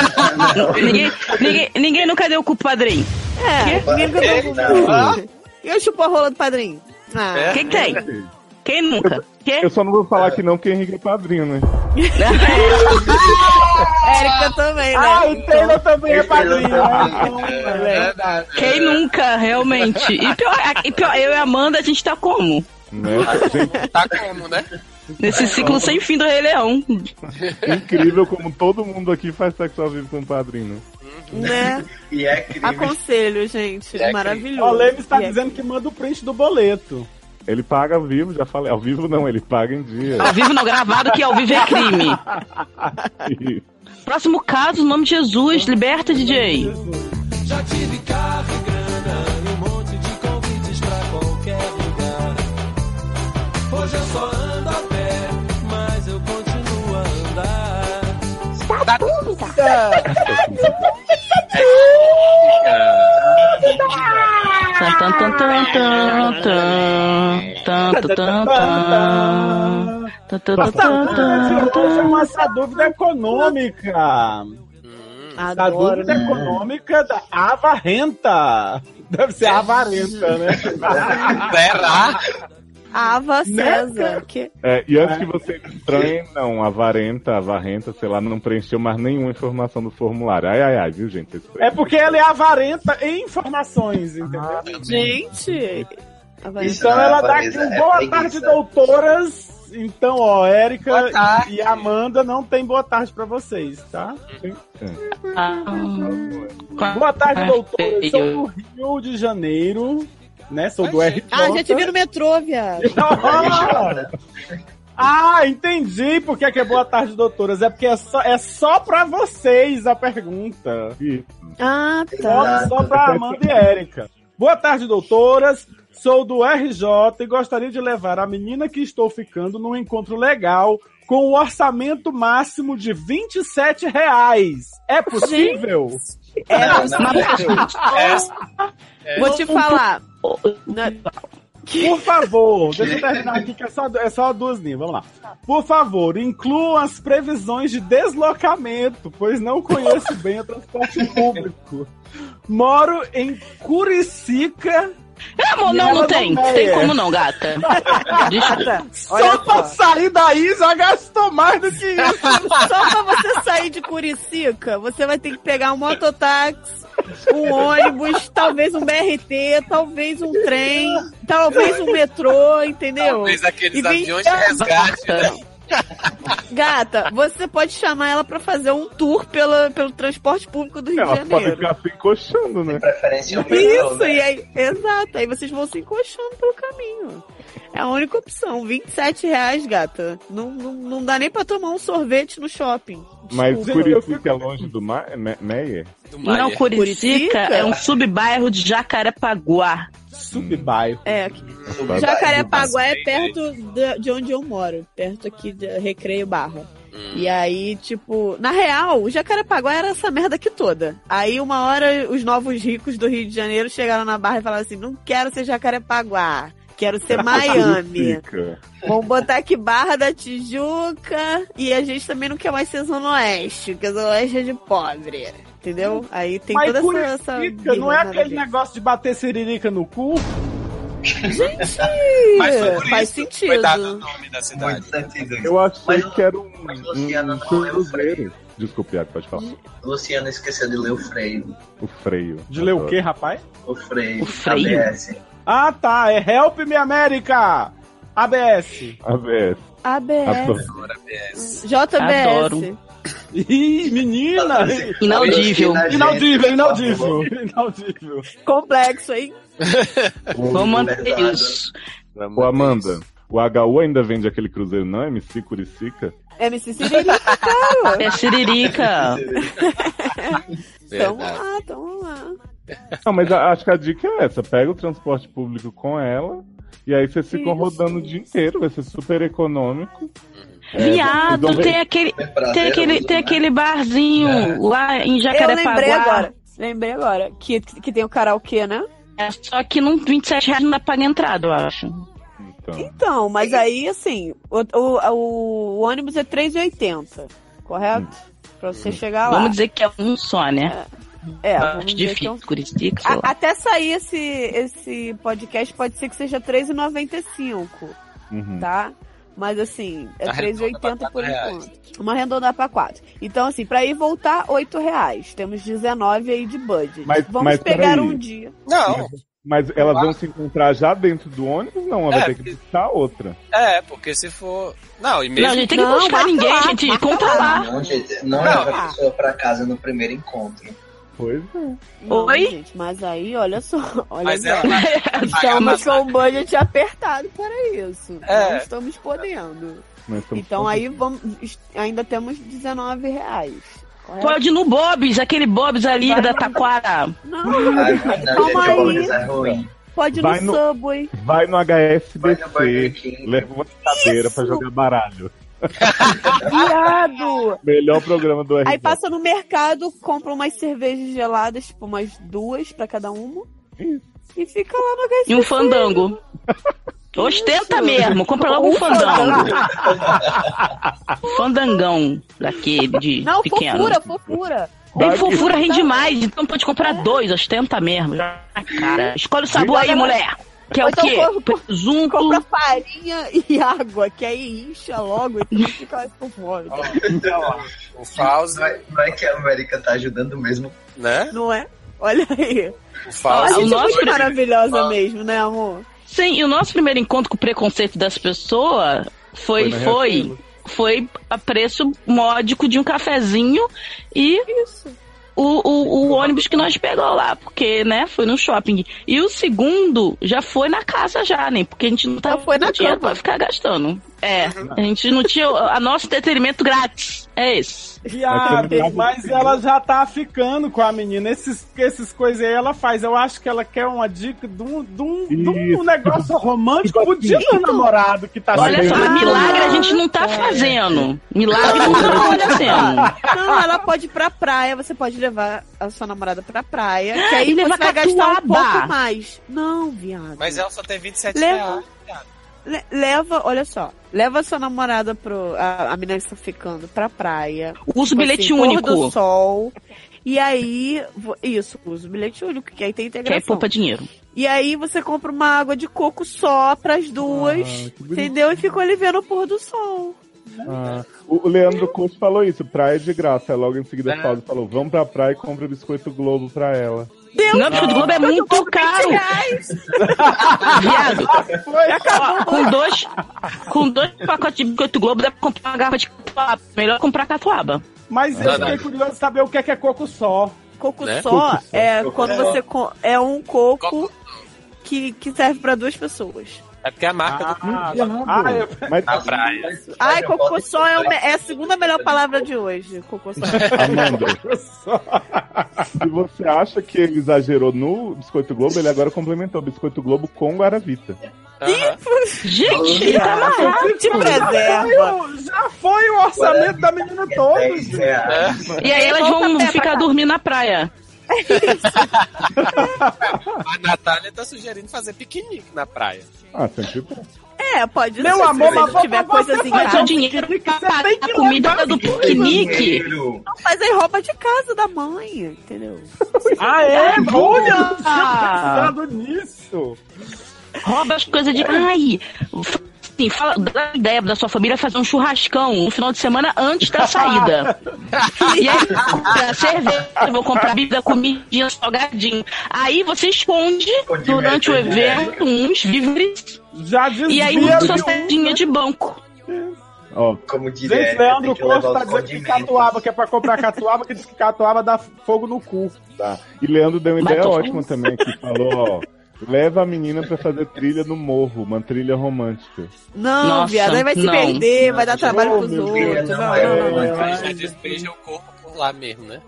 Speaker 5: Ninguém, ninguém, ninguém nunca deu cu pro padrinho.
Speaker 9: É, ninguém nunca falou pro padrinho. Ah, Eu chupo a rola do padrinho. Ah,
Speaker 2: É?
Speaker 5: Quem tem? Quem nunca? Quê?
Speaker 4: Eu só não vou falar que não, porque Henrique é padrinho, né?
Speaker 9: Érica também, né?
Speaker 3: Ah, o Taylor também é padrinho.
Speaker 2: É verdade.
Speaker 5: Quem nunca, realmente? E pior, e pior, eu e a Amanda, a gente tá como?
Speaker 4: Né? Gente,
Speaker 2: Tá como, né?
Speaker 9: (laughs)
Speaker 5: Nesse ciclo sem fim do Rei Leão.
Speaker 4: É incrível como todo mundo aqui faz sexo ao vivo com o padrinho.
Speaker 9: né?
Speaker 1: E é crime.
Speaker 9: Aconselho, gente.
Speaker 1: É que-
Speaker 3: O
Speaker 9: Maravilhoso.
Speaker 3: Lemes tá
Speaker 9: E é-
Speaker 3: dizendo que manda o print do boleto.
Speaker 4: Ele paga ao vivo, já falei. Ao vivo não, ele paga em dia.
Speaker 5: Ao vivo não, gravado, que ao vivo é crime. Próximo caso, em nome de Jesus, liberta, DJ.
Speaker 7: Já tive carro e grana e um monte de convites pra qualquer lugar. Hoje eu só ando a pé, mas eu continuo a andar.
Speaker 5: Tan, tan, tan, tan, tan, tan, tan, tan, tan,
Speaker 3: Ah,
Speaker 5: tan, tan, tan, tan, tan.
Speaker 3: Essa essa dúvida econômica. Da
Speaker 9: Adoro.
Speaker 3: dúvida econômica da avarenta. Deve ser avarenta, né?
Speaker 2: Será?
Speaker 9: Ava César.
Speaker 3: cara?
Speaker 9: Que...
Speaker 4: É, e antes que você estranhe, não, a varenta, a varrenta, sei lá, não preencheu mais nenhuma informação do formulário. Ai, ai, ai, viu, gente? Vocês
Speaker 3: É porque ela é avarenta em informações, entendeu?
Speaker 9: Gente. Ava-
Speaker 1: Isso.
Speaker 3: Então
Speaker 1: Ah,
Speaker 3: ela dá aqui
Speaker 1: Vanessa,
Speaker 3: um
Speaker 1: é
Speaker 3: boa
Speaker 1: preguiça.
Speaker 3: tarde, doutoras. Então, ó, Érica
Speaker 2: Boa tarde.
Speaker 3: e Amanda não tem boa tarde pra vocês, tá?
Speaker 5: Ah,
Speaker 3: Boa tarde,
Speaker 5: Ah,
Speaker 3: doutoras. Sou
Speaker 5: eu-
Speaker 3: do Rio de Janeiro, né? Sou do
Speaker 2: Ai,
Speaker 3: RJ.
Speaker 9: Ah, já te vi no metrô, viado.
Speaker 1: (laughs)
Speaker 3: Ah, Ah, entendi por que que é boa tarde, doutoras. É porque é só, é só pra vocês a pergunta.
Speaker 4: que-
Speaker 9: Ah, tá.
Speaker 3: Só, só pra Amanda e Érica. Boa tarde, doutoras. Sou do RJ e gostaria de levar a menina que estou ficando num encontro legal com um orçamento máximo de 27 reais. É possível?
Speaker 9: É,
Speaker 1: Não, não, não.
Speaker 2: É,
Speaker 9: Vou te falar. Na-
Speaker 3: Por favor, deixa eu terminar aqui que é só, é só duas linhas, vamos lá. Por favor, incluam as previsões de deslocamento, pois não conheço bem
Speaker 4: (laughs)
Speaker 3: o transporte público. Moro em Curicica.
Speaker 5: É, amor, não, não tem. Tem como não, gata.
Speaker 9: Gata,
Speaker 3: Só
Speaker 9: olha
Speaker 3: pra
Speaker 9: só.
Speaker 3: sair daí já gastou mais do que isso.
Speaker 9: Só pra você sair de Curicica, você vai ter que pegar um mototáxi, um ônibus, talvez um BRT, talvez um trem, talvez um metrô, entendeu?
Speaker 2: Talvez aqueles
Speaker 9: E vem-
Speaker 2: aviões de resgate, né?
Speaker 9: Gata, você pode chamar ela pra fazer um tour pela, pelo transporte público do Rio
Speaker 4: Ela né?
Speaker 9: de
Speaker 4: pode
Speaker 9: Janeiro.
Speaker 4: ficar se encoxando, né?
Speaker 1: Preferência ao metrô,
Speaker 9: Isso,
Speaker 1: né?
Speaker 9: e é aí, exato, aí vocês vão se encoxando pelo caminho. É a única opção, 27 reais, gata. Não, não, não dá nem pra tomar um sorvete no shopping.
Speaker 4: Mas
Speaker 3: Desculpa.
Speaker 4: Curicica é longe do Ma- Me- Meyer?
Speaker 2: Do
Speaker 5: Não,
Speaker 2: Maier.
Speaker 5: Curicica é um subbairro de Jacarepaguá.
Speaker 3: Subbairro.
Speaker 9: É,
Speaker 1: Vai-
Speaker 9: Jacarepaguá é
Speaker 2: Vai-
Speaker 9: perto da- de onde eu moro, perto aqui de Recreio Barra.
Speaker 2: Hum.
Speaker 9: E aí, tipo, na real, o Jacarepaguá era essa merda aqui toda. Aí, uma hora, os novos ricos do Rio de Janeiro chegaram na barra e falaram assim: não quero ser Jacarepaguá,
Speaker 2: (laughs)
Speaker 9: quero ser Miami.
Speaker 4: Curicica.
Speaker 9: Vamos botar aqui Barra da Tijuca. E a gente também não quer mais ser Zona Oeste, porque a Zona Oeste é de pobre. Entendeu? Aí tem
Speaker 3: Mas
Speaker 9: toda essa. essa
Speaker 3: Curicica não é
Speaker 9: birra, nada a
Speaker 3: aquele
Speaker 9: ver.
Speaker 3: negócio de bater siririca no cu?
Speaker 2: Mas foi por
Speaker 9: Faz
Speaker 2: isso que
Speaker 9: sentido.
Speaker 2: Foi dado o nome da
Speaker 1: um Muito
Speaker 2: cidade.
Speaker 1: sentido isso.
Speaker 4: Eu achei
Speaker 1: Mas-
Speaker 4: que era um,
Speaker 1: mas Luciana
Speaker 4: um
Speaker 1: não leu o freio.
Speaker 4: cruzeiro. Desculpe, Iago, pode
Speaker 3: Hum?
Speaker 4: falar.
Speaker 1: Luciano esqueceu de ler o freio.
Speaker 4: O freio.
Speaker 3: De ler o quê, rapaz?
Speaker 1: O freio.
Speaker 5: O freio?
Speaker 1: ABS.
Speaker 3: Ah, tá. É Help Me América! ABS.
Speaker 4: A VS.
Speaker 9: ABS.
Speaker 2: Agora, PS.
Speaker 9: JBS.
Speaker 5: Adoro.
Speaker 3: Ih, menina!
Speaker 5: Inaudível.
Speaker 1: Patrocina a gente,
Speaker 3: Inaudível,
Speaker 1: por favor.
Speaker 3: inaudível, inaudível.
Speaker 9: Complexo, hein?
Speaker 5: Vamos manter
Speaker 1: Verdade.
Speaker 5: isso.
Speaker 4: Ô, Amanda, o HU ainda vende aquele cruzeiro, não? MC Curicica?
Speaker 9: MC Ciririca,
Speaker 5: (laughs)
Speaker 9: claro.
Speaker 5: É Siririca.
Speaker 9: Tamo
Speaker 2: Verdade.
Speaker 9: lá, tamo lá.
Speaker 4: Não, mas a- acho que a dica é essa. Pega o transporte público com ela e aí vocês ficam
Speaker 9: Isso.
Speaker 4: rodando o dia inteiro. Vai ser super econômico. É, vocês
Speaker 5: Viado,
Speaker 4: vão ver-
Speaker 5: tem aquele,
Speaker 1: É prazer,
Speaker 5: tem aquele,
Speaker 1: uso,
Speaker 5: tem
Speaker 1: né?
Speaker 5: aquele barzinho
Speaker 1: É.
Speaker 5: lá em
Speaker 9: Eu
Speaker 5: Jacarepaguá.
Speaker 9: lembrei agora. Lembrei agora que, que tem o karaokê, né?
Speaker 5: É, só que não, 27 reais não dá pra entrada, eu acho.
Speaker 4: Então,
Speaker 9: Então, mas aí, assim, o, o, o ônibus é 3,80, correto? Pra você chegar lá.
Speaker 5: Hum. Vamos dizer que é um só, né?
Speaker 9: é, vamos
Speaker 5: acho
Speaker 9: dizer que é
Speaker 5: difícil,
Speaker 9: um-
Speaker 5: Curicica, sei
Speaker 9: A-
Speaker 5: lá.
Speaker 9: até sair esse, esse podcast pode ser que seja 3,95,
Speaker 4: uhum.
Speaker 9: tá? Mas assim, é
Speaker 2: Tá arredonda
Speaker 9: 3,80
Speaker 2: pra
Speaker 9: por
Speaker 2: quatro
Speaker 9: enquanto. Uma arredondar pra 4. Então, assim, pra ir voltar, 8 reais. Temos 19 aí de budget.
Speaker 4: Mas-
Speaker 9: Vamos
Speaker 4: mas
Speaker 9: pegar
Speaker 4: peraí.
Speaker 9: um dia.
Speaker 2: Não,
Speaker 4: Mas elas vão se encontrar já dentro do ônibus? Não, ela
Speaker 2: É,
Speaker 4: vai ter que buscar outra.
Speaker 2: é, porque se for. Não, e
Speaker 5: Não, a
Speaker 2: mesmo.
Speaker 5: gente tem que
Speaker 9: Não,
Speaker 5: buscar
Speaker 9: marca
Speaker 5: ninguém,
Speaker 9: lá,
Speaker 5: gente.
Speaker 9: marca
Speaker 5: Conta
Speaker 9: lá.
Speaker 5: lá.
Speaker 1: Não, gente, não,
Speaker 2: Não.
Speaker 1: leva a pessoa pra casa no primeiro encontro.
Speaker 4: Pois é.
Speaker 9: Não,
Speaker 5: Oi?
Speaker 9: gente, mas aí, olha só. (laughs) Olha
Speaker 2: Mas é,
Speaker 9: só.
Speaker 2: ela vai
Speaker 5: é
Speaker 9: Estamos com um budget apertado para isso.
Speaker 2: É.
Speaker 9: Não estamos podendo.
Speaker 4: Mas estamos
Speaker 9: Então
Speaker 4: falando-
Speaker 9: aí vamos. Ainda temos 19 reais. correto?
Speaker 5: Pode ir no Bob's, aquele Bob's ali
Speaker 9: Vai
Speaker 5: da
Speaker 9: no-
Speaker 5: Taquara.
Speaker 9: Não,
Speaker 1: Ai, não,
Speaker 9: Calma
Speaker 1: gente,
Speaker 9: aí.
Speaker 1: o Boris é ruim.
Speaker 9: pode ir
Speaker 4: Vai
Speaker 9: no,
Speaker 4: no-
Speaker 9: Subway.
Speaker 4: Vai no
Speaker 1: Vai no Burger
Speaker 4: HSBC,
Speaker 1: King.
Speaker 4: leva uma cadeira pra jogar baralho.
Speaker 2: Ah,
Speaker 9: Viado!
Speaker 4: Melhor programa do RJ.
Speaker 9: Aí passa no mercado, compra umas cervejas geladas, tipo umas duas pra cada uma. E fica lá no HSBC.
Speaker 5: E um fandango. Ostenta mesmo, compra logo um
Speaker 9: Um
Speaker 5: fandango. Fandangão daquele de
Speaker 9: Não,
Speaker 5: pequeno.
Speaker 9: fofura, fofura.
Speaker 5: Bem,
Speaker 4: Daqui.
Speaker 5: fofura rende mais, então pode comprar
Speaker 9: É.
Speaker 5: dois, ostenta mesmo. Já na cara. Escolhe o sabor aí, mulher. Que é
Speaker 9: Ou
Speaker 5: o
Speaker 9: então
Speaker 5: quê?
Speaker 9: compra-
Speaker 5: Presunto.
Speaker 9: Compra farinha e água, que aí incha logo e tudo fica mais com fome.
Speaker 2: O Fauzi,
Speaker 1: Vai, vai que a América tá ajudando mesmo.
Speaker 2: né?
Speaker 9: Não é? Olha aí.
Speaker 2: O
Speaker 9: A
Speaker 2: Fauzi.
Speaker 5: Olha, o
Speaker 9: gente é
Speaker 5: nosso
Speaker 9: muito
Speaker 5: primeiro-
Speaker 9: maravilhosa
Speaker 2: Fauzi.
Speaker 9: mesmo, né, amor?
Speaker 5: Sim, e o nosso primeiro encontro com o preconceito das pessoas foi,
Speaker 4: na
Speaker 5: foi,
Speaker 4: Riachuelo.
Speaker 5: foi a preço módico de um cafezinho e
Speaker 9: Isso.
Speaker 5: o, o, o ônibus que nós pegamos lá, porque, né, foi no shopping. E o segundo já foi na casa já, né, porque a gente não
Speaker 9: Já
Speaker 5: tava
Speaker 9: foi na
Speaker 5: com dinheiro
Speaker 9: cama. Uhum.
Speaker 5: pra ficar gastando. É, a gente não tinha a nosso entretenimento grátis. É isso.
Speaker 3: Viado, mas ela já tá ficando com a menina. Esses, esses coisas aí ela faz. Eu acho que ela quer uma dica de um, de um, de um
Speaker 4: Isso.
Speaker 3: negócio romântico pro dia do namorado que tá
Speaker 5: Olha só,
Speaker 3: chegando.
Speaker 5: mas
Speaker 9: Ah,
Speaker 5: milagre a gente não
Speaker 9: é.
Speaker 5: tá fazendo. Milagre não tá
Speaker 9: (laughs)
Speaker 5: acontecendo.
Speaker 9: Não, ela pode ir pra praia, você pode levar a sua namorada pra praia, que aí
Speaker 5: Ah, E
Speaker 9: você
Speaker 5: levar
Speaker 9: vai gastar um
Speaker 5: catuaba.
Speaker 9: pouco mais. Não, viado.
Speaker 2: Mas ela só tem 27
Speaker 6: É.
Speaker 10: é
Speaker 9: Leva.
Speaker 2: reais.
Speaker 9: Le- leva, olha só, leva a sua namorada pro. A, a menina que está ficando pra praia.
Speaker 5: Usa o bilhete
Speaker 9: assim, pôr do
Speaker 5: único,
Speaker 9: sol. E aí. vo- Isso, usa o bilhete único, que aí tem
Speaker 5: que aí
Speaker 9: integração.
Speaker 5: poupa dinheiro.
Speaker 9: E aí você compra uma água de coco só pras duas. entendeu? E ficou ali vendo o pôr do sol.
Speaker 4: Ah, o o Leandro Couto falou isso, praia é de graça. Aí Logo em seguida
Speaker 2: É.
Speaker 4: o Fausto falou, vamos pra praia e compra o biscoito Globo pra ela.
Speaker 5: Não, porque o Globo é muito caro. Viado, com dois, com dois pacotes de biscoito Globo dá pra comprar uma garrafa de catuaba. Melhor comprar catuaba.
Speaker 3: Mas eu
Speaker 2: Não,
Speaker 3: fiquei
Speaker 2: não.
Speaker 3: curioso de saber o que é, que é coco só.
Speaker 9: Coco
Speaker 2: Né?
Speaker 9: só
Speaker 4: Coco só.
Speaker 9: é
Speaker 4: Coco
Speaker 9: quando
Speaker 2: só.
Speaker 9: você. co- É um coco
Speaker 2: Coco.
Speaker 9: que, que serve pra duas pessoas.
Speaker 2: É porque a marca do
Speaker 3: Ah,
Speaker 4: Viado.
Speaker 3: ah, eu-
Speaker 4: Mas
Speaker 2: na praia.
Speaker 9: Ai, cocô só é, o me- é a segunda melhor palavra de hoje. Cocô só.
Speaker 4: Amanda,
Speaker 3: coco só.
Speaker 4: se você acha que ele exagerou no Biscoito Globo, ele agora complementou o Biscoito Globo com Guaravita.
Speaker 2: Aham.
Speaker 5: Gente, ele tá amarrado.
Speaker 9: Te
Speaker 3: Já
Speaker 9: preserva.
Speaker 3: foi o- já foi o orçamento da menina todo,
Speaker 1: é Dez
Speaker 3: gente.
Speaker 1: reais.
Speaker 2: né?
Speaker 5: E aí elas vão ficar dormindo na praia.
Speaker 2: A Natália tá sugerindo fazer piquenique na praia.
Speaker 4: Ah, sempre bom.
Speaker 9: É, pode
Speaker 3: Meu
Speaker 9: ser,
Speaker 3: amor,
Speaker 9: se
Speaker 3: mas
Speaker 9: não tiver
Speaker 3: você
Speaker 9: coisas
Speaker 3: faz
Speaker 9: em
Speaker 3: um
Speaker 9: casa.
Speaker 5: Dá dinheiro pra pagar a comida do piquenique.
Speaker 1: Dinheiro.
Speaker 9: Mas aí rouba de casa da mãe, entendeu?
Speaker 3: Ah, é? Olha,
Speaker 5: Ah.
Speaker 3: pensando nisso.
Speaker 5: Rouba as coisas de. Ai! f- Assim, fala, dá a ideia da sua família fazer um churrascão no final de semana antes da saída. e aí, compra cerveja, eu vou comprar bebida, comidinha, salgadinho. Aí você esconde durante o
Speaker 1: né?
Speaker 3: né?
Speaker 5: evento uns víveres
Speaker 3: Já desvia
Speaker 5: e aí uma
Speaker 3: de
Speaker 5: sua
Speaker 3: um,
Speaker 5: sardinha
Speaker 3: né?
Speaker 5: de banco.
Speaker 4: Ó,
Speaker 1: Como diz
Speaker 3: Gente, Leandro Costa tá dizendo que catuaba, que é pra comprar catuaba, que diz que catuaba dá fogo no cu.
Speaker 4: tá. E Leandro deu uma
Speaker 5: Mas
Speaker 4: ideia
Speaker 5: tô-
Speaker 4: ótima também aqui. Falou, ó, leva a menina pra fazer trilha no morro, uma trilha romântica.
Speaker 9: Não,
Speaker 5: Nossa,
Speaker 9: viado, aí vai se
Speaker 5: não.
Speaker 9: perder, vai dar trabalho
Speaker 4: Oh,
Speaker 9: pros
Speaker 4: meu
Speaker 9: outros.
Speaker 1: Deus, não,
Speaker 9: não,
Speaker 1: é,
Speaker 9: não, não.
Speaker 1: não,
Speaker 2: Mas já despeja o corpo por lá mesmo, né?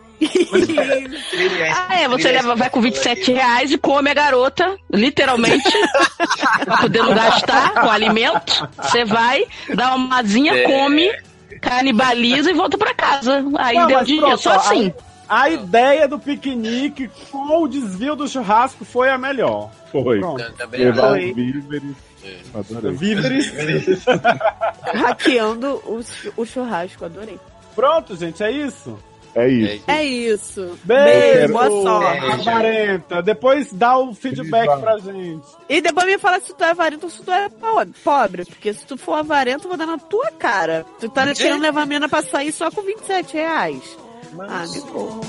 Speaker 5: Ah, é, você leva, vai com 27 reais e come a garota,
Speaker 3: (laughs)
Speaker 5: literalmente, pra poder não gastar com alimento. Você vai, dá uma mazinha,
Speaker 2: É.
Speaker 5: come, canibaliza e volta pra casa. Aí
Speaker 3: Não,
Speaker 5: deu
Speaker 3: mas
Speaker 5: dinheiro,
Speaker 3: pronto,
Speaker 5: só
Speaker 3: ó,
Speaker 5: assim.
Speaker 3: A ideia do piquenique com o desvio do churrasco foi a melhor.
Speaker 4: Foi.
Speaker 3: Pronto.
Speaker 2: Também
Speaker 4: Levar
Speaker 2: não.
Speaker 9: Foi.
Speaker 4: os víveres. Adorei.
Speaker 3: Víveres.
Speaker 9: (laughs) Hackeando o, chu- o churrasco, adorei.
Speaker 3: Pronto, gente, é isso.
Speaker 4: É isso.
Speaker 2: É,
Speaker 9: É isso.
Speaker 3: Beijo,
Speaker 9: Beijo, boa sorte.
Speaker 3: Avarenta. Depois dá o feedback
Speaker 4: Beijo.
Speaker 3: pra gente.
Speaker 9: E depois me fala se tu é avarento ou se tu é po- pobre. Porque se tu for avarento, eu vou dar na tua cara. Tu tá querendo levar a menina pra sair só com 27 reais. Ah, me poupa.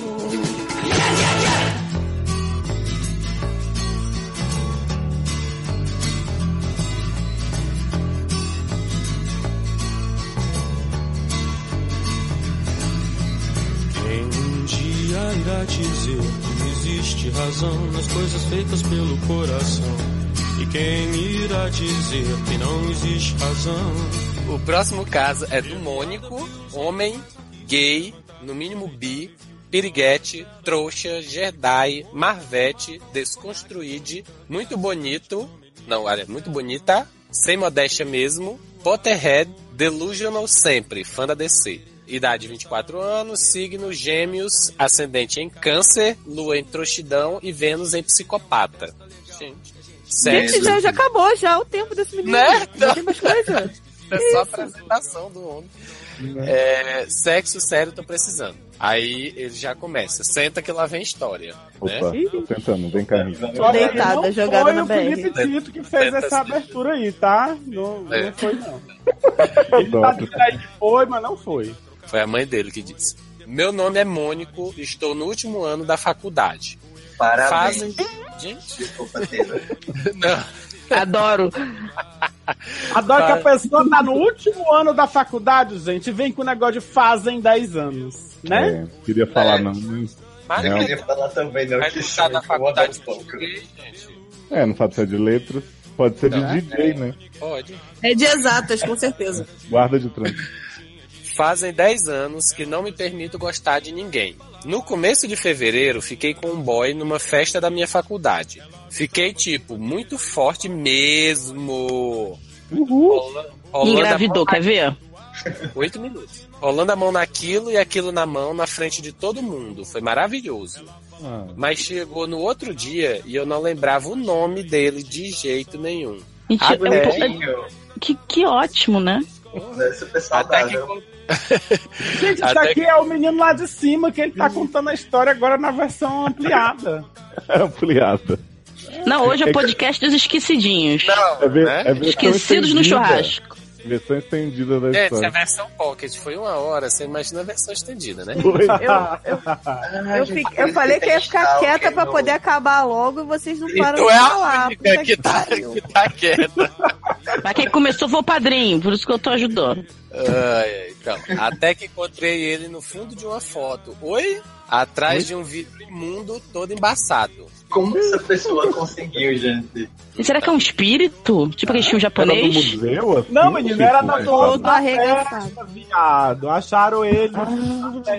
Speaker 7: Quem um dia irá dizer que existe razão nas coisas feitas pelo coração? E quem irá dizer que não existe razão?
Speaker 2: O próximo caso é do Mônico, homem, gay, no mínimo bi, piriguete, trouxa, Jedi, marvete, desconstruíde, muito bonito, não, olha, muito bonita, sem modéstia mesmo, Potterhead, delusional sempre, fã da DC. Idade 24 anos, signo gêmeos, ascendente em câncer, lua em trouxidão e Vênus em psicopata. Gente,
Speaker 9: Gente,
Speaker 2: sexo,
Speaker 9: já, já acabou já é o tempo desse menino.
Speaker 2: Né?
Speaker 9: Já tem mais coisa.
Speaker 2: é só a apresentação do homem. É, sexo sério, tô precisando. Aí ele já começa. Senta que lá vem história. né?
Speaker 4: Opa, tô tentando, vem cá, Henrique.
Speaker 3: Só que
Speaker 9: Deitada,
Speaker 3: não
Speaker 9: jogada
Speaker 3: foi
Speaker 9: na
Speaker 3: o
Speaker 9: BR.
Speaker 3: Felipe Tito que fez
Speaker 2: Tenta
Speaker 3: essa
Speaker 2: se-
Speaker 3: abertura aí, tá? Não,
Speaker 2: É.
Speaker 3: não foi, não. Ele tá dizendo aí que foi, mas não foi.
Speaker 2: Foi a mãe dele que disse. Meu nome é Mônico, estou no último ano da faculdade.
Speaker 1: Parabéns.
Speaker 2: Fazem. Gente,
Speaker 1: Desculpa, Taylor.
Speaker 2: não.
Speaker 5: Adoro.
Speaker 3: Adoro que a
Speaker 2: Vai.
Speaker 3: pessoa tá no último ano da faculdade, gente, e vem com o negócio de fazem 10 anos, né?
Speaker 4: É, queria falar,
Speaker 2: É.
Speaker 4: não, mas.
Speaker 2: Mas
Speaker 1: Eu
Speaker 4: Não.
Speaker 1: queria falar também, não,
Speaker 2: vai
Speaker 3: um
Speaker 1: que
Speaker 2: deixar na
Speaker 1: isso me incomoda
Speaker 2: faculdade
Speaker 1: um pouco.
Speaker 2: de gay, gente.
Speaker 4: É, não sabe se é de letras. Pode ser de
Speaker 2: Não.
Speaker 4: DJ, né?
Speaker 2: Pode.
Speaker 9: É de exatas, com certeza.
Speaker 4: Guarda de trânsito.
Speaker 2: Fazem 10 anos que não me permito gostar de ninguém. No começo de fevereiro, fiquei com um boy numa festa da minha faculdade. Fiquei, tipo, muito forte mesmo.
Speaker 5: Uhul. Engravidou, quer ver?
Speaker 2: Oito minutos. Rolando a mão naquilo e aquilo na mão na frente de todo mundo. Foi maravilhoso. Mas chegou no outro dia e eu não lembrava o nome dele de jeito nenhum.
Speaker 5: Gente, é um pouco- que, que ótimo, né?
Speaker 1: É super
Speaker 2: Até que,
Speaker 1: saudável.
Speaker 3: Gente, isso
Speaker 2: Até
Speaker 3: aqui é o menino lá de cima, que ele tá contando a história agora na versão ampliada.
Speaker 4: Ampliada.
Speaker 5: Não, hoje é
Speaker 4: É
Speaker 5: o
Speaker 4: que-
Speaker 5: podcast dos esquecidinhos.
Speaker 4: É ver-
Speaker 2: né?
Speaker 4: é versão
Speaker 5: Esquecidos no
Speaker 4: estendida.
Speaker 5: churrasco.
Speaker 4: Versão estendida da
Speaker 2: Gente, se a
Speaker 4: história.
Speaker 2: É, versão Pocket foi uma hora, você imagina a versão estendida, né?
Speaker 4: Pois
Speaker 9: Eu, eu,
Speaker 1: Ah,
Speaker 9: eu,
Speaker 1: gente,
Speaker 9: fiquei-
Speaker 1: por
Speaker 9: eu
Speaker 1: isso
Speaker 9: falei que é eu ia ficar
Speaker 1: tem
Speaker 9: quieta
Speaker 1: stalker
Speaker 9: pra
Speaker 1: no-
Speaker 9: poder acabar logo e vocês não param
Speaker 2: Então
Speaker 9: de
Speaker 2: é a
Speaker 9: falar.
Speaker 2: única
Speaker 9: Puta
Speaker 2: que tá, (laughs)
Speaker 9: pariu.
Speaker 2: que tá quieta.
Speaker 5: Mas quem começou foi o padrinho, por isso que eu tô ajudando.
Speaker 2: Ai, ai, então, até que encontrei ele no fundo de uma foto. Oi? Atrás de um vidro imundo todo embaçado.
Speaker 1: Como essa pessoa conseguiu, gente?
Speaker 5: E será que é um espírito? Tipo aquele
Speaker 4: Era
Speaker 5: filme
Speaker 4: no
Speaker 5: japonês?
Speaker 4: museu, assim,
Speaker 3: Não, menino, era
Speaker 4: tipo,
Speaker 3: na
Speaker 4: mas-
Speaker 9: Todo
Speaker 3: da
Speaker 9: arregaçado.
Speaker 3: festa, viado. Acharam ele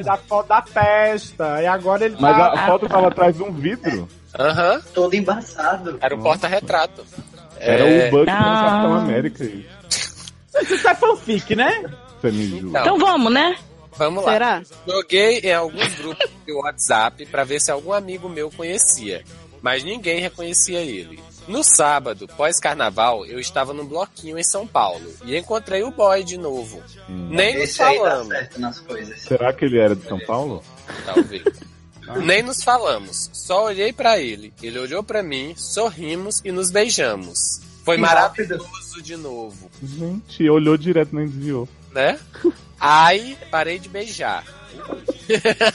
Speaker 3: da foto da festa. E agora ele
Speaker 4: Mas
Speaker 3: tá.
Speaker 5: Ah.
Speaker 4: a foto tava atrás de um vidro.
Speaker 2: Aham,
Speaker 1: Todo embaçado.
Speaker 2: era o porta-retrato.
Speaker 4: Era
Speaker 2: É,
Speaker 4: o Buck no
Speaker 5: Ah.
Speaker 4: Capitão América. aí.
Speaker 3: Isso é fanfic, né?
Speaker 4: Você me jura.
Speaker 5: Então vamos, né?
Speaker 2: Vamos lá.
Speaker 9: Será?
Speaker 2: Joguei em alguns grupos de WhatsApp pra ver se algum amigo meu conhecia, mas ninguém reconhecia ele. No sábado, pós-carnaval, eu estava num bloquinho em São Paulo e encontrei o boy de novo.
Speaker 4: Hum.
Speaker 2: Nem nos
Speaker 1: Esse aí dá
Speaker 2: falamos,
Speaker 1: certo nas coisas.
Speaker 4: Será que ele era de São Paulo?
Speaker 2: talvez. Nem nos falamos, só olhei pra ele. Ele olhou pra mim, sorrimos e nos beijamos. Foi
Speaker 1: Que
Speaker 2: maravilhoso de novo,
Speaker 4: Gente, olhou direto, nem desviou.
Speaker 2: né? Ai, parei de beijar.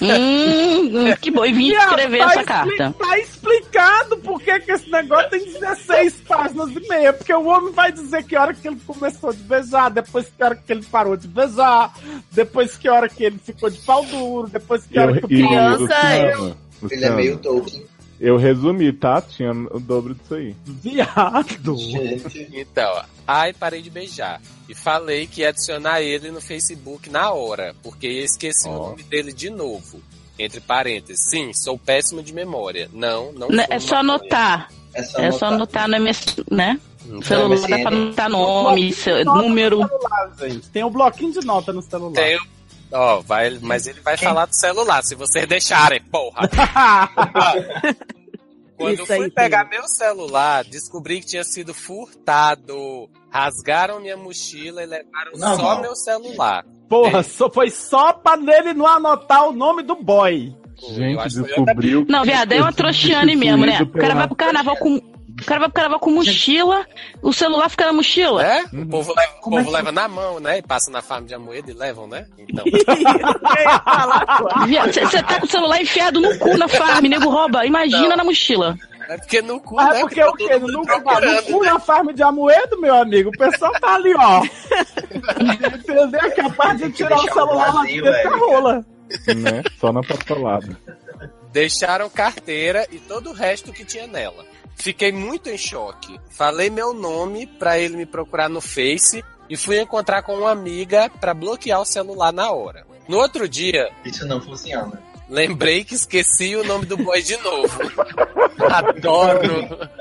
Speaker 5: Hum, que bom. E vim escrever
Speaker 3: tá
Speaker 5: essa
Speaker 3: expli-
Speaker 5: carta.
Speaker 3: Tá explicado por que que esse negócio tem 16 páginas e meia. Porque o homem vai dizer que hora que ele começou de beijar, depois que hora que ele parou de beijar, depois que hora que ele ficou de pau duro, depois que hora que o
Speaker 9: criança,
Speaker 4: Luciano,
Speaker 1: Ele é
Speaker 4: Luciano,
Speaker 1: meio Tolkien.
Speaker 4: Eu resumi, tá? Tinha o dobro disso aí.
Speaker 3: Viado.
Speaker 1: Gente,
Speaker 2: Então, ó, ai, parei de beijar. E falei que ia adicionar ele no Facebook na hora, porque eu esqueci o
Speaker 4: Ó.
Speaker 2: nome dele de novo. Entre parênteses, sim, sou péssimo de memória. Não, não
Speaker 5: Né,
Speaker 2: sou
Speaker 5: É só
Speaker 2: maconha.
Speaker 5: anotar.
Speaker 1: é só
Speaker 5: É só
Speaker 1: anotar.
Speaker 5: anotar no MS, né?
Speaker 2: Então,
Speaker 5: Celular
Speaker 1: MSN.
Speaker 5: dá pra anotar nome, seu- número.
Speaker 3: celular, gente. Tem um bloquinho de nota no celular.
Speaker 2: tem o- Ó, vai, mas ele vai falar do celular, se vocês deixarem, porra. Quando
Speaker 9: Isso
Speaker 2: eu fui
Speaker 9: aí,
Speaker 2: pegar meu celular, descobri que tinha sido furtado. Rasgaram minha mochila e levaram
Speaker 1: Não,
Speaker 2: só
Speaker 1: não.
Speaker 2: meu celular.
Speaker 3: (laughs) Porra, só, foi só pra nele não anotar o nome do boy.
Speaker 2: Eu
Speaker 4: Gente,
Speaker 2: acho que foi
Speaker 4: descobriu.
Speaker 5: Não, viado, é uma trouxiane
Speaker 4: um
Speaker 5: mesmo, né? O cara vai pro carnaval com. O cara vai pro carnaval com mochila, o celular fica na mochila.
Speaker 2: Né? O
Speaker 4: Uhum.
Speaker 2: povo, leva, o
Speaker 1: Como
Speaker 2: povo
Speaker 1: é que-
Speaker 2: leva na mão, né? E passa na farm de Amoedo e levam, né? Então,
Speaker 5: Você tá com o celular enfiado no cu na farm, nego rouba. Imagina na mochila.
Speaker 2: é porque no cu,
Speaker 3: Mas
Speaker 2: né?
Speaker 3: é porque o
Speaker 2: todo
Speaker 3: quê?
Speaker 2: mundo né?"
Speaker 3: Nunca
Speaker 2: procurando,
Speaker 3: no cu na farm de Amoedo, meu amigo. O pessoal tá ali, ó. Entendeu? É capaz de
Speaker 1: Tem que
Speaker 3: tirar o
Speaker 1: deixar
Speaker 3: celular
Speaker 1: o
Speaker 3: lá
Speaker 1: vazio,
Speaker 3: dentro da
Speaker 1: velho.
Speaker 3: rola.
Speaker 4: Né? Só na papelada.
Speaker 2: Deixaram carteira e todo o resto que tinha nela. Fiquei muito em choque. Falei meu nome pra ele me procurar no Face e fui encontrar com uma amiga pra bloquear o celular na hora. No outro dia,
Speaker 1: Isso não funciona.
Speaker 2: lembrei que esqueci o nome do boy de novo. (laughs) Adoro.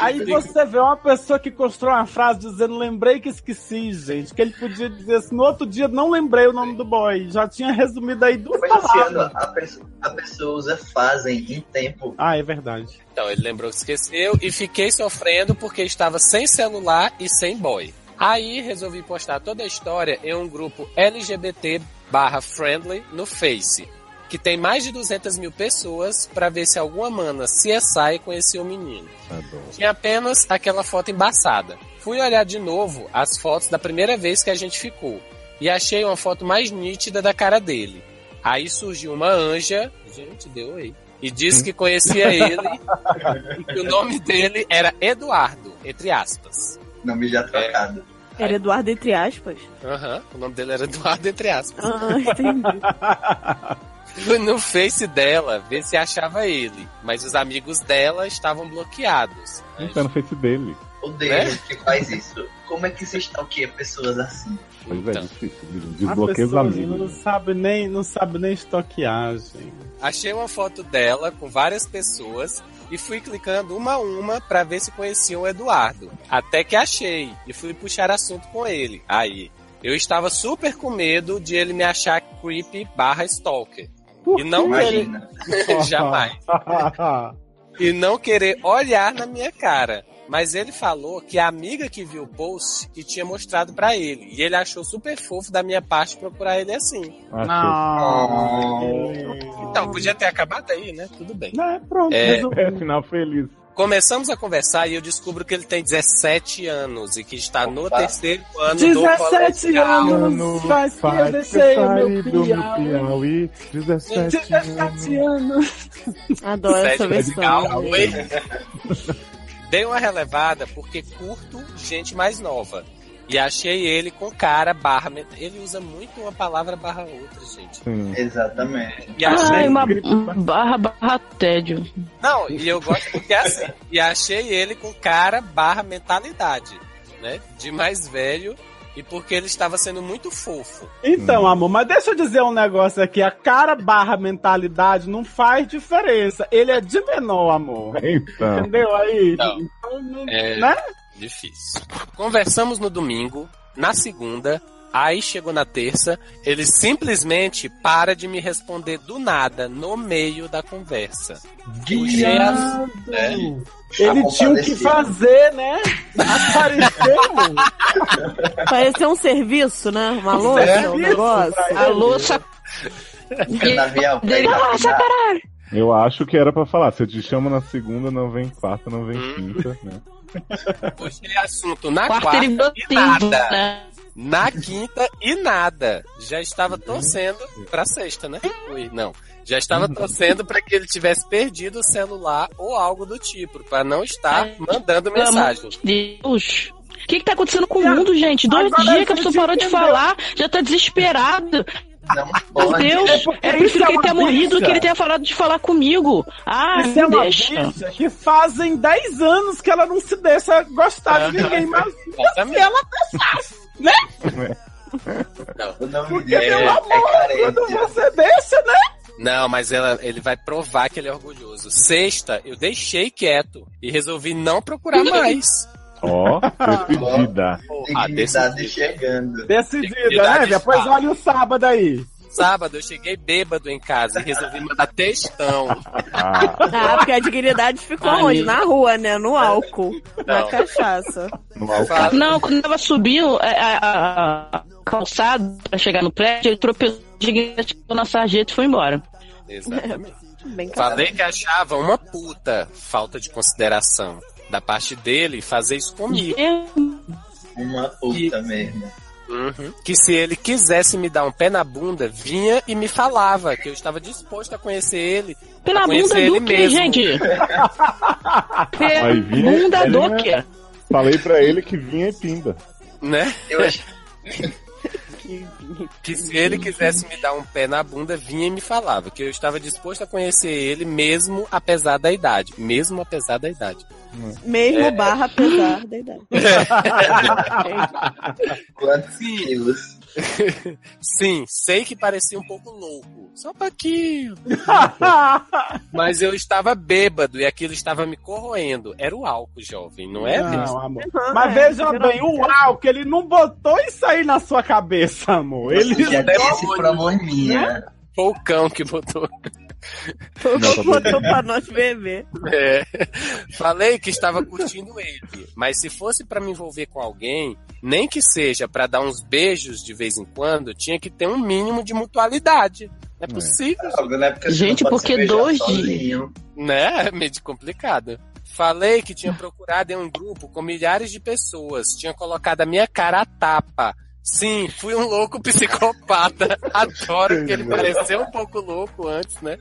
Speaker 3: Aí você vê uma pessoa que construiu uma frase dizendo lembrei que esqueci, gente. Que ele podia dizer assim, no outro dia não lembrei o nome do boy. Já tinha resumido aí duas
Speaker 1: Mas, Luciano,
Speaker 3: palavras.
Speaker 1: a pessoa, a pessoa usa fazem em tempo.
Speaker 3: Ah, é verdade.
Speaker 2: Então, ele lembrou que esqueceu e fiquei sofrendo porque estava sem celular e sem boy. Aí resolvi postar toda a história em um grupo LGBT barra friendly no Face, que tem mais de 200 mil pessoas pra ver se alguma mana CSI conhecia o menino.
Speaker 4: Adoro.
Speaker 2: Tinha apenas aquela foto embaçada. Fui olhar de novo as fotos da primeira vez que a gente ficou e achei uma foto mais nítida da cara dele. Aí surgiu uma anja, gente, deu aí, e disse que conhecia ele e que o nome dele era Eduardo, entre aspas.
Speaker 1: Nome já trocado.
Speaker 9: Era Eduardo entre aspas.
Speaker 2: Aham, o nome dele era Eduardo, entre aspas.
Speaker 9: Ah, (laughs) entendi.
Speaker 2: Fui no Face dela ver se achava ele, mas os amigos dela estavam bloqueados.
Speaker 4: Não tá no Face dele.
Speaker 1: Odeio
Speaker 2: Né?
Speaker 1: gente que faz isso. Como é que você stalkeia pessoas assim?
Speaker 4: Pois é,
Speaker 2: Então.
Speaker 4: difícil. viu?
Speaker 3: A
Speaker 4: Desbloqueia os
Speaker 3: pessoa
Speaker 4: amigos. né?
Speaker 3: Não sabe nem, não sabe nem estoquear,
Speaker 4: (laughs)
Speaker 3: gente.
Speaker 2: Achei uma foto dela com várias pessoas e fui clicando uma a uma pra ver se conhecia o Eduardo. Até que achei e fui puxar assunto com ele. Aí, eu estava super com medo de ele me achar creepy barra stalker. E não querer,
Speaker 1: Imagina.
Speaker 2: (laughs) jamais. E não querer olhar na minha cara. Mas ele falou que a amiga que viu o post que tinha mostrado pra ele. E ele achou super fofo da minha parte procurar ele assim.
Speaker 4: Acho-
Speaker 3: não.
Speaker 2: Então, podia ter acabado aí, né? Tudo bem.
Speaker 3: É, pronto,
Speaker 2: É.
Speaker 4: É
Speaker 3: resolvi.
Speaker 4: final feliz.
Speaker 2: Começamos a conversar e eu descubro que ele tem 17 anos e que está no
Speaker 1: Opa.
Speaker 2: terceiro ano do
Speaker 3: 17
Speaker 2: colegial.
Speaker 3: anos faz que eu deixei o meu
Speaker 4: do
Speaker 3: piau.
Speaker 4: Piauí. 17 anos.
Speaker 3: 17 anos.
Speaker 9: Adoro
Speaker 2: Sete
Speaker 9: essa
Speaker 2: musical,
Speaker 9: versão.
Speaker 2: oi? (laughs) Dei uma relevada porque curto gente mais nova. E achei ele com cara barra. met- Ele usa muito uma palavra barra outra, gente.
Speaker 4: Sim.
Speaker 1: Exatamente.
Speaker 2: E achei.
Speaker 5: Ai, uma
Speaker 4: gripe.
Speaker 5: um barra barra tédio.
Speaker 2: Não, e eu gosto porque é assim. E achei ele com cara barra mentalidade, né? De mais velho. E porque ele estava sendo muito fofo.
Speaker 4: Hum.
Speaker 3: Então, amor, mas deixa eu dizer um negócio aqui. A cara barra mentalidade não faz diferença. Ele é de menor, amor.
Speaker 4: Então.
Speaker 3: Entendeu aí?
Speaker 2: Não.
Speaker 3: Então, não-
Speaker 2: É.
Speaker 3: né?
Speaker 2: Difícil. Conversamos no domingo, na segunda, aí chegou na terça, ele simplesmente para de me responder do nada no meio da conversa. Puxei as-
Speaker 1: É.
Speaker 3: Ele
Speaker 1: Tá
Speaker 3: tinha o que
Speaker 1: compadecido.
Speaker 3: fazer, né? Apareceu.
Speaker 9: Pareceu um serviço, né? Uma
Speaker 3: Serviço,
Speaker 9: louça, um negócio.
Speaker 3: vai.
Speaker 5: A louça.
Speaker 1: Canavial,
Speaker 5: Dele,
Speaker 1: pega
Speaker 5: "Ah, sai
Speaker 1: na-
Speaker 4: Eu acho que era pra falar, se eu te chamo na segunda, não vem quarta, não vem
Speaker 2: Hum.
Speaker 4: quinta, né?
Speaker 2: Puxei é assunto na
Speaker 5: Quarto
Speaker 2: quarta,
Speaker 5: ele virou
Speaker 2: e
Speaker 5: tempo,
Speaker 2: nada.
Speaker 5: né?
Speaker 2: Na quinta e nada. Já estava torcendo pra sexta, né? Ui, não. Já estava torcendo pra que ele tivesse perdido o celular ou algo do tipo, pra não estar mandando
Speaker 5: Pelo amor
Speaker 2: mensagem.
Speaker 5: de Deus. O que, que tá acontecendo com o mundo, gente? Dois
Speaker 3: Agora
Speaker 5: dias que
Speaker 3: a
Speaker 5: a pessoa
Speaker 3: gente
Speaker 5: parou de
Speaker 3: entendeu.
Speaker 5: falar, já tá desesperado.
Speaker 1: Não
Speaker 5: Meu
Speaker 1: pode.
Speaker 5: Deus,
Speaker 3: porque
Speaker 5: é
Speaker 3: isso
Speaker 5: prefiro
Speaker 3: é
Speaker 5: que ele
Speaker 3: uma
Speaker 5: tenha morrido do
Speaker 3: bicha.
Speaker 5: que ele tenha falado de falar comigo. Ah, (laughs)
Speaker 3: Isso é
Speaker 5: me
Speaker 3: uma
Speaker 5: deixa.
Speaker 3: bicha que fazem 10 anos que ela não se deixa gostar de ninguém, mas
Speaker 2: Exatamente.
Speaker 3: ela
Speaker 1: O nome
Speaker 3: Porque,
Speaker 1: dele é,
Speaker 3: pelo amor,
Speaker 1: é
Speaker 3: quando
Speaker 1: carência.
Speaker 3: você deixa, né?
Speaker 2: Não, mas ela- ele vai provar que ele é orgulhoso. Sexta, eu deixei quieto e resolvi não procurar mais. (laughs) Ah,
Speaker 4: Ó, despedida.
Speaker 2: Porra,
Speaker 1: Dignidade
Speaker 2: decidi.
Speaker 1: chegando.
Speaker 3: Decidida, né,
Speaker 2: Dignidade
Speaker 3: Bia? Pois
Speaker 2: está.
Speaker 3: olha o sábado aí.
Speaker 2: Sábado eu cheguei bêbado em casa e resolvi mandar textão.
Speaker 4: Ah,
Speaker 9: Ah, porque a dignidade ficou
Speaker 5: Aí.
Speaker 9: onde? Na rua, né? No álcool. Na
Speaker 2: É. Não.
Speaker 9: cachaça.
Speaker 4: no álcool.
Speaker 2: Fala-
Speaker 5: Não, quando tava subindo é, a, a- a calçada pra chegar no prédio, ele tropeçou chegou na sarjeta e foi embora.
Speaker 2: Exatamente.
Speaker 9: Bem claro.
Speaker 2: Falei que achava uma puta falta de consideração da parte dele fazer isso comigo.
Speaker 1: Uma puta mesmo.
Speaker 2: Uhum. Que se ele quisesse me dar um pé na bunda, vinha e me falava que eu estava disposto a conhecer ele.
Speaker 5: Pela
Speaker 2: Conhecer
Speaker 5: bunda
Speaker 2: ele
Speaker 5: do que,
Speaker 2: mesmo. (laughs)
Speaker 5: gente? Pela
Speaker 4: Aí vinha-
Speaker 5: bunda
Speaker 4: aí
Speaker 5: do
Speaker 4: vinha-
Speaker 5: que?
Speaker 4: Falei pra ele que vinha e pimba.
Speaker 2: Né?
Speaker 1: Eu acho
Speaker 2: Que se ele quisesse me dar um pé na bunda, vinha e me falava que eu estava disposto a conhecer ele mesmo apesar da idade. Mesmo apesar da idade.
Speaker 9: Mesmo
Speaker 2: É.
Speaker 9: barra apesar da idade.
Speaker 1: quantos quilos.
Speaker 2: Sim, sei que parecia um pouco louco. Só um pouquinho. Mas eu estava bêbado e aquilo estava me corroendo. Era o álcool, jovem, não é? Vitor?
Speaker 3: Não, um amor. Mas veja
Speaker 9: é,
Speaker 3: bem, o álcool, ele não botou isso aí na sua cabeça, amor. Ele
Speaker 1: Já disse pra morminha.
Speaker 2: Foi o cão que botou.
Speaker 4: Não, tá
Speaker 9: Botou pra nós beber.
Speaker 2: É. Falei que estava curtindo ele, mas se fosse pra me envolver com alguém, nem que seja pra dar uns beijos de vez em quando, tinha que ter um mínimo de mutualidade. Não é
Speaker 4: É.
Speaker 2: possível,
Speaker 1: Logo, né? Porque você
Speaker 5: Gente,
Speaker 1: não pode
Speaker 5: porque
Speaker 1: se beijar
Speaker 5: dois
Speaker 1: sozinho.
Speaker 2: né? É meio de complicado. Falei que tinha procurado em um grupo com milhares de pessoas, tinha colocado a minha cara a tapa. Sim, fui um louco psicopata. (laughs) Adoro que ele pareceu um pouco louco antes, né?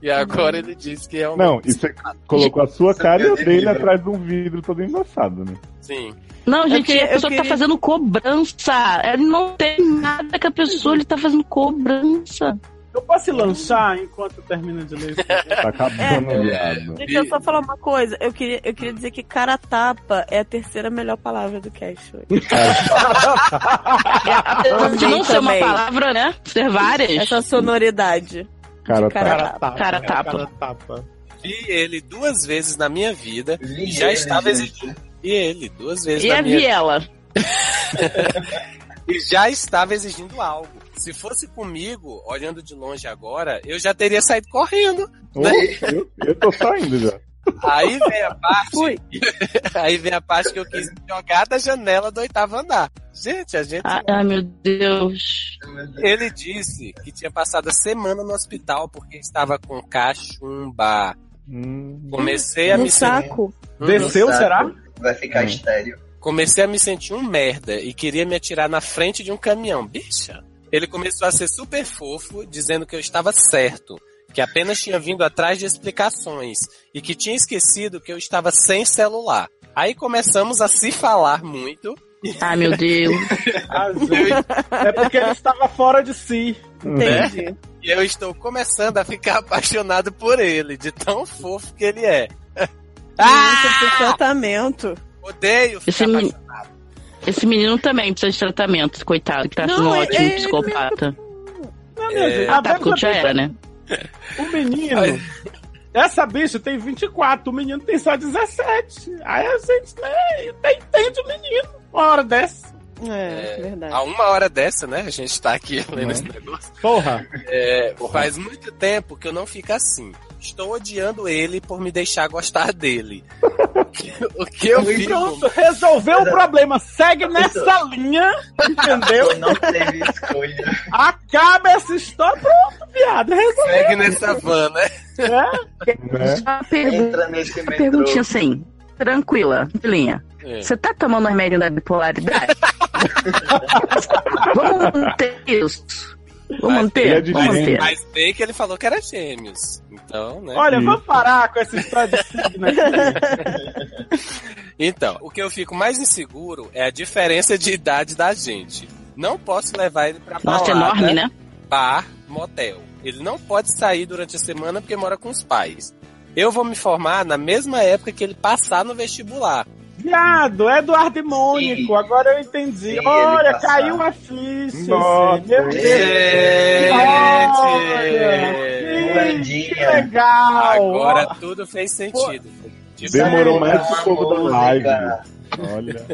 Speaker 2: E agora ele diz que é um.
Speaker 4: Não, e Ah, você colocou a sua cara e a dele atrás de um vidro todo embaçado, né?
Speaker 2: Sim.
Speaker 5: Não, gente,
Speaker 9: queria-
Speaker 5: a pessoa
Speaker 9: É eu
Speaker 5: tá
Speaker 9: queria-
Speaker 5: fazendo É,
Speaker 9: (laughs)
Speaker 5: cobrança. Ele não tem nada com a pessoa, ele tá fazendo cobrança.
Speaker 3: Eu fosse lanchar enquanto termina de ler.
Speaker 4: Tá acabando,
Speaker 9: É.
Speaker 4: viado.
Speaker 9: Deixa eu só falar uma coisa. Eu queria, eu queria dizer que cara tapa é a terceira melhor palavra do cast hoje.
Speaker 5: Apesar de não ser uma
Speaker 9: também.
Speaker 5: palavra, né? Ser várias.
Speaker 9: Essa é sonoridade.
Speaker 4: Cara,
Speaker 9: de cara
Speaker 4: tá.
Speaker 9: tapa.
Speaker 5: Cara (laughs) tapa.
Speaker 3: Cara tapa.
Speaker 2: Vi ele duas vezes na minha vida.
Speaker 1: Li
Speaker 2: Já
Speaker 1: ele,
Speaker 2: estava
Speaker 1: gente.
Speaker 2: E ele duas vezes
Speaker 5: E
Speaker 2: na
Speaker 5: a
Speaker 2: minha vida.
Speaker 5: Viela?
Speaker 2: E já estava exigindo algo. Se fosse comigo, olhando de longe agora, eu já teria saído correndo.
Speaker 4: Ô, eu, eu tô saindo já.
Speaker 2: Aí vem a parte.
Speaker 9: Fui.
Speaker 2: (laughs) Aí vem a parte que eu quis me jogar da janela do oitavo andar. Gente, a gente.
Speaker 5: Ah, Ai, meu Deus.
Speaker 2: Ele disse que tinha passado a semana no hospital porque estava com cachumba.
Speaker 4: Hum.
Speaker 2: Comecei a
Speaker 9: no
Speaker 2: me sentir.
Speaker 9: saco.
Speaker 3: Desceu,
Speaker 1: Saco.
Speaker 3: será?
Speaker 1: Vai ficar
Speaker 5: É.
Speaker 4: Hum.
Speaker 1: estéreo.
Speaker 2: Comecei a me sentir um merda e queria me atirar na frente de um caminhão. Bicha! Ele começou a ser super fofo, dizendo que eu estava certo, que apenas tinha vindo atrás de explicações e que tinha esquecido que eu estava sem celular. Aí começamos a se falar muito.
Speaker 5: Ai, meu Deus.
Speaker 3: Ah, gente. É porque ele estava fora de si.
Speaker 9: Entendi.
Speaker 2: E eu estou começando a ficar (laughs) apaixonado por ele, de tão fofo que ele é.
Speaker 9: Isso pro tratamento.
Speaker 2: Odeio
Speaker 5: Esse
Speaker 2: ficar
Speaker 5: men-
Speaker 2: apaixonado.
Speaker 5: Esse menino também precisa de tratamento, coitado, que tá sendo
Speaker 9: Não,
Speaker 5: um
Speaker 9: é-
Speaker 5: ótimo
Speaker 9: é-
Speaker 5: psicopata.
Speaker 3: Não, minha gente,
Speaker 5: Ah,
Speaker 3: tá
Speaker 5: tá,
Speaker 3: vendo
Speaker 5: porque já
Speaker 3: que
Speaker 5: era, né?
Speaker 3: O menino. Essa bicha tem 24, o menino tem só 17. Aí a gente né, até entende o menino. Uma hora dessa.
Speaker 9: É,
Speaker 2: É,
Speaker 9: verdade.
Speaker 2: A uma hora dessa, né? A gente tá aqui lendo
Speaker 4: Né?
Speaker 2: esse negócio.
Speaker 3: Porra.
Speaker 2: É, faz muito tempo que eu não fico assim. Estou odiando ele por me deixar gostar dele. (laughs) O que- o que eu
Speaker 1: Muito
Speaker 2: fico.
Speaker 3: Então, Pronto, resolveu o problema. Segue nessa linha, entendeu?
Speaker 1: Eu não teve escolha.
Speaker 3: Acaba essa história. Pronto, viado. Resolveu.
Speaker 2: Segue nessa van, né?
Speaker 3: né?
Speaker 4: Né?
Speaker 5: Uma (laughs) pergunta,
Speaker 1: Entra nesse
Speaker 5: uma
Speaker 1: metrô.
Speaker 5: perguntinha assim, tranquila, linha.
Speaker 2: É.
Speaker 5: Você tá tomando remédio
Speaker 4: (laughs)
Speaker 5: da bipolaridade? Vamos manter isso. Vamos
Speaker 2: Mas-
Speaker 4: Ele é
Speaker 5: manter?
Speaker 4: de
Speaker 5: Vamos
Speaker 4: gêmeos.
Speaker 5: manter.
Speaker 2: Mas bem que ele falou que era gêmeos. Então, né?
Speaker 3: Olha,
Speaker 4: Isso.
Speaker 3: vamos parar com essa história de signo aqui.
Speaker 2: Então, o que eu fico mais inseguro é a diferença de idade da gente. Não posso levar ele pra
Speaker 5: Nossa, é
Speaker 2: balada,
Speaker 5: enorme, né?
Speaker 2: bar, motel. Ele não pode sair durante a semana porque mora com os pais. Eu vou me formar na mesma época que ele passar no vestibular.
Speaker 3: Viado, Eduardo e Mônico.
Speaker 1: Sim.
Speaker 3: Agora eu entendi.
Speaker 1: Sim, ele
Speaker 3: Olha,
Speaker 1: passar.
Speaker 3: caiu a ficha.
Speaker 4: Nossa.
Speaker 3: gente. Meu Deus.
Speaker 2: Gente!
Speaker 3: Que
Speaker 1: Landinha.
Speaker 3: legal.
Speaker 2: Agora tudo fez sentido. De
Speaker 4: Demorou
Speaker 2: fato,
Speaker 4: mais que o povo da live.
Speaker 1: Música.
Speaker 4: Olha.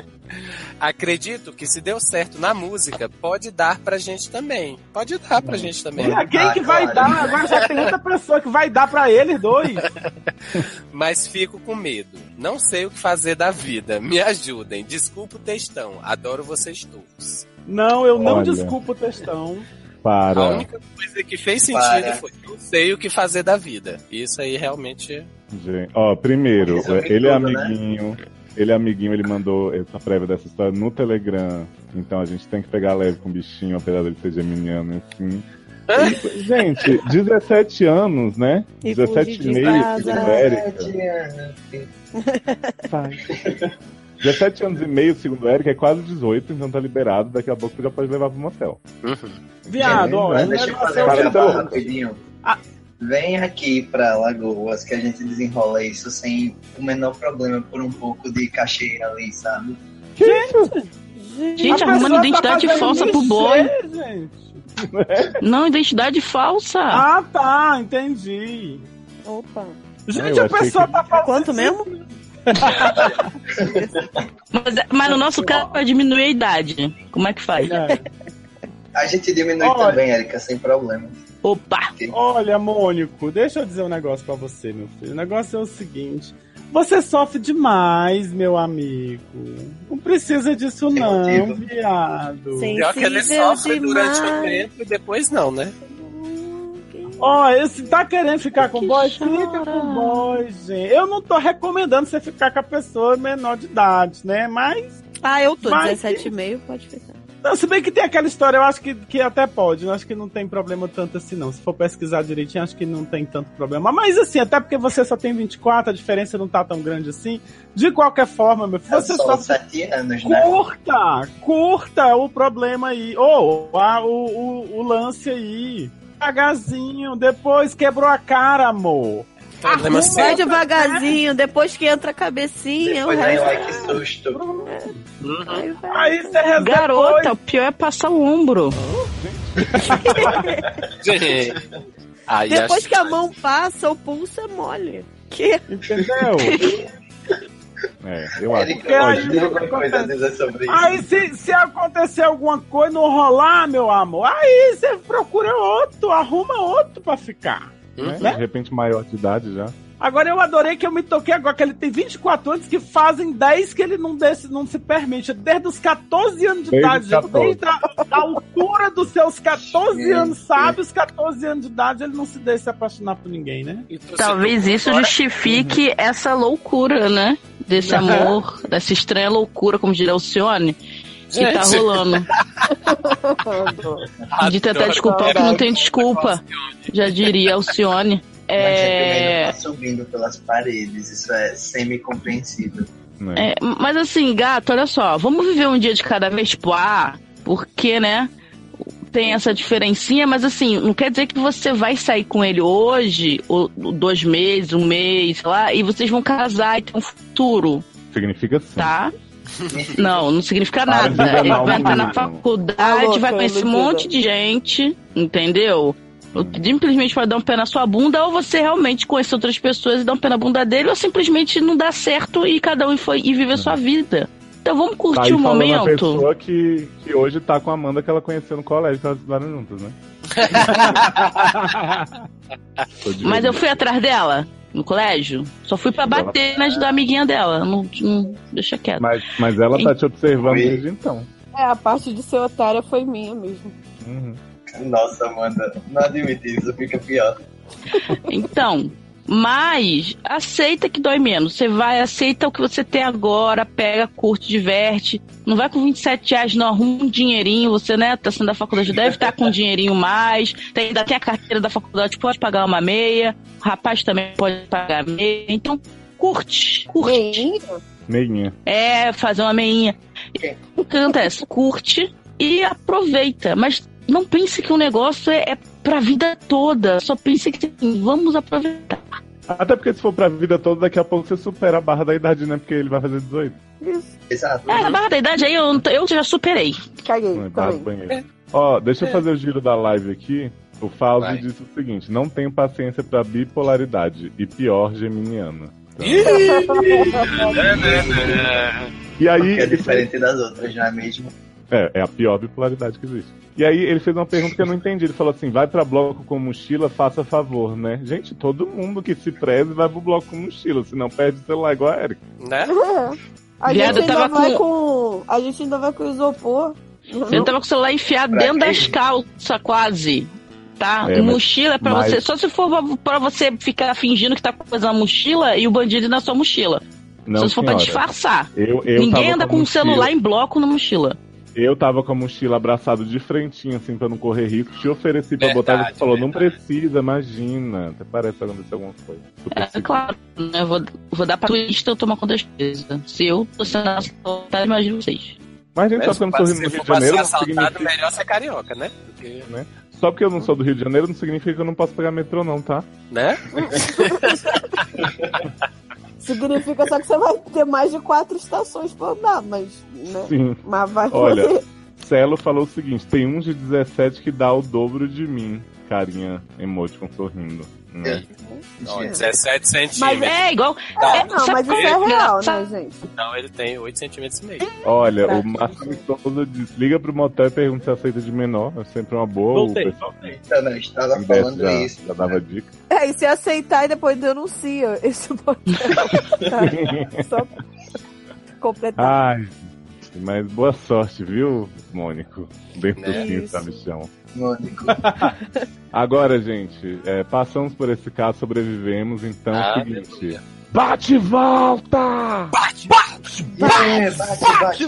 Speaker 2: Acredito que se deu certo na música, pode dar pra gente também. Pode dar pra gente também.
Speaker 3: Ah, Quem que vai dar? Agora já tem outra pessoa que vai dar pra eles dois.
Speaker 2: Mas fico com medo. Não sei o que fazer da vida. Me ajudem. Desculpa o textão. Adoro vocês todos.
Speaker 3: Não, eu não
Speaker 4: Olha.
Speaker 3: desculpo o textão.
Speaker 2: A
Speaker 4: Para.
Speaker 2: única coisa que fez sentido
Speaker 1: Para.
Speaker 2: foi não sei o que fazer da vida. Isso aí realmente.
Speaker 4: Gente, ó, primeiro,
Speaker 1: Resume
Speaker 4: ele é
Speaker 1: tudo, né?
Speaker 4: amiguinho. Ele é amiguinho, ele mandou essa prévia dessa história no Telegram. Então a gente tem que pegar leve com o bichinho, apesar dele ser geminiano, assim. Ele- gente, 17 anos, né?
Speaker 9: E
Speaker 4: 17
Speaker 9: fugir de
Speaker 4: meses,
Speaker 9: casa.
Speaker 4: Érica. 17 anos e meio, segundo Érica, é quase 18, então tá liberado. Daqui a pouco você já pode levar pro motel.
Speaker 3: Viado, ó,
Speaker 4: Mas
Speaker 3: o
Speaker 1: Deixa eu fazer um
Speaker 3: negócio é o
Speaker 4: Cara,
Speaker 1: jabá
Speaker 4: tá louco.
Speaker 1: rapidinho.
Speaker 3: Ah.
Speaker 1: Vem aqui pra Lagoas que a gente desenrola isso sem o menor problema por um pouco de cachê ali, sabe?
Speaker 4: Que isso?
Speaker 5: Gente,
Speaker 3: A
Speaker 5: arrumando
Speaker 3: pessoa tá
Speaker 5: identidade
Speaker 3: fazendo é.
Speaker 5: falsa pro
Speaker 3: clichê,
Speaker 5: boi.
Speaker 3: gente.
Speaker 5: Não, identidade falsa.
Speaker 3: Ah, tá, entendi.
Speaker 9: Opa.
Speaker 3: Gente,
Speaker 4: eu
Speaker 3: a
Speaker 4: achei
Speaker 3: pessoa
Speaker 4: que-
Speaker 3: tá fazendo.
Speaker 9: Quanto mesmo?
Speaker 5: Mas, é- mas no nosso caso, pra diminuir a idade. Como é que faz?
Speaker 1: A gente diminui
Speaker 3: Olha.
Speaker 1: também, Erika, sem problema.
Speaker 5: Opa!
Speaker 3: Olha, Mônico, deixa eu dizer um negócio pra você, meu filho. O negócio é o seguinte. Você sofre demais, meu amigo. Não precisa disso,
Speaker 1: Tem
Speaker 3: não,
Speaker 1: motivo.
Speaker 3: viado.
Speaker 9: Sim.
Speaker 2: Pior que ele
Speaker 9: Sensível
Speaker 2: sofre durante um
Speaker 9: demais.
Speaker 2: tempo e depois não, né?
Speaker 3: Ó, esse tá querendo ficar com
Speaker 5: Que
Speaker 3: boy? Fica
Speaker 5: chora.
Speaker 3: com boy, gente. Eu não tô recomendando você ficar com a pessoa menor de idade, né? Mas,
Speaker 9: Ah, eu tô.
Speaker 3: Mas-
Speaker 9: 17,5, pode ficar.
Speaker 3: não, se bem que tem aquela história, eu acho que, que até pode. Eu acho que não tem problema tanto assim, não. Se for pesquisar direitinho, acho que não tem tanto problema. Mas, assim, até porque você só tem 24, a diferença não tá tão grande assim. De qualquer forma, meu filho, você
Speaker 1: Você É só
Speaker 3: só
Speaker 1: sete anos, né?
Speaker 3: Curta! Curta o problema aí. Ou a- o, o, o lance aí. devagarzinho, depois quebrou a cara, amor.
Speaker 2: Problema seu.
Speaker 9: Vai devagarzinho, depois que entra a cabecinha, é o
Speaker 1: Depois aí,
Speaker 9: resto.
Speaker 1: like, que susto.
Speaker 9: Aí vai.
Speaker 3: Aí você resolve.
Speaker 5: Garota, o pior é passar o ombro.
Speaker 2: Gente. (laughs) Aí
Speaker 9: Depois
Speaker 2: acho-
Speaker 9: que a mão passa, o pulso é mole. Que?
Speaker 4: Entendeu? é, eu acho.
Speaker 1: Ele quer
Speaker 3: aí-
Speaker 1: dizer alguma coisa, às vezes é sobre isso.
Speaker 3: Aí se, se acontecer alguma coisa e não rolar, meu amor, aí você procura outro, arruma outro pra ficar.
Speaker 5: Uhum.
Speaker 4: Né?
Speaker 3: Né?
Speaker 4: De repente, maior de idade já.
Speaker 3: Agora eu adorei que eu me toquei agora, que ele tem 24 anos, que fazem 10 que ele não, desse, não se permite. Desde os 14 anos de
Speaker 4: Desde
Speaker 3: idade,
Speaker 4: os
Speaker 3: tipo,
Speaker 4: 14.
Speaker 3: desde a, da altura dos seus 14
Speaker 1: Gente.
Speaker 3: anos, sabe? Os 14 anos de idade, ele não se deixa se apaixonar por ninguém, né?
Speaker 2: E tu-
Speaker 5: Talvez isso justifique essa loucura, né? Desse
Speaker 3: Aham.
Speaker 5: amor, dessa estranha loucura, como diria o Cione, que tá
Speaker 2: Gente.
Speaker 5: rolando. De tentar
Speaker 2: Adoro.
Speaker 5: desculpar o que não tem desculpa, já diria o Cione.
Speaker 1: Mas é...
Speaker 5: É,
Speaker 1: tá subindo pelas paredes, isso é semi-compreensível.
Speaker 4: Né?
Speaker 5: é, mas assim, gato, olha só, vamos viver um dia de cada vez, tipo, ah, porque, né? Tem essa diferencinha, mas assim, não quer dizer que você vai sair com ele hoje, ou ou dois meses, um mês, sei lá, e vocês vão casar e ter um futuro,
Speaker 4: Significa sim.
Speaker 5: É. tá? Não, não significa
Speaker 4: Para de um
Speaker 5: nada. Ele
Speaker 4: enganar o
Speaker 5: vai entrar na
Speaker 4: menino.
Speaker 9: Tá
Speaker 5: faculdade,
Speaker 9: louca,
Speaker 5: vai conhecer um
Speaker 9: iludida.
Speaker 5: monte de gente, entendeu? Simplesmente vai dar um pé na sua bunda, ou você realmente conhece outras pessoas e dá um pé na bunda dele, ou simplesmente não dá certo e cada um foi e vive a sua vida. Então vamos
Speaker 4: Tá
Speaker 5: curtir
Speaker 4: aí
Speaker 5: o
Speaker 4: falando a
Speaker 5: momento.
Speaker 4: pessoa que, que hoje tá com a Amanda que ela conheceu no colégio, que elas estudaram juntas,
Speaker 5: (laughs)
Speaker 4: né? Tô de
Speaker 5: Mas
Speaker 4: olho.
Speaker 5: eu fui atrás dela no colégio. Só fui pra bater nas da amiguinha dela. Não, não- deixa quieto.
Speaker 4: mas, mas ela tá te observando
Speaker 1: Oi.
Speaker 4: desde então.
Speaker 9: É, a parte de ser otária foi minha mesmo.
Speaker 4: Uhum.
Speaker 1: Nossa, Amanda, não admite isso, fica pior.
Speaker 5: Então, mas aceita que dói menos. Você vai, aceita o que você tem agora, pega, curte, diverte. Não vai com 27 reais, não. Arruma um dinheirinho. Você, né, tá sendo da faculdade, deve estar com um dinheirinho mais. Tem, ainda tem a carteira da faculdade, pode pagar uma meia. O rapaz também pode pagar meia. Então, curte, curte.
Speaker 4: Meinha.
Speaker 5: É, fazer uma meinha. E O que acontece? Curte e aproveita. Mas não pense que o negócio é, é pra vida toda. Só pense que assim, vamos aproveitar.
Speaker 4: Até porque se for pra vida toda, daqui a pouco você supera a barra da idade, né? Porque ele vai fazer 18.
Speaker 1: Exato.
Speaker 5: É, na barra da idade aí eu, não tô- eu já superei.
Speaker 9: Caguei,
Speaker 4: Não é barra do banheiro. Ó, deixa eu fazer o giro da live aqui. O Fausto
Speaker 2: Vai.
Speaker 4: disse o seguinte: não tenho paciência pra bipolaridade e pior geminiana. Então- tá. e aí,
Speaker 1: Que é diferente das outras, não é mesmo?
Speaker 4: É, é a pior bipolaridade que existe. E aí ele fez uma pergunta que eu não entendi. Ele falou assim: vai pra bloco com mochila, faça favor, né? Gente, todo mundo que se preze vai pro bloco com mochila, senão perde o celular igual a Eric.
Speaker 2: Né?
Speaker 9: A
Speaker 5: Viado,
Speaker 9: gente ainda
Speaker 5: tava
Speaker 9: vai com... A gente ainda vai com isopor.
Speaker 5: Eu tava com o celular enfiado
Speaker 1: Pra
Speaker 5: dentro
Speaker 1: quê?
Speaker 5: das calças, quase. Tá?
Speaker 4: É, mas-
Speaker 5: mochila é pra
Speaker 4: mas-
Speaker 5: você. Só se for pra- pra você ficar fingindo que tá com coisa na mochila e o bandido na sua mochila.
Speaker 4: Não,
Speaker 5: só se for
Speaker 4: senhora.
Speaker 5: pra disfarçar.
Speaker 4: Eu, eu
Speaker 5: Ninguém
Speaker 4: tava
Speaker 5: anda com um
Speaker 4: mochila-
Speaker 5: celular em bloco na mochila.
Speaker 4: Eu tava com a mochila abraçado de frentinho, assim, pra não correr risco. Te ofereci pra
Speaker 2: Verdade,
Speaker 4: botar, você falou, não
Speaker 2: verdade.
Speaker 4: precisa, imagina. Até parece que aconteceu alguma coisa. Super
Speaker 5: É
Speaker 4: seguro.
Speaker 5: claro, né? Eu Vou, vou dar pra turista eu tomar conta das coisas. Se eu tô sendo assaltado, imagino vocês.
Speaker 4: Mas, gente, só
Speaker 2: Mas,
Speaker 4: porque eu não
Speaker 2: se
Speaker 4: sou do Rio
Speaker 2: for
Speaker 4: de
Speaker 2: pra
Speaker 4: Janeiro,
Speaker 2: ser
Speaker 4: não
Speaker 2: assaltado,
Speaker 4: significa...
Speaker 2: melhor ser carioca, né? Porque,
Speaker 4: Só porque eu não sou do Rio de Janeiro, não significa que eu não posso pegar metrô, não, tá?
Speaker 2: né?
Speaker 9: Significa só que você vai ter mais de quatro estações pra andar, mas... Né?
Speaker 4: Sim.
Speaker 9: Mas vai
Speaker 4: Olha,
Speaker 9: poder.
Speaker 4: Celo falou o seguinte: tem uns de 17 que dá o dobro de mim. Carinha emoticon sorrindo.
Speaker 1: É.
Speaker 2: É.
Speaker 4: Né?
Speaker 2: Não,
Speaker 1: Gente,
Speaker 2: 17
Speaker 5: Mas
Speaker 2: centímetros.
Speaker 5: é igual.
Speaker 2: Tá.
Speaker 5: é,
Speaker 9: Não,
Speaker 5: sabe
Speaker 9: mas isso
Speaker 5: qual
Speaker 9: é real,
Speaker 5: engraçado?
Speaker 9: né, gente?
Speaker 2: Então ele tem 8 centímetros e meio.
Speaker 4: Olha, o
Speaker 9: Prático,
Speaker 4: Marcos Souza diz: liga pro motel e pergunta se aceita de menor. É sempre uma boa.
Speaker 3: Voltei,
Speaker 4: o pessoal que
Speaker 1: Então, não, estava
Speaker 4: investe
Speaker 1: falando
Speaker 4: já,
Speaker 1: isso.
Speaker 4: já
Speaker 2: né?
Speaker 4: dava dica. (laughs)
Speaker 9: É, e se aceitar e depois denuncia esse botão. Só pra completar.
Speaker 4: Ai, gente, mas boa sorte, viu, Mônico? Dentro
Speaker 2: Né?
Speaker 4: do cinto,
Speaker 9: Isso.
Speaker 4: tá, bichão.
Speaker 1: né, Mônico.
Speaker 4: Agora, gente, é, passamos por esse caso, sobrevivemos. Então, é o
Speaker 2: Aleluia.
Speaker 4: seguinte: bate e volta!
Speaker 1: É, Bate, bate, bate, até sangrar.
Speaker 4: Bate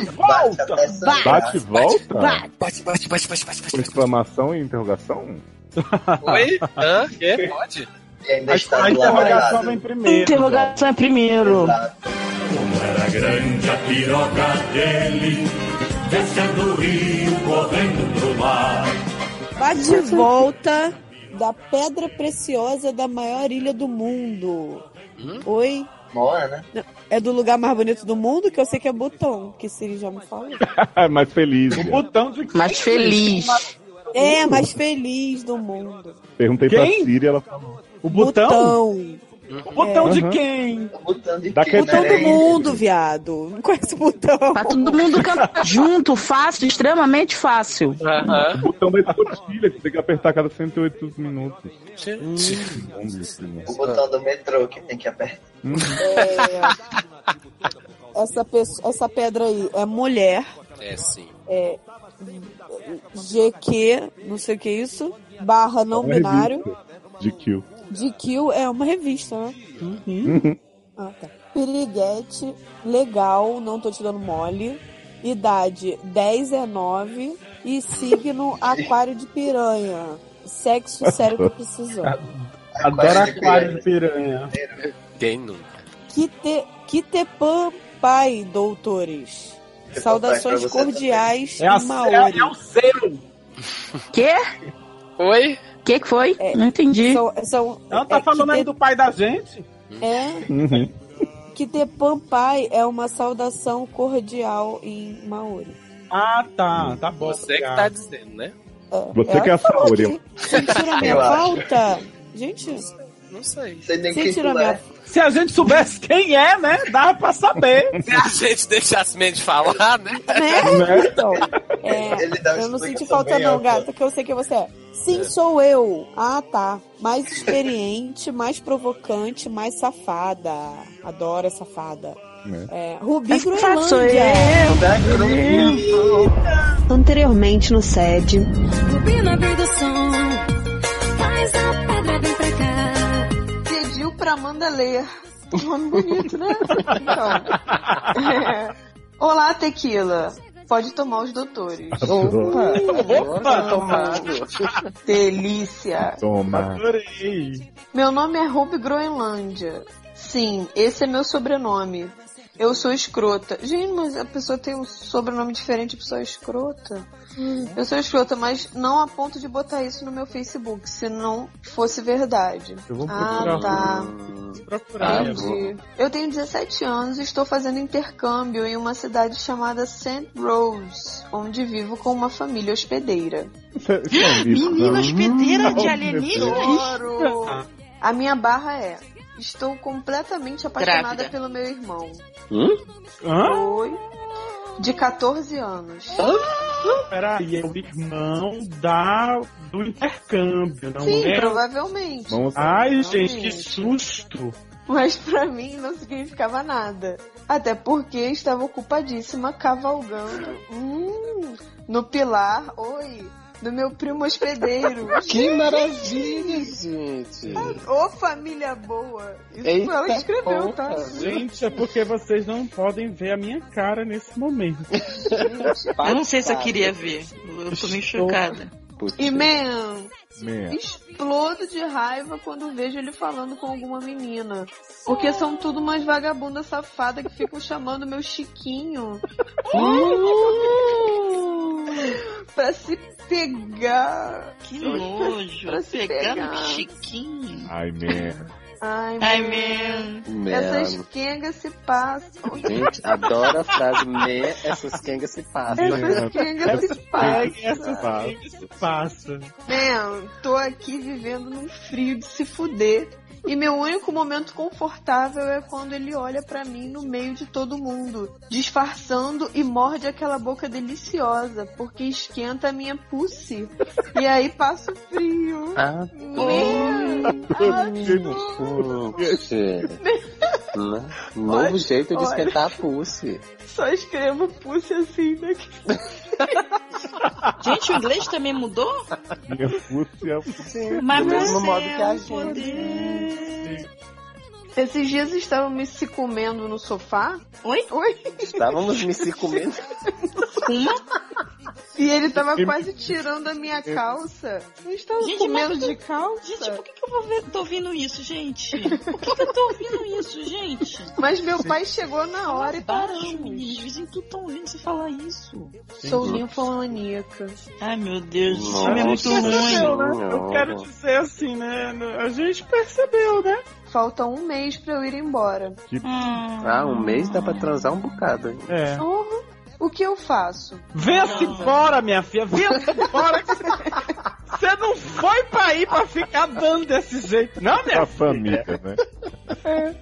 Speaker 4: e volta?
Speaker 2: Bate, bate, bate, bate, bate,
Speaker 4: Com exclamação e interrogação? (laughs)
Speaker 2: Oi? Hã? Quê? Pode?
Speaker 1: E ainda está assim,
Speaker 3: A
Speaker 1: do
Speaker 3: interrogação
Speaker 1: lado.
Speaker 3: vem primeiro.
Speaker 5: Interrogação é
Speaker 1: tá
Speaker 5: primeiro.
Speaker 1: Exato.
Speaker 7: Como era grande a piroga dele,
Speaker 4: Ah.
Speaker 7: descendo o rio, correndo pro mar.
Speaker 9: Bate e volta, da pedra preciosa da maior ilha do mundo.
Speaker 1: Hum?
Speaker 9: Oi?
Speaker 1: Mora, né?
Speaker 9: É do lugar mais bonito do mundo, que eu sei que é Butão, que Siri já me falou.
Speaker 4: Mas feliz.
Speaker 3: O botão de
Speaker 5: Mas feliz.
Speaker 9: É, mais feliz do mundo.
Speaker 4: Perguntei pra
Speaker 3: Quem?
Speaker 4: Siri, ela falou.
Speaker 3: O botão?
Speaker 9: Butão.
Speaker 3: O botão de
Speaker 4: Uhum.
Speaker 3: quem?
Speaker 1: Botão de
Speaker 4: Da
Speaker 1: quê,
Speaker 4: quebrada
Speaker 9: Butão do
Speaker 1: né?
Speaker 9: mundo, viado. Não conhece o Butão.
Speaker 5: Pra todo mundo cantar junto, fácil, extremamente fácil.
Speaker 2: Aham.
Speaker 4: Botão da escotilha, que tem que apertar a cada 108 minutos.
Speaker 1: O botão do metrô que tem que apertar.
Speaker 9: É, essa, pesso- essa pedra aí é mulher,
Speaker 2: É sim.
Speaker 9: GQ, não sei o que é isso, barra não
Speaker 4: É Uma
Speaker 9: binário.
Speaker 4: revista De kill.
Speaker 9: GQ é uma revista, né?
Speaker 4: Uhum.
Speaker 9: Ah, tá. Piriguete, legal, não tô te dando mole. Idade 10 é 9.
Speaker 4: (laughs)
Speaker 9: E signo aquário de piranha. Sexo sério que eu preciso.
Speaker 3: Adoro
Speaker 1: Aquário de
Speaker 3: aquário de piranha.
Speaker 2: Quem nunca?
Speaker 9: Quite, Quitepan Pai, doutores.
Speaker 1: Quitepan
Speaker 9: Saudações
Speaker 1: Pai pra você
Speaker 9: cordiais
Speaker 3: É, a,
Speaker 9: e Maori.
Speaker 3: é, é o seu.
Speaker 5: Quê?
Speaker 2: Oi?
Speaker 5: Que que foi?
Speaker 9: É.
Speaker 5: Não entendi.
Speaker 9: São, são,
Speaker 3: Ela tá
Speaker 9: é,
Speaker 3: falando aí do pai da gente?
Speaker 9: Quite- É,
Speaker 4: Uhum.
Speaker 9: Quitepan Pai é uma saudação cordial em Maori.
Speaker 3: Ah, tá. Tá bom.
Speaker 2: Você que tá
Speaker 3: obrigado.
Speaker 2: dizendo, né?
Speaker 9: É,
Speaker 4: Você
Speaker 9: ela
Speaker 4: que é a
Speaker 9: falou
Speaker 4: Saori.
Speaker 9: aqui. Você tira a minha
Speaker 1: Eu acho.
Speaker 9: falta? Gente,
Speaker 2: Não sei.
Speaker 1: Você nem
Speaker 9: Você
Speaker 1: quem
Speaker 9: tirou
Speaker 1: tu
Speaker 9: minha
Speaker 1: é.
Speaker 2: tá-
Speaker 3: Se a gente soubesse quem é, né? Dava pra
Speaker 9: (laughs)
Speaker 3: saber.
Speaker 2: Se (laughs) a gente deixasse meio de falar, né?
Speaker 9: né? Então, é,
Speaker 1: Ele dá é uma
Speaker 9: eu não senti
Speaker 1: explicação
Speaker 9: falta
Speaker 1: bem
Speaker 9: não,
Speaker 1: ampla.
Speaker 9: gata, que eu sei que você é. Sim, sou eu. Ah, tá. Mais experiente, mais provocante, mais safada. Adoro essa safada. É, Rubi
Speaker 5: Safada sou
Speaker 9: Groenlândia.
Speaker 10: Anteriormente no SED.
Speaker 11: Rubina do som, faz a pedra vem pra cá.
Speaker 10: Pediu pra Amanda ler. Um nome bonito, né? Então.
Speaker 4: (laughs)
Speaker 10: Olá, Tequila. Pode tomar os doutores.
Speaker 3: Opa,
Speaker 10: Delícia.
Speaker 9: Ah.
Speaker 4: Toma.
Speaker 3: Adorei.
Speaker 10: Meu nome é Ruby Groenlândia. Sim, esse é meu sobrenome. Eu sou escrota. Gente, mas a pessoa tem um sobrenome diferente, a pessoa é escrota. Eu sou escrota, mas não a ponto de botar isso no meu Facebook, se não fosse verdade.
Speaker 4: Eu vou
Speaker 10: Ah,
Speaker 2: Ah,
Speaker 10: tá.
Speaker 3: Procurar.
Speaker 10: Entendi. Eu tenho 17 anos e estou fazendo intercâmbio em uma cidade chamada St. Rose, onde vivo com uma família hospedeira.
Speaker 4: é um Menina hospedeira de alienígena?
Speaker 10: Adoro! A minha barra é: estou completamente apaixonada
Speaker 5: Grávida.
Speaker 10: pelo meu irmão.
Speaker 3: Hã?
Speaker 10: Oi. De 14 anos.
Speaker 3: Peraí, é o irmão da, do intercâmbio, não
Speaker 10: Sim,
Speaker 3: é?
Speaker 10: provavelmente.
Speaker 4: Vamos
Speaker 3: Ai,
Speaker 10: Provavelmente.
Speaker 3: gente, que susto.
Speaker 10: Mas pra mim não significava nada. Até porque estava ocupadíssima cavalgando hum, no pilar, oi, do meu primo hospedeiro.
Speaker 7: Que maravilha, gente.
Speaker 10: Ô família boa! Isso
Speaker 7: Eita
Speaker 10: ela escreveu,
Speaker 7: porra.
Speaker 10: tá?
Speaker 3: Gente, é porque vocês não podem ver a minha cara nesse momento.
Speaker 11: Eu não sei se eu queria ver. Eu tô meio chocada.
Speaker 10: E man,
Speaker 4: Man.
Speaker 10: explodo de raiva quando vejo ele falando com alguma menina. Porque são tudo umas vagabundas safadas que ficam chamando meu Chiquinho.
Speaker 7: Uh!
Speaker 10: pra se pegar.
Speaker 11: Que nojo.
Speaker 10: Pra se
Speaker 11: Pegando
Speaker 10: pegar.
Speaker 11: chiquinho.
Speaker 4: Ai, man.
Speaker 10: Ai,
Speaker 11: Ai,
Speaker 10: mano.
Speaker 11: meu.
Speaker 10: Essas quengas se passam.
Speaker 7: Gente, adoro a frase, né? Essas quengas se passam.
Speaker 10: Essas quengas se
Speaker 3: Peguem
Speaker 10: passam.
Speaker 3: essas coisas e faça.
Speaker 10: Man, É, tô aqui vivendo num frio de se fuder. E meu único momento confortável é quando ele olha pra mim no meio de todo mundo, disfarçando e morde aquela boca deliciosa, porque esquenta a minha pussy. E aí passa o frio.
Speaker 7: Ah,
Speaker 11: Oh.
Speaker 2: (laughs)
Speaker 10: Man, ah,
Speaker 7: Puxa. Né? Novo
Speaker 10: Olha,
Speaker 7: jeito
Speaker 10: olha.
Speaker 7: de esquentar a pulse.
Speaker 10: só escrevo pussy assim, né?
Speaker 11: Gente, o inglês também mudou?
Speaker 4: Minha fússia.
Speaker 11: Mas
Speaker 7: Do mesmo
Speaker 11: você
Speaker 7: modo que
Speaker 11: é
Speaker 7: a
Speaker 11: um
Speaker 7: gente.
Speaker 11: poder.
Speaker 10: Esses dias estavam me se comendo no sofá.
Speaker 11: Oi?
Speaker 10: Oi?
Speaker 7: Estávamos me se comendo.
Speaker 11: Uma?
Speaker 9: E ele tava quase tirando a minha calça. Não estava
Speaker 5: Gente,
Speaker 9: com
Speaker 5: mas por
Speaker 9: medo
Speaker 5: que-
Speaker 9: de calça.
Speaker 5: Gente, por que, que eu vou ver- tô ouvindo isso, gente? Por que, que eu tô ouvindo isso, gente?
Speaker 9: Mas meu pai chegou na hora
Speaker 10: tá
Speaker 9: e
Speaker 5: Paramos,
Speaker 9: parou.
Speaker 5: meninas. Os vizinhos tudo estão ouvindo você falar isso.
Speaker 9: Sou ninfomaníaca.
Speaker 5: Ai, meu Deus, esse
Speaker 2: (laughs) Nossa
Speaker 5: filme é muito ruim.
Speaker 3: Percebeu, né? Eu quero dizer assim, né? A gente percebeu, né?
Speaker 9: Falta um mês pra eu ir embora.
Speaker 2: Ah, um mês dá pra transar um bocado. hein?
Speaker 3: É.
Speaker 9: Porra, o que eu faço?
Speaker 3: Vê-se fora, minha filha. Vê-se fora. Você não foi pra aí pra ficar dando desse jeito, não,
Speaker 4: A
Speaker 3: minha filha.
Speaker 4: família, né?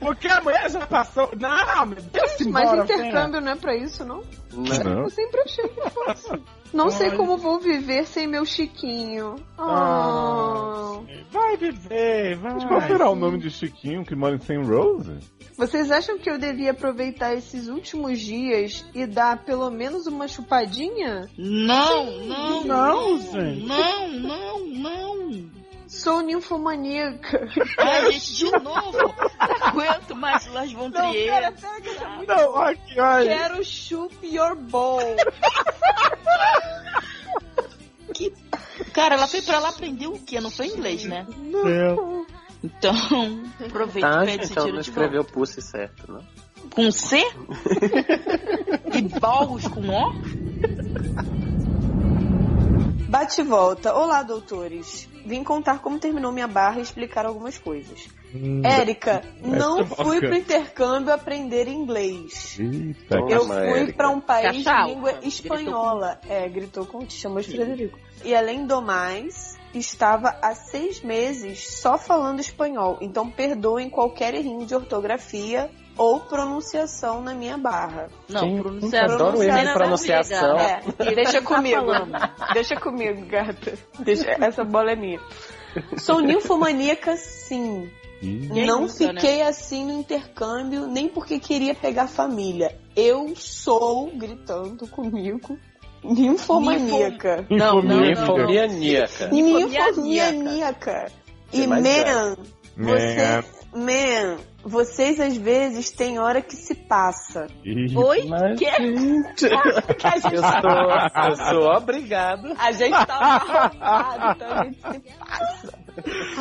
Speaker 3: Porque a mulher já passou. Não, meu Deus,
Speaker 9: Mas
Speaker 3: embora,
Speaker 9: intercâmbio não é pra isso, não?
Speaker 4: Não.
Speaker 9: Eu sempre achei que fosse. Não sei como vou viver sem meu Chiquinho.
Speaker 3: Ah.
Speaker 9: Ah.
Speaker 3: venha. Vai viver, vai.
Speaker 4: Mas qual será o nome de Chiquinho que mora em St. Rose?
Speaker 9: Vocês acham que eu devia aproveitar esses últimos dias e dar pelo menos uma chupadinha?
Speaker 5: Não,
Speaker 3: Não,
Speaker 5: não, não,
Speaker 3: gente.
Speaker 5: não, não, não.
Speaker 9: Sou um ninfomaníaca.
Speaker 5: Ai, gente, de novo. Não aguento mais Lars von Trier.
Speaker 3: Não, aqui, olha.
Speaker 9: tá Quero chup your ball.
Speaker 5: Cara, ela foi pra lá aprender o quê? Não foi inglês, né? Então, aproveita
Speaker 2: Tá,
Speaker 5: e pede esse
Speaker 2: então
Speaker 5: tiro
Speaker 2: não
Speaker 5: de volta.
Speaker 2: escreveu pussy certo, não.
Speaker 5: Com C? e balls com O?
Speaker 10: (laughs) Bate e volta. Olá, doutores. Vim contar como terminou minha barra e explicar algumas coisas. Érica, não fui pro intercâmbio aprender inglês.
Speaker 4: Eita,
Speaker 10: Eu
Speaker 2: Toma,
Speaker 10: fui
Speaker 2: Érica.
Speaker 10: pra um país
Speaker 5: Cachau.
Speaker 10: de língua espanhola. É, gritou com te chamou de Frederico. E além do mais, estava há seis meses só falando espanhol. Então perdoem qualquer errinho de ortografia ou pronunciação na minha barra.
Speaker 5: Não,
Speaker 2: Eu adoro erro de pronunciação.
Speaker 10: É, e deixa comigo.
Speaker 5: falando.
Speaker 10: Deixa comigo, gata. Deixa, essa bola é minha. Sou ninfomaníaca, sim.
Speaker 4: que-
Speaker 2: é
Speaker 5: Ninguém
Speaker 10: não
Speaker 5: nunca, né?
Speaker 10: fiquei assim no intercâmbio, nem porque queria pegar família. Eu sou, gritando comigo, ninfomaníaca.
Speaker 5: Não, não, não.
Speaker 2: Ninfomaníaca.
Speaker 10: (laughs) Ninfomaníaca. E
Speaker 2: Você é mais
Speaker 10: man,
Speaker 4: Man.
Speaker 10: você, man, vocês às vezes têm hora que se passa. É assim
Speaker 4: Ih,
Speaker 5: Oi?
Speaker 2: Mas,
Speaker 5: Que?
Speaker 2: gente,
Speaker 10: Que a gente
Speaker 2: eu sou, eu Ah, sou obrigado.
Speaker 10: A gente tava arrombado, então a gente se passa.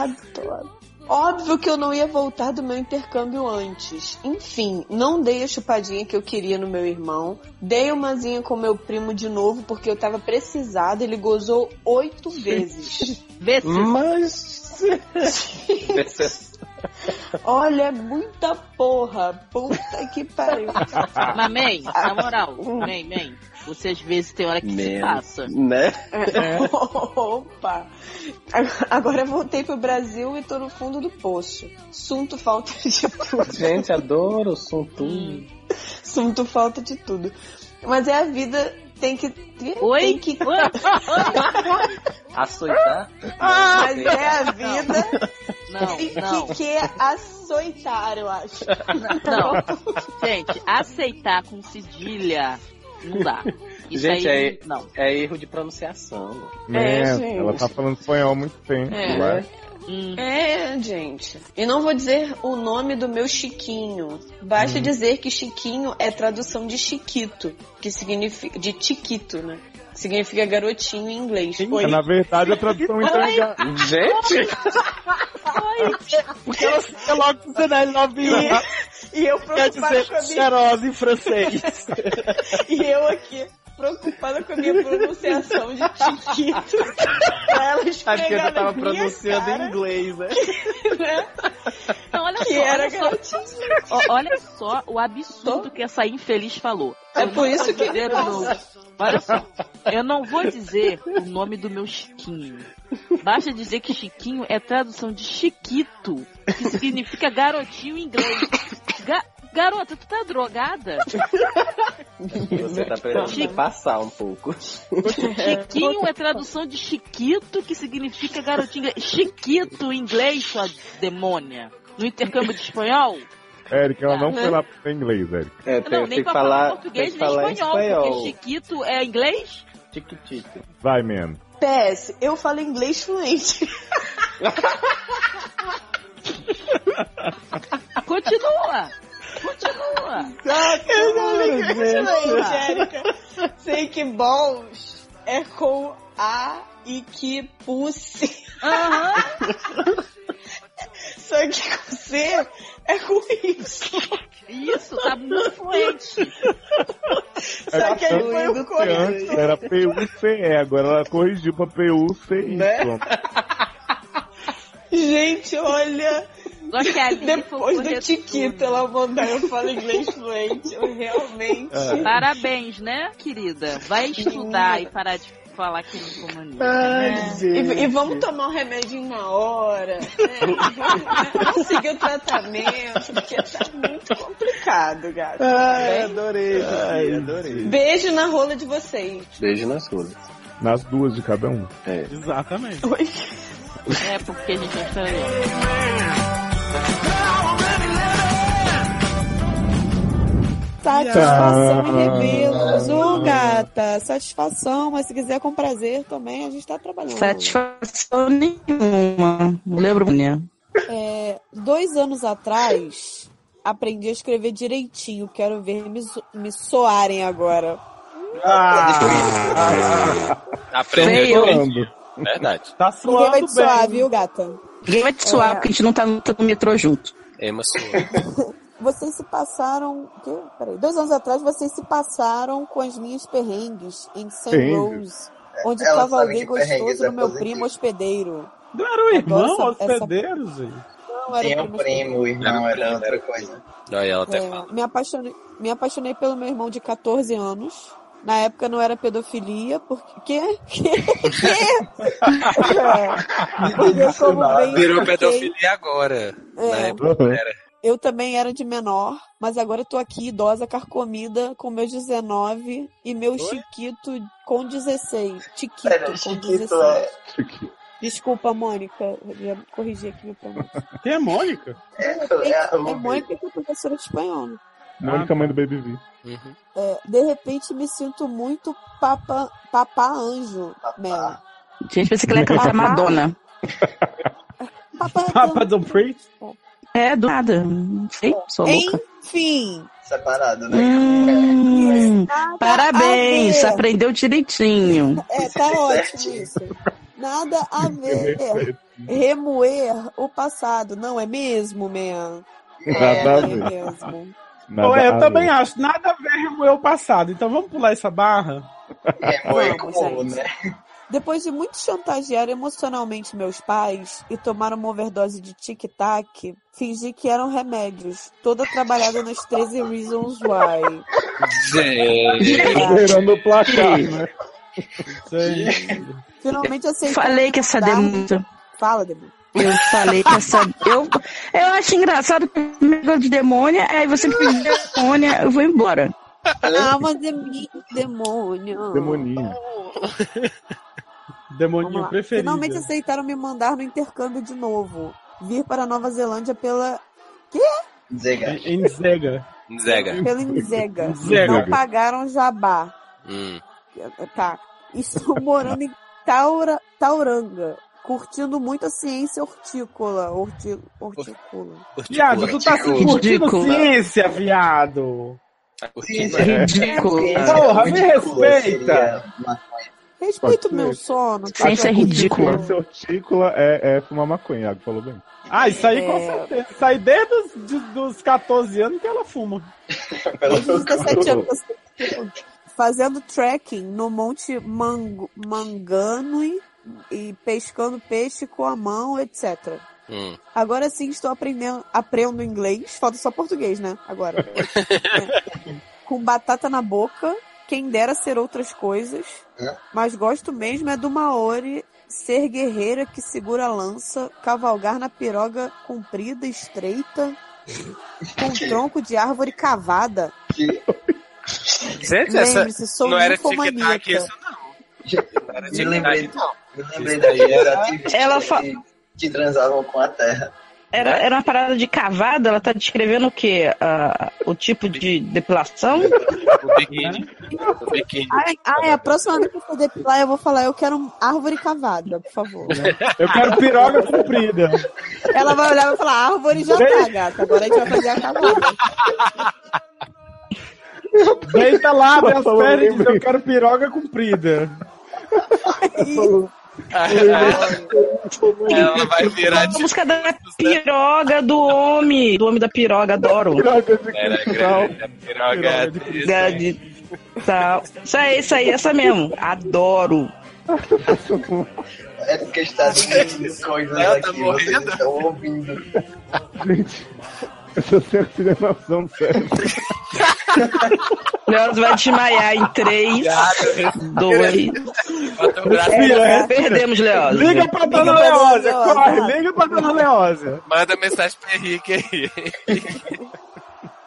Speaker 10: Adoro. Óbvio que eu não ia voltar do meu intercâmbio antes. Enfim, não dei a chupadinha que eu queria no meu irmão. Dei umazinha com meu primo de novo porque eu tava precisada. Ele gozou oito vezes.
Speaker 5: Vê se
Speaker 2: Mas.
Speaker 10: Olha, é muita porra. Puta que pariu.
Speaker 5: Mas, May, na moral, May, May, você às vezes tem hora que se
Speaker 2: Man.
Speaker 5: passa.
Speaker 2: Né?
Speaker 5: É.
Speaker 10: (laughs) Opa! Agora eu voltei pro Brasil e tô no fundo do poço. Sunto falta de tudo. Hum.
Speaker 2: Gente, adoro o Suntum.
Speaker 10: Sinto falta de tudo. Mas é a vida, tem que.
Speaker 5: Oi?
Speaker 10: Tem que
Speaker 5: Oi?
Speaker 2: Açoitar?
Speaker 10: mas é a vida
Speaker 5: Ah! Não,
Speaker 10: tem
Speaker 5: não,
Speaker 10: (laughs) que, que é açoitar, eu acho.
Speaker 5: não. Gente, aceitar com cedilha não dá. Isso
Speaker 2: Gente,
Speaker 5: aí,
Speaker 2: é-
Speaker 5: não.
Speaker 2: É erro de pronunciação. né?
Speaker 4: man,
Speaker 10: gente.
Speaker 4: ela tá falando espanhol há muito tempo.
Speaker 5: É.
Speaker 4: Ué.
Speaker 5: Hum,
Speaker 10: É, gente. E não vou dizer o nome do meu Chiquinho.
Speaker 2: Hum.
Speaker 10: Basta dizer que Chiquinho é tradução de Chiquito, que significa. de Chiquito, né? Que Significa garotinho em inglês. Oi.
Speaker 4: Na verdade, a tradução então é ga-
Speaker 2: Gente!
Speaker 3: Porque ela fica logo dizendo I love you.
Speaker 10: E eu
Speaker 3: Quer
Speaker 10: preocupada com a
Speaker 3: dizer,
Speaker 10: minha
Speaker 3: cheirosa em francês.
Speaker 10: (laughs) E eu aqui, preocupada com a minha pronunciação de Chiquito.
Speaker 2: (laughs)
Speaker 10: pra
Speaker 2: Acho
Speaker 10: ela
Speaker 2: que eu
Speaker 10: esfregar
Speaker 2: já
Speaker 10: na
Speaker 2: tava
Speaker 10: minha
Speaker 2: pronunciando
Speaker 10: cara,
Speaker 2: em inglês, né?
Speaker 10: né?
Speaker 5: Não, Então, olha
Speaker 10: Que
Speaker 5: só,
Speaker 10: era
Speaker 5: olha só, o- olha só o absurdo que essa infeliz falou.
Speaker 10: É
Speaker 5: Eu não
Speaker 10: por isso
Speaker 5: vou
Speaker 10: que ele
Speaker 5: dizer o nome. Olha só, eu não vou dizer o nome do meu Chiquinho. Basta dizer que Chiquinho é tradução de Chiquito, que significa garotinho em inglês. Ga- garota, tu tá drogada?
Speaker 2: Você tá
Speaker 5: Chique.
Speaker 2: precisando passar um pouco.
Speaker 5: Chiquinho é tradução de Chiquito, que significa garotinho. em inglês. Chiquito em inglês, sua demônia. No intercâmbio de espanhol?
Speaker 4: é- Érica, ela não foi lá pra aprender inglês, Érica.
Speaker 2: É,
Speaker 5: Não,
Speaker 2: tem,
Speaker 5: nem
Speaker 2: tem que
Speaker 5: pra falar
Speaker 2: falar, tem
Speaker 5: português,
Speaker 2: que
Speaker 5: nem
Speaker 2: falar em
Speaker 5: espanhol,
Speaker 2: espanhol.
Speaker 5: porque Chiquito é inglês?
Speaker 2: Chiquitito.
Speaker 4: Vai, man.
Speaker 10: PS, eu falo inglês fluente.
Speaker 12: Ah,
Speaker 5: Continua! Continua!
Speaker 10: (laughs) Fluente, Érica. Sei que bons. é com A e que pussy. (laughs) Só que com C é com Y.
Speaker 12: Isso, tá muito fluente.
Speaker 10: Só
Speaker 4: É
Speaker 10: que aí foi o
Speaker 4: Antes
Speaker 10: correto.
Speaker 4: era PUCE, agora ela corrigiu pra PUCI.
Speaker 10: Né? Gente, olha.
Speaker 12: Só que ali é, foi
Speaker 5: tipo,
Speaker 10: Depois
Speaker 12: correto
Speaker 10: do Tiquita ela mandar eu falar inglês fluente. Eu realmente.
Speaker 4: É.
Speaker 12: Parabéns, né, querida? Vai estudar e parar de falar que não comunica.
Speaker 10: Ai,
Speaker 12: né?
Speaker 10: E, e vamos tomar um remedinho na hora, né? Vamos, vamos seguir o tratamento, porque tá muito complicado, gato.
Speaker 13: Ai,
Speaker 10: Tá bem?
Speaker 13: adorei, Ai,
Speaker 4: adorei.
Speaker 10: Beijo na rola de vocês.
Speaker 2: Beijo nas ruas.
Speaker 4: Nas duas de cada um.
Speaker 2: É.
Speaker 3: Exatamente.
Speaker 12: É porque a gente não está
Speaker 9: Satisfação
Speaker 4: Tá.
Speaker 9: e revelos. Ô, gata, satisfação, mas se quiser com prazer também, a gente tá trabalhando.
Speaker 5: Satisfação nenhuma. Não lembro, né?
Speaker 9: É, dois anos atrás, aprendi a escrever direitinho. Quero ver me, zo- me soarem agora.
Speaker 3: Ah,
Speaker 2: Aprendeu
Speaker 5: Sei eu.
Speaker 2: direitinho. (laughs) Verdade.
Speaker 3: Tá
Speaker 9: Ninguém vai te soar, viu, gata?
Speaker 5: Ninguém vai te suar,
Speaker 9: É.
Speaker 5: porque a gente não tá lutando no metrô junto.
Speaker 2: Emma sua.
Speaker 9: Vocês se passaram. o quê? Peraí. Dois anos atrás, vocês se passaram com as minhas perrengues em St.
Speaker 4: Perrengues?
Speaker 9: Rose, onde
Speaker 1: É, Ela
Speaker 9: estava
Speaker 1: sabe
Speaker 9: alguém
Speaker 1: que perrengues
Speaker 9: gostoso
Speaker 1: é
Speaker 9: no meu
Speaker 1: positivo.
Speaker 9: primo hospedeiro.
Speaker 3: Não era o irmão
Speaker 9: Agora essa-
Speaker 3: hospedeiro, gente?
Speaker 9: Não era
Speaker 1: Tem
Speaker 9: o
Speaker 1: um
Speaker 9: primo
Speaker 1: primo, o irmão era outra coisa.
Speaker 2: Olha, ela até
Speaker 9: É, (laughs)
Speaker 2: fala.
Speaker 9: me, apaixonei, me apaixonei pelo meu irmão de 14 anos. Na época não era pedofilia, porque. Quê? Quê? Quê? É, porque como bem
Speaker 2: Virou
Speaker 9: expliquei,
Speaker 2: pedofilia agora.
Speaker 9: É.
Speaker 2: Na época era.
Speaker 9: eu também era de menor, mas agora eu tô aqui idosa, carcomida, com meus 19 e meu Chiquito com 16. Chiquito
Speaker 1: Pera,
Speaker 9: com
Speaker 1: Chiquito
Speaker 9: 16.
Speaker 1: é.
Speaker 9: Desculpa, Mônica, eu ia corrigir aqui meu pronome.
Speaker 3: Quem é Mônica?
Speaker 9: (laughs)
Speaker 1: É, é,
Speaker 9: É Mônica que é professora de espanhol.
Speaker 4: Mônica, mãe do Baby V.
Speaker 2: Uhum.
Speaker 9: É, de repente me sinto muito papa, papá anjo, Mel.
Speaker 5: Gente, pensei que ela ia cantar Madonna.
Speaker 9: Papá
Speaker 3: Papa do Tá Preach?
Speaker 5: É, do nada. Não sei, sou louca.
Speaker 9: Enfim.
Speaker 1: Separado, né?
Speaker 5: Hum,
Speaker 9: Nada
Speaker 5: parabéns,
Speaker 9: a ver.
Speaker 5: aprendeu direitinho.
Speaker 9: É, tá ótimo isso. Nada
Speaker 3: (laughs)
Speaker 9: a ver. Remoer o passado, não é mesmo, Mel?
Speaker 4: Nada a
Speaker 9: é
Speaker 4: ver.
Speaker 9: mesmo.
Speaker 4: Nada
Speaker 3: Pô,
Speaker 4: a
Speaker 3: eu
Speaker 4: ver.
Speaker 3: também acho. Nada a ver com o meu passado. Então vamos pular essa barra?
Speaker 1: É, foi
Speaker 9: Vamos,
Speaker 1: como,
Speaker 9: gente.
Speaker 1: né?
Speaker 9: Depois de muito chantagear emocionalmente meus pais e tomar uma overdose de tic-tac, fingi que eram remédios, toda trabalhada nos 13 Reasons Why.
Speaker 2: Gente.
Speaker 4: Cheirando o placar, né? (laughs)
Speaker 9: Finalmente aceitei.
Speaker 5: Falei que essa
Speaker 9: Dá um-
Speaker 5: demônio.
Speaker 9: Fala, Demi.
Speaker 5: Eu falei que essa. Eu, eu acho engraçado que eu me gosto de demônia, aí você me pediu demônia, eu vou embora.
Speaker 9: Ah, mas Demi, demônio.
Speaker 4: Demoninha.
Speaker 9: Vamos
Speaker 3: Demoninho
Speaker 9: lá.
Speaker 3: preferido.
Speaker 9: Finalmente aceitaram me mandar no intercâmbio de novo. Vir para Nova Zelândia pela,
Speaker 1: Zega.
Speaker 3: Em em Zega.
Speaker 9: (laughs)
Speaker 2: Zega.
Speaker 9: pela Inzega.
Speaker 3: Zega.
Speaker 9: Não pagaram jabá.
Speaker 2: Hum.
Speaker 9: Tá. Estou morando em Taura, Tauranga. Curtindo muito a ciência hortícola. Horti, hortícola.
Speaker 3: Viado, tu tá
Speaker 1: Ridículo.
Speaker 3: curtindo
Speaker 5: Ridículo.
Speaker 3: ciência, viado.
Speaker 2: Tá
Speaker 1: Sim,
Speaker 2: curtindo?
Speaker 1: sim.
Speaker 5: Ridículo.
Speaker 3: Porra, me
Speaker 1: Ridícula
Speaker 3: respeita.
Speaker 1: seria uma-
Speaker 9: Respeita o
Speaker 4: Pode
Speaker 9: meu
Speaker 4: ser.
Speaker 9: sono. tá?
Speaker 5: Ciência é ridícula.
Speaker 4: Esse hortícola é, é fumar maconha, Iago falou bem.
Speaker 3: Ah, isso aí com
Speaker 9: É.
Speaker 3: certeza. Isso aí desde os, de- dos 14 anos que ela fuma.
Speaker 9: Desde
Speaker 1: pelo-
Speaker 9: os 17 anos. você- Fazendo trekking no Monte Mango, Manganui e pescando peixe com a mão, etc.
Speaker 2: Hum.
Speaker 9: Agora sim estou aprendendo, aprendo inglês. Falta só português, né? Agora. É. Com batata na boca. Quem dera ser outras coisas.
Speaker 1: É.
Speaker 9: Mas gosto mesmo é do Maori ser guerreira que segura a lança, cavalgar na piroga comprida, estreita, com tronco de árvore cavada.
Speaker 2: Gente, é, essa
Speaker 9: Lembre-se, sou
Speaker 2: não era
Speaker 9: ninfomaníaca.
Speaker 2: tic-tac isso, não. Não era
Speaker 1: Me lembrei,
Speaker 2: tic-tac, não.
Speaker 1: me lembrei da gerativa
Speaker 5: Ela fa-
Speaker 1: tipo que, que transavam com a terra.
Speaker 5: Era, era uma parada de cavada, ela tá descrevendo o quê? Ah, o tipo de depilação?
Speaker 2: O biquíni. O biquíni.
Speaker 9: Ah, ah, é a próxima vez que eu for depilar, eu vou falar, eu quero árvore cavada,
Speaker 2: (laughs)
Speaker 9: por favor.
Speaker 3: Eu quero piroga comprida.
Speaker 9: Ela vai olhar e vai falar, árvore já tá, gata. Agora a gente vai fazer a cavada.
Speaker 3: Deita lá, abre as
Speaker 4: Falou
Speaker 3: pernas e diz,
Speaker 4: bem.
Speaker 3: eu quero piroga comprida.
Speaker 2: Ela vai virar
Speaker 5: A música da piroga do homem. Do homem da piroga, adoro.
Speaker 4: Piroga de
Speaker 2: Era grande, a piroga desse,
Speaker 5: Da-
Speaker 2: hein?
Speaker 5: de- tá. Isso aí, isso aí, essa mesmo. Adoro.
Speaker 1: É porque está dizendo coisas
Speaker 2: Ela tá
Speaker 1: aqui, vocês
Speaker 2: morrendo?
Speaker 1: estão ouvindo.
Speaker 4: Gente, essa cena de animação séria.
Speaker 5: Nós vai desmaiar em 3,
Speaker 2: Obrigado.
Speaker 5: 2.
Speaker 2: Bota o (laughs) braço no
Speaker 5: Perdemos, Leoz.
Speaker 3: Liga pra dona Leózia, corre, liga pra dona Leózia.
Speaker 2: Manda mensagem pro Henrique aí.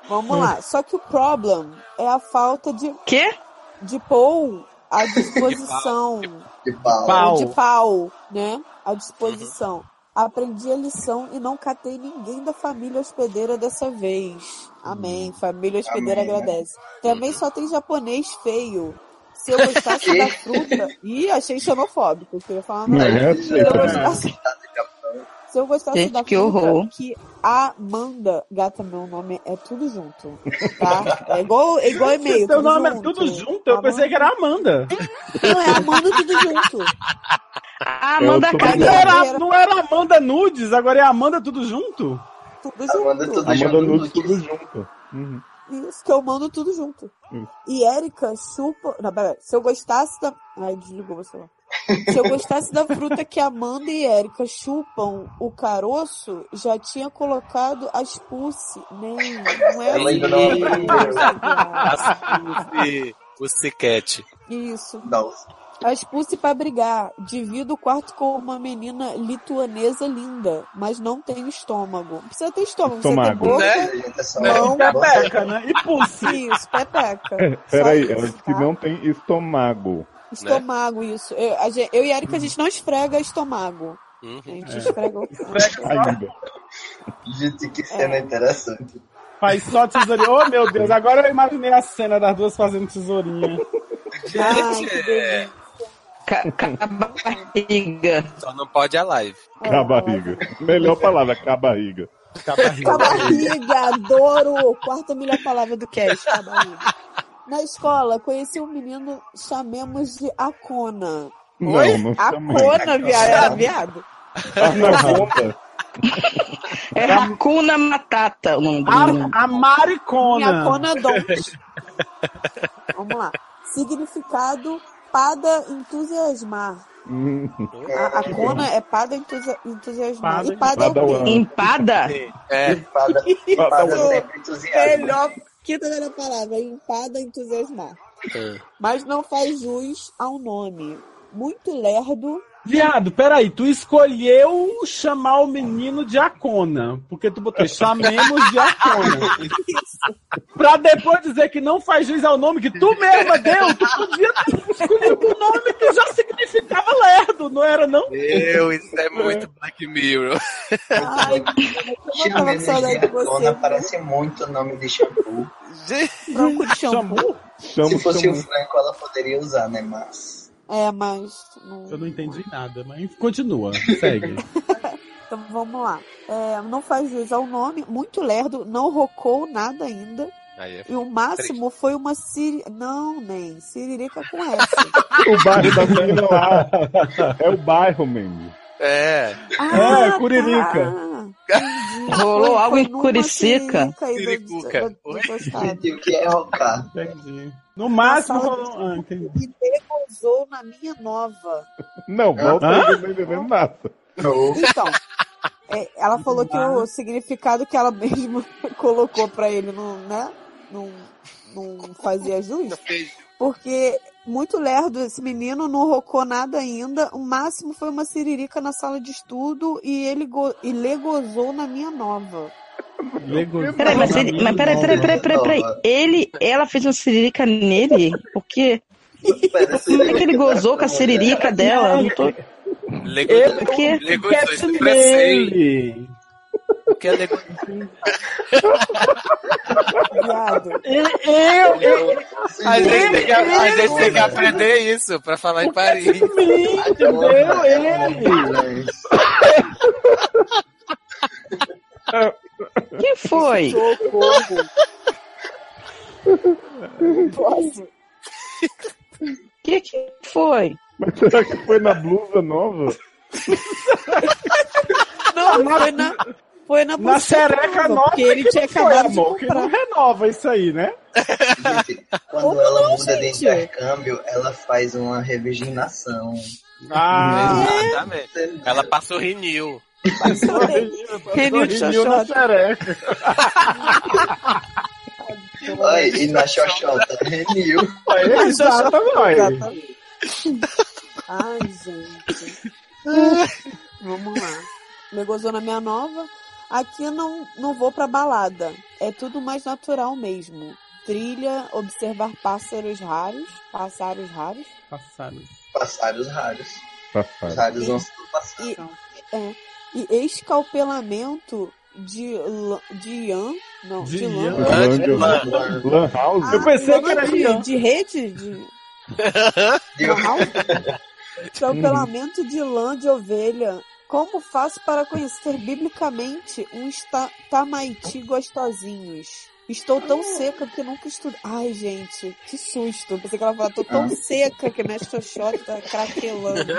Speaker 9: Vamos lá. Só que o problem é a falta de,
Speaker 5: Quê?
Speaker 9: de pão à disposição.
Speaker 1: De pau.
Speaker 9: Ou
Speaker 3: Pau.
Speaker 9: de pau, né? À disposição. Aprendi a lição e não catei ninguém da família hospedeira dessa vez.
Speaker 3: Hum.
Speaker 9: Amém. Família hospedeira
Speaker 3: né?
Speaker 1: Amém.
Speaker 9: agradece. Também só tem japonês feio. Se eu
Speaker 3: (laughs)
Speaker 9: gostasse da fruta. Ih, achei xenofóbico. Eu queria falar
Speaker 10: é
Speaker 9: não.
Speaker 4: Né?
Speaker 9: Se eu
Speaker 4: Tipo,
Speaker 9: gostasse, se eu gostasse
Speaker 5: Gente,
Speaker 9: da
Speaker 5: que
Speaker 9: fruta
Speaker 5: horror.
Speaker 9: que Amanda, gata, meu nome é tudo junto. Tá? É igual, é igual e-mail. Tá
Speaker 3: Seu
Speaker 9: tudo
Speaker 3: nome é tudo junto, eu pensei que era Amanda.
Speaker 9: Não, é Amanda tudo junto.
Speaker 3: É,
Speaker 5: Ah, manda
Speaker 4: Eu tô
Speaker 5: cá.
Speaker 3: Não era, não era Amanda Nudes, agora é Amanda tudo junto?
Speaker 9: Tudo
Speaker 1: Amanda
Speaker 9: junto.
Speaker 1: tudo
Speaker 4: Amanda
Speaker 1: junto.
Speaker 4: Nunes tudo junto. Uhum.
Speaker 9: Isso, que eu mando tudo junto.
Speaker 4: Hum.
Speaker 9: E Érica chupa. Não, pera, se eu gostasse da. Ai, desligou você lá. Se eu gostasse da fruta que Amanda e Érica chupam o caroço, já tinha colocado as pulse. Nem, não é
Speaker 1: Ela ainda não
Speaker 9: assim.
Speaker 2: Assume o Ciquete.
Speaker 9: (laughs) Isso.
Speaker 1: Não,
Speaker 9: As pulse pra brigar. Divido o quarto com uma menina lituanesa linda, mas não tenho estômago. Não precisa ter estômago,
Speaker 4: Estômago.
Speaker 9: precisa
Speaker 2: Né?
Speaker 9: ter boca.
Speaker 1: a gente é só
Speaker 9: Não.
Speaker 3: Pepeca, né? E pulse.
Speaker 9: Isso, pepeca.
Speaker 4: Peraí,
Speaker 9: Só
Speaker 4: ela
Speaker 9: isso,
Speaker 4: disse que
Speaker 9: tá?
Speaker 4: não tem estômago.
Speaker 9: Estômago, isso. Eu, a gente- eu e a Erika, a gente não esfrega estômago.
Speaker 2: Uhum.
Speaker 9: A gente esfrega o
Speaker 4: Ainda.
Speaker 1: Gente, que cena interessante.
Speaker 3: Faz só tesourinha. Oh, meu Deus, agora eu imaginei a cena das duas fazendo tesourinha.
Speaker 9: Ai, que delícia.
Speaker 5: Ca- ca- a barriga.
Speaker 2: Só não pode a live.
Speaker 4: Cabarriga. Melhor palavra, cabarriga.
Speaker 9: Com a barriga, adoro. Quarta melhor palavra do cast, com a barriga. Na escola, conheci um menino, chamemos de Acona.
Speaker 4: Não, não chamei.
Speaker 9: Acona, viado. Era viado?
Speaker 4: Anaconda.
Speaker 5: É Hakuna Matata o nome do
Speaker 3: Ah,
Speaker 5: menino.
Speaker 3: A, a
Speaker 9: Minha
Speaker 3: maricona.
Speaker 9: Acona Don't. (laughs) Vamos lá. Significado, pada entusiasmar.
Speaker 4: Hum,
Speaker 9: A, a Cona é pada entusi- entusiasmar.
Speaker 3: Pada-
Speaker 9: e pada, é o quê?
Speaker 4: Padawan.
Speaker 5: Empada?
Speaker 2: É,
Speaker 1: Espada, espada
Speaker 9: Padawan.
Speaker 1: sempre entusiasma.
Speaker 9: Melhor, quinta melhor palavra, empada entusiasmar. Mas não faz jus ao nome. Muito lerdo.
Speaker 3: Viado, peraí, tu escolheu chamar o menino de Acona, porque tu botou chamemos de Acona. pra depois dizer que não faz juiz ao nome que tu mesma deu, tu podia ter escolhido um nome que já significava lerdo, não era não?
Speaker 2: Meu, isso é muito Black Mirror.
Speaker 9: Ai, eu tava com
Speaker 1: Chamemos de
Speaker 9: saudade de você.
Speaker 1: Acona parece muito o nome de shampoo.
Speaker 9: Branco de shampoo.
Speaker 3: Chamou?
Speaker 4: Chamo,
Speaker 1: Se fosse o
Speaker 4: chamo.
Speaker 1: Franco, ela poderia usar, né? Mas.
Speaker 9: É, mas. não-
Speaker 3: Eu não entendi nada, mas continua, segue.
Speaker 9: Então vamos lá. É, não faz jus ao nome. Muito lerdo. Não rocou nada ainda.
Speaker 2: Aí é
Speaker 9: E o máximo foi uma siri. Não, nem. Siririca com
Speaker 3: (laughs)
Speaker 9: S.
Speaker 4: um- O bairro da menina lá. É o bairro, Mendes.
Speaker 2: É,
Speaker 9: Ah,
Speaker 3: É, Curirica.
Speaker 9: tá. Entendi.
Speaker 5: Rolou
Speaker 9: Foi-
Speaker 5: algo
Speaker 9: foi
Speaker 5: em
Speaker 9: numa
Speaker 5: Curicica.
Speaker 9: Curirica e do-
Speaker 2: Curirica.
Speaker 9: do- do
Speaker 10: Tá.
Speaker 9: tostado.
Speaker 1: Gente, o que é rocar?
Speaker 3: Entendi. No máximo,
Speaker 9: Passava-
Speaker 3: falou- ah, entendi.
Speaker 9: E degozou na minha nova.
Speaker 4: Não, volta
Speaker 3: Hã?
Speaker 4: aí, não entendendo nada.
Speaker 1: No.
Speaker 9: Então, é, ela
Speaker 10: (laughs)
Speaker 9: falou que o significado que ela mesma (laughs) colocou pra ele não, né, não, não fazia jus, porque muito lerdo esse menino, não rocou nada ainda, o máximo foi uma siririca na sala de estudo e ele go e legozou na minha nova.
Speaker 3: Legozou
Speaker 5: Peraí, mas,
Speaker 3: na
Speaker 5: ele,
Speaker 3: minha
Speaker 5: mas peraí, peraí, peraí, peraí, peraí. Ele, ela fez uma siririca nele? Por quê? Como é que ele gozou com a siririca dela? Eu Não tô...
Speaker 2: Lego,
Speaker 3: Eu-
Speaker 2: Lego,
Speaker 5: Porque
Speaker 2: Lego,
Speaker 3: Cat
Speaker 2: Lego,
Speaker 3: Nele.
Speaker 2: que é Lego,
Speaker 9: Viado.
Speaker 3: Eu, eu,
Speaker 2: a gente tem que, a gente tem que aprender isso pra falar em Paris.
Speaker 3: eu, entendeu? Ele.
Speaker 5: que foi?
Speaker 9: Socorro. Posso?
Speaker 5: que que foi?
Speaker 4: Mas Será que foi na blusa nova?
Speaker 10: Não, foi na. Foi na,
Speaker 3: na
Speaker 10: cereca
Speaker 3: nova.
Speaker 10: Porque ele tinha
Speaker 3: que foi,
Speaker 10: acabado de
Speaker 3: amor, que não
Speaker 10: comprar.
Speaker 3: renova isso aí, né?
Speaker 1: Quando ela muda de intercâmbio, ela faz uma revirginação.
Speaker 3: Ah,
Speaker 2: Exatamente. Ela passa o Renew.
Speaker 10: Renil de
Speaker 3: Renil na
Speaker 10: xoxota.
Speaker 3: xereca.
Speaker 1: Ai, e na xoxota, né, renil.
Speaker 3: é, Exatamente.
Speaker 10: Ai, gente. Vamos lá. Me gozou na minha nova. Aqui eu não, não vou pra balada. É tudo mais natural mesmo. Trilha, observar pássaros raros. Passaros raros.
Speaker 3: Passaram.
Speaker 1: Passados raros.
Speaker 4: Tá
Speaker 1: Os
Speaker 4: Passado.
Speaker 1: raros vão sendo passados.
Speaker 10: E, é, e escalpelamento de, lã- de Ian. Não, de,
Speaker 3: De
Speaker 10: lã.
Speaker 3: lã.
Speaker 4: Lan House?
Speaker 3: Eu pensei que era
Speaker 10: de,
Speaker 3: Ian.
Speaker 10: de rede? De... Não? Escalpelamento de lã de ovelha. Como faço para conhecer biblicamente uns ta tamaiti gostosinhos? Estou tão seca que nunca estudei. Ai, gente, que susto. Pensei que ela falou, tô tão seca que minha xoxota tá craquelando.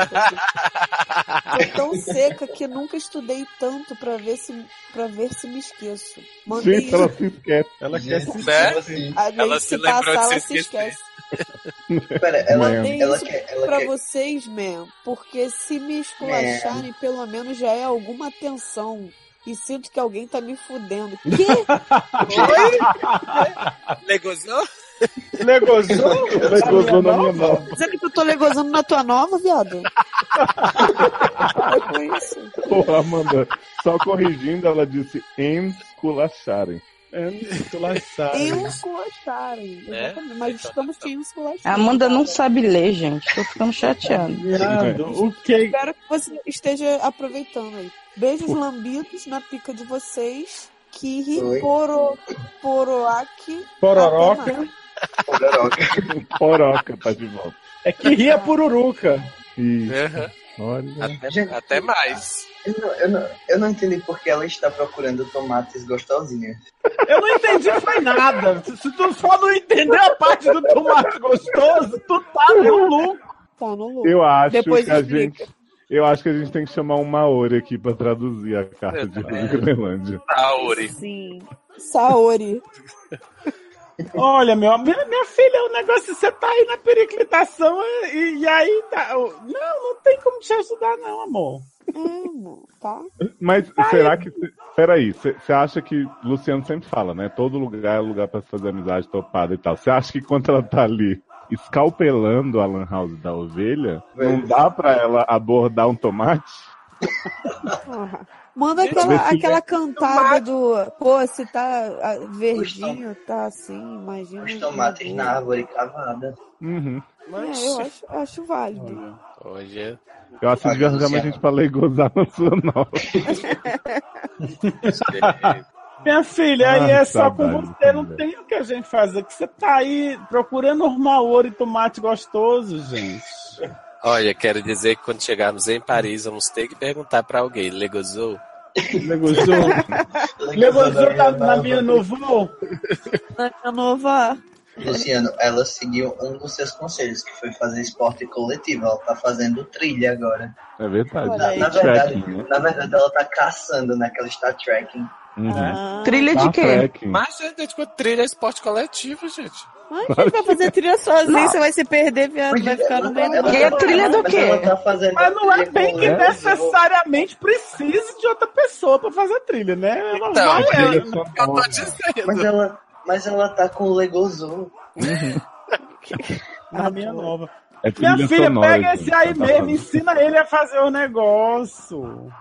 Speaker 10: Tô tão seca que nunca estudei tanto para ver se para ver se me esqueço. Mandei
Speaker 4: Gente, ela se esquece.
Speaker 3: Ela
Speaker 1: Gente,
Speaker 3: quer se...
Speaker 2: Né?
Speaker 1: tipo assim,
Speaker 10: Às vezes,
Speaker 2: ela se
Speaker 10: se
Speaker 2: lembrou
Speaker 10: passar,
Speaker 2: de se
Speaker 10: ela se
Speaker 2: esquecer.
Speaker 10: esquece.
Speaker 1: Pera, ela,
Speaker 10: Mandei
Speaker 1: ela
Speaker 10: isso
Speaker 1: quer.
Speaker 10: pra
Speaker 1: Ela quer
Speaker 10: vocês, man, porque se me esculacharem, pelo menos já é alguma atenção. E sinto que alguém tá me fudendo. Que?
Speaker 2: Legozou?
Speaker 3: Legozou?
Speaker 4: Ela gozou na minha mão.
Speaker 10: Dizendo que eu tô legozando na tua nova, viado? Foi com isso.
Speaker 4: Porra, Amanda. Só corrigindo, ela disse esculacharem.
Speaker 10: Insculacharem.
Speaker 2: É?
Speaker 10: um Exatamente. Mas estamos te
Speaker 14: A
Speaker 10: insculacharem.
Speaker 14: Amanda não
Speaker 10: cara.
Speaker 14: sabe ler, gente. Tô ficando chateada.
Speaker 3: Viado, o que?
Speaker 10: Espero que você esteja aproveitando aí. Beijos lambidos na pica de vocês. Kiri
Speaker 1: Oi.
Speaker 10: Poro, Poroaki.
Speaker 3: Pororoca.
Speaker 1: pororoca.
Speaker 4: Poroca tá de volta.
Speaker 3: É que ria pururuca.
Speaker 4: E
Speaker 2: Uhum.
Speaker 4: olha.
Speaker 1: Gente,
Speaker 2: Até mais.
Speaker 1: eu não, eu, não, eu não entendi porque ela está procurando tomates gostosinhos.
Speaker 3: Eu não entendi foi nada. Se, se tu só não entender a parte do tomate gostoso, tu tá no lucro.
Speaker 10: Tá no lucro.
Speaker 4: Eu acho
Speaker 10: Depois
Speaker 4: que a
Speaker 10: explica.
Speaker 4: gente. Eu acho que a gente tem que chamar um Maori aqui pra traduzir a carta
Speaker 2: Eu
Speaker 4: de
Speaker 2: também.
Speaker 4: (laughs) Groenlândia.
Speaker 2: Tauri.
Speaker 15: Sim.
Speaker 10: Saori.
Speaker 3: Olha, meu, minha, minha filha, o negócio, você tá aí na periclitação e, e aí tá. o- Não, não tem como te ajudar, não, amor.
Speaker 10: É, amor, tá?
Speaker 4: Mas será que. Peraí, você acha que. Luciano sempre fala, né? Todo lugar é lugar pra se fazer amizade topada e tal. Você acha que quando ela tá ali escalpelando a Lan House da ovelha,
Speaker 1: é.
Speaker 4: não dá pra ela abordar um tomate?
Speaker 10: Porra. Manda
Speaker 2: Gente,
Speaker 10: aquela,
Speaker 4: esse
Speaker 10: aquela cantada do. Pô, se tá ah, verdinho, tá assim, imagina.
Speaker 1: Os
Speaker 10: Hum.
Speaker 1: tomates na árvore cavada.
Speaker 4: Uhum.
Speaker 10: É, eu acho, eu acho válido.
Speaker 2: Hoje
Speaker 4: Eu acho que
Speaker 1: Olha,
Speaker 4: devia arranjar mais
Speaker 1: Luciano.
Speaker 4: gente pra ler e gozar (laughs) na sua nova.
Speaker 2: é.
Speaker 3: Minha filha, aí
Speaker 4: Ah,
Speaker 3: é só com
Speaker 4: saudade,
Speaker 3: você, não
Speaker 4: filha.
Speaker 3: tem o que a gente fazer, que você tá aí procurando um maori tomate gostoso, (laughs) gente.
Speaker 2: Olha, quero dizer que quando chegarmos em Paris, vamos ter que perguntar pra alguém. Legozou?
Speaker 3: (laughs) Legozou. Legozou na, tá na minha novo.
Speaker 10: Na nova.
Speaker 1: Luciano, ela seguiu um dos seus conselhos, que foi fazer esporte coletivo. Ela tá fazendo trilha agora.
Speaker 4: É verdade.
Speaker 10: Olha
Speaker 1: Na,
Speaker 10: aí.
Speaker 1: na verdade,
Speaker 4: Trekking, né?
Speaker 1: na verdade, ela tá caçando naquela Star Trekking.
Speaker 4: Uhum.
Speaker 10: Ah.
Speaker 14: Trilha de
Speaker 3: Tá
Speaker 4: Star
Speaker 14: quê?
Speaker 4: Trekking.
Speaker 2: Mas, gente, tipo, trilha é esporte coletivo, gente.
Speaker 10: Mas a gente vai fazer trilha sozinho, você vai se perder, viado, vai ficar no meio
Speaker 1: tá
Speaker 10: do
Speaker 1: é
Speaker 14: E a trilha do
Speaker 1: Mas
Speaker 14: quê?
Speaker 1: ela tá fazendo
Speaker 3: Mas não é
Speaker 1: trilha
Speaker 3: bem que
Speaker 1: coletivo.
Speaker 3: necessariamente precise de outra pessoa pra fazer trilha, né? É normal,
Speaker 4: A
Speaker 3: é.
Speaker 4: trilha
Speaker 2: Eu tô
Speaker 4: sonora.
Speaker 1: Mas
Speaker 2: dizendo.
Speaker 1: ela, mas ela tá com o Legozou.
Speaker 3: Na minha nova.
Speaker 4: É
Speaker 3: Minha
Speaker 4: trilha
Speaker 3: filha,
Speaker 4: sonora,
Speaker 3: pega
Speaker 4: gente,
Speaker 3: esse aí
Speaker 4: tá
Speaker 3: mesmo,
Speaker 4: falando.
Speaker 3: ensina ele a fazer o negócio.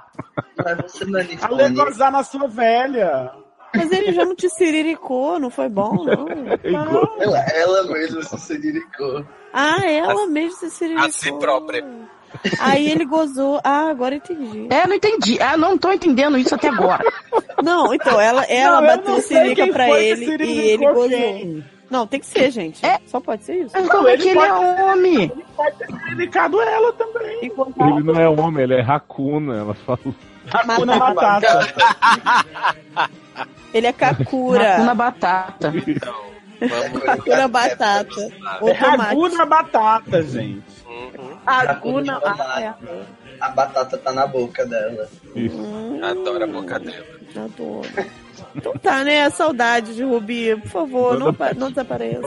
Speaker 1: Mas você não é de
Speaker 3: A
Speaker 1: fone.
Speaker 3: legozar na sua velha.
Speaker 10: Mas ele já não te siriricou, não foi bom, não.
Speaker 4: (laughs) É igual-
Speaker 1: Ela, ela mesma se sediricou.
Speaker 10: Ah, ela mesmo se siriricou.
Speaker 2: a si própria.
Speaker 10: um- Aí ele gozou. Ah, agora entendi. (laughs)
Speaker 14: É, não entendi. Ah, não tô entendendo isso até agora.
Speaker 10: Não, então, ela, ela
Speaker 3: (laughs) Não, eu
Speaker 10: bateu
Speaker 3: não
Speaker 10: o
Speaker 3: sei
Speaker 10: sirica
Speaker 3: quem
Speaker 10: pra
Speaker 3: foi que
Speaker 10: ele e
Speaker 3: siriricou
Speaker 10: ele gozou.
Speaker 3: quem.
Speaker 10: Não, tem que ser, gente.
Speaker 14: É.
Speaker 10: Só pode ser isso.
Speaker 14: Mas como é
Speaker 3: ele
Speaker 14: que ele
Speaker 3: pode-
Speaker 14: é homem?
Speaker 3: Ele pode ter siriricado ela também.
Speaker 10: E gozar.
Speaker 4: Ele não é homem, ele é racuna, ela falou.
Speaker 3: Hakuna
Speaker 10: Matata.
Speaker 3: Matata.
Speaker 10: Ele é
Speaker 14: Macuna
Speaker 3: (laughs)
Speaker 10: Kakura.
Speaker 14: batata.
Speaker 2: Então, vamos
Speaker 9: É
Speaker 10: Kakura batata. Ou tomate.
Speaker 3: Hakuna é Batata, gente.
Speaker 2: Uhum.
Speaker 9: Aguna.
Speaker 1: Ah, é. A batata tá na boca dela.
Speaker 2: Hum, Adoro a boca dela.
Speaker 9: Adoro. Então tá, né? Saudade de Rubi. Por favor, não, apa- não desapareça.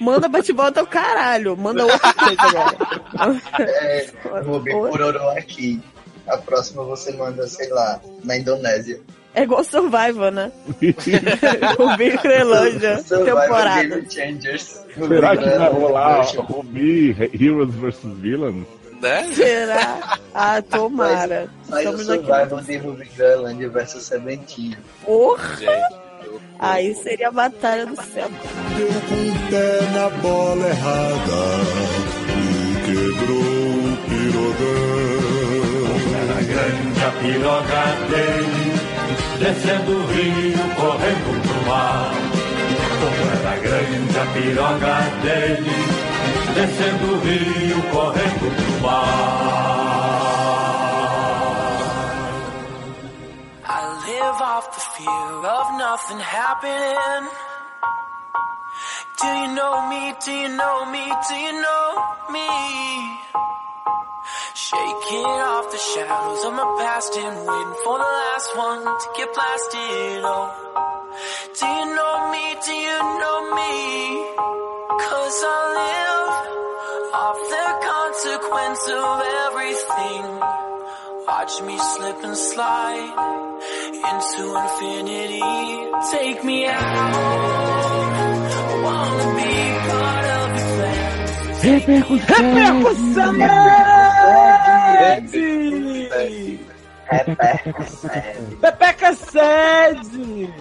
Speaker 9: Manda bate-volta ao caralho. Manda outra coisa agora. (laughs)
Speaker 1: É, Rubi, pororó aqui. A próxima você manda, sei lá, na Indonésia.
Speaker 9: É igual Survivor, né? Rubi Crelândia.
Speaker 1: Survivor
Speaker 9: É, Temporada.
Speaker 1: Game Changers. Rubi
Speaker 4: Será que vai
Speaker 1: Grela,
Speaker 4: rolar
Speaker 1: Rubi
Speaker 4: Ruby Heroes vs Villains?
Speaker 2: né,
Speaker 9: Será? Ah, tomara.
Speaker 1: Aí o
Speaker 9: Estamos aqui.
Speaker 1: Survival de Ruby Grelândia versus Seventinho.
Speaker 9: Porra! Aí seria a batalha do céu.
Speaker 7: Deu com o pé na bola errada e quebrou o pirogão. Na grande a piroga dele, descendo o é rio, correndo pro mar. Como era grande a piroga dele, descendo o rio, correndo pro mar.
Speaker 16: I live off the fear of nothing happening. Do you know me? Do you know me? Do you know me? Shaking off the shadows of my past and waiting for the last one to get blasted. Oh, do you know me? Do you know me? Cause I live off the consequence of everything. Watch me slip and slide into infinity. Take me out. Wanna be part of the plan.
Speaker 3: Repercussão! Sede! Pepeca Sede!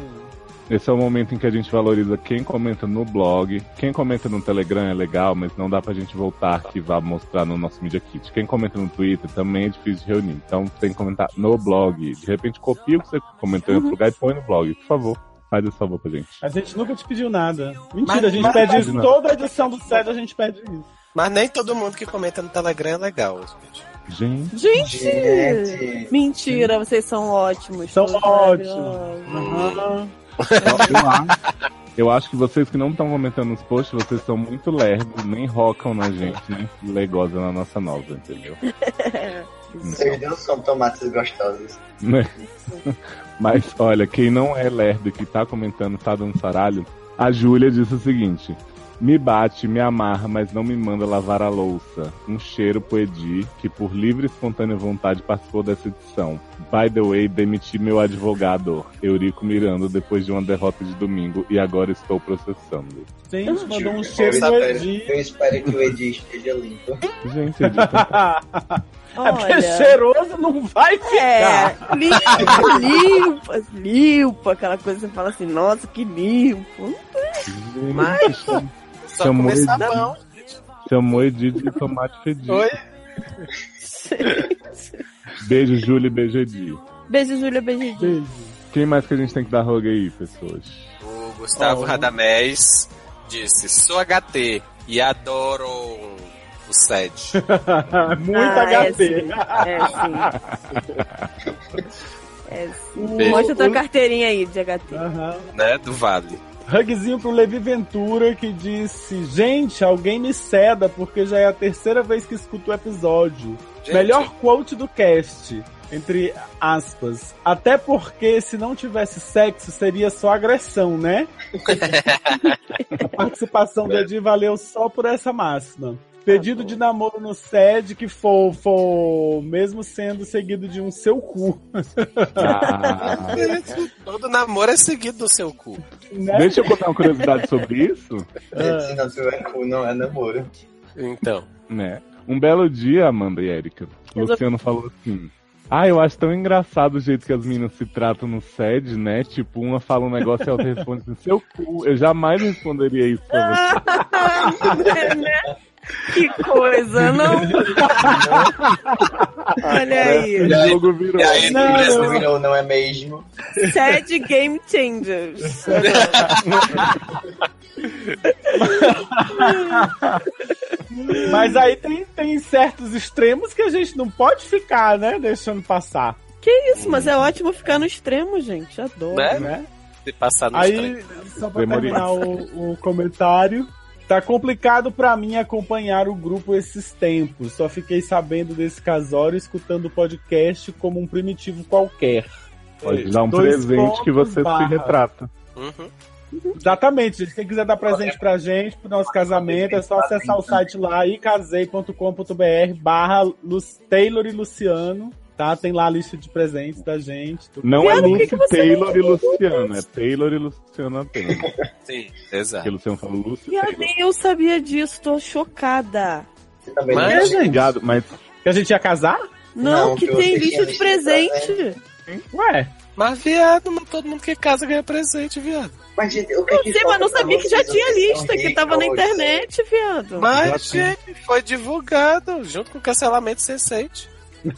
Speaker 4: Esse é o momento em que a gente valoriza quem comenta no blog. Quem comenta no Telegram é legal, mas não dá pra gente voltar arquivar, mostrar no nosso Media Kit. Quem comenta no Twitter também é difícil de reunir. Então tem que comentar no blog. De repente copia o que você comentou em outro
Speaker 3: Uhum.
Speaker 4: lugar e põe no blog. Por favor, faz esse favor pra gente.
Speaker 3: A gente nunca te pediu nada. Mentira,
Speaker 2: Mas-
Speaker 3: a gente
Speaker 2: mas-
Speaker 3: pede
Speaker 4: mas
Speaker 3: isso.
Speaker 4: não.
Speaker 3: Toda edição do SED a gente pede isso.
Speaker 2: Mas nem todo mundo que comenta no Telegram é legal.
Speaker 4: Gente.
Speaker 9: Gente!
Speaker 2: Gente.
Speaker 9: Mentira, vocês são ótimos.
Speaker 3: São
Speaker 9: todos
Speaker 3: ótimos.
Speaker 9: maravilhosos.
Speaker 4: Uhum. Eu acho, eu acho que vocês que não estão comentando nos posts, vocês são muito lerdos, nem rocam na gente, nem legosa na nossa nova, entendeu?
Speaker 1: Perdeu são tomates gostosos.
Speaker 4: né? Mas olha, quem não é lerdo e que tá comentando, tá dando saralho, a Júlia disse o seguinte: me bate, me amarra, mas não me manda lavar a louça. Um cheiro pro Edi, que por livre e espontânea vontade participou dessa edição. By the way, demiti meu advogado, Eurico Miranda, depois de uma derrota de domingo e agora estou processando.
Speaker 3: Gente, mandou um
Speaker 1: Eu
Speaker 3: cheiro do
Speaker 1: espero-
Speaker 9: é
Speaker 3: Edi.
Speaker 1: Eu espero que o Edi esteja limpo.
Speaker 4: Gente, tá Edi,
Speaker 3: (laughs) É porque cheiroso não vai
Speaker 9: É,
Speaker 3: ficar.
Speaker 9: limpa, limpa, limpa, aquela coisa que você fala assim, nossa, que limpo.
Speaker 4: Mas,
Speaker 9: só
Speaker 4: chamou
Speaker 9: comer
Speaker 4: Edi-
Speaker 9: sabão.
Speaker 4: Chamou Edi de tomate fedido.
Speaker 9: Oi?
Speaker 4: Beijo, Júlia, beijo, Edi.
Speaker 9: Beijo, Júlia, beijo.
Speaker 4: Beijo. Quem mais que a gente tem que dar rogue aí, pessoas?
Speaker 2: O Gustavo
Speaker 4: Oh.
Speaker 2: Radamés disse: sou HT e adoro o (laughs) SED.
Speaker 3: Muita
Speaker 9: Ah, é
Speaker 3: HT.
Speaker 9: sim, É,
Speaker 2: Beijo.
Speaker 9: mostra tua carteirinha aí de HT.
Speaker 2: né? Do Vale.
Speaker 3: Hugzinho pro Levi Ventura que disse: Gente, alguém me ceda, porque já é a terceira vez que escuto o episódio.
Speaker 2: Gente.
Speaker 3: Melhor quote do cast. Entre aspas. Até porque se não tivesse sexo, seria só agressão, né? a participação do Edi valeu só por essa máxima. Pedido de namoro no SED que fofo, mesmo sendo seguido de um seu cu.
Speaker 4: Ah,
Speaker 2: Todo namoro é seguido do seu cu.
Speaker 3: né?
Speaker 4: Deixa eu contar uma curiosidade sobre isso.
Speaker 1: Gente, não tiver cu, não é namoro.
Speaker 2: Então.
Speaker 4: Né? Um belo dia, Amanda e Erika, o
Speaker 1: Resol-
Speaker 4: Luciano falou assim. Ah, eu acho tão engraçado o jeito que as meninas se tratam no SED, né? Tipo, uma fala um negócio e a outra responde assim, seu cu. Eu jamais responderia isso pra você.
Speaker 9: Que coisa,
Speaker 3: (laughs)
Speaker 9: não? Olha aí.
Speaker 3: É.
Speaker 4: O jogo virou.
Speaker 1: E aí,
Speaker 9: Não, não.
Speaker 1: não, virou, não é mesmo?
Speaker 9: Sete Game Changers.
Speaker 3: Mas aí tem, tem certos extremos que a gente não pode ficar, né? Deixando passar.
Speaker 9: Que isso, mas é ótimo ficar no extremo, gente.
Speaker 3: Né?
Speaker 9: Adoro.
Speaker 2: Né? Se passar no
Speaker 3: Aí, só pra
Speaker 2: Demorei.
Speaker 3: terminar o, o comentário, Tá complicado pra mim acompanhar o grupo esses tempos. Só fiquei sabendo desse casório escutando o podcast como um primitivo qualquer. É,
Speaker 4: Pode dar um
Speaker 3: Dois
Speaker 4: presente que
Speaker 3: pontos,
Speaker 4: você
Speaker 3: barra.
Speaker 4: se retrata.
Speaker 2: Uhum.
Speaker 3: Exatamente, gente. Quem quiser dar presente pra gente, pro nosso casamento, é só acessar o site lá, icasei.com.br barra Lu- Taylor e Luciano, tá? Tem lá a lista de presentes da gente. tudo.
Speaker 4: Não é Lucy Taylor e Luciano, é Taylor e Luciano apenas.
Speaker 2: Sim, exato.
Speaker 4: Porque Luciano falou Lucy
Speaker 9: E eu
Speaker 4: Taylor.
Speaker 9: nem eu sabia disso, tô chocada.
Speaker 4: Mas, Obrigado, mas...
Speaker 3: Que a gente ia casar?
Speaker 9: Não, que, tem lista né? de presente.
Speaker 3: Ué.
Speaker 2: Mas, viado, não todo mundo que casa ganha presente, viado.
Speaker 1: Mas, gente, o é
Speaker 9: Não sei, mas não sabia que já tinha lista, né? um que tava na internet, viado.
Speaker 2: Mas, gente, foi divulgado junto com o cancelamento recente.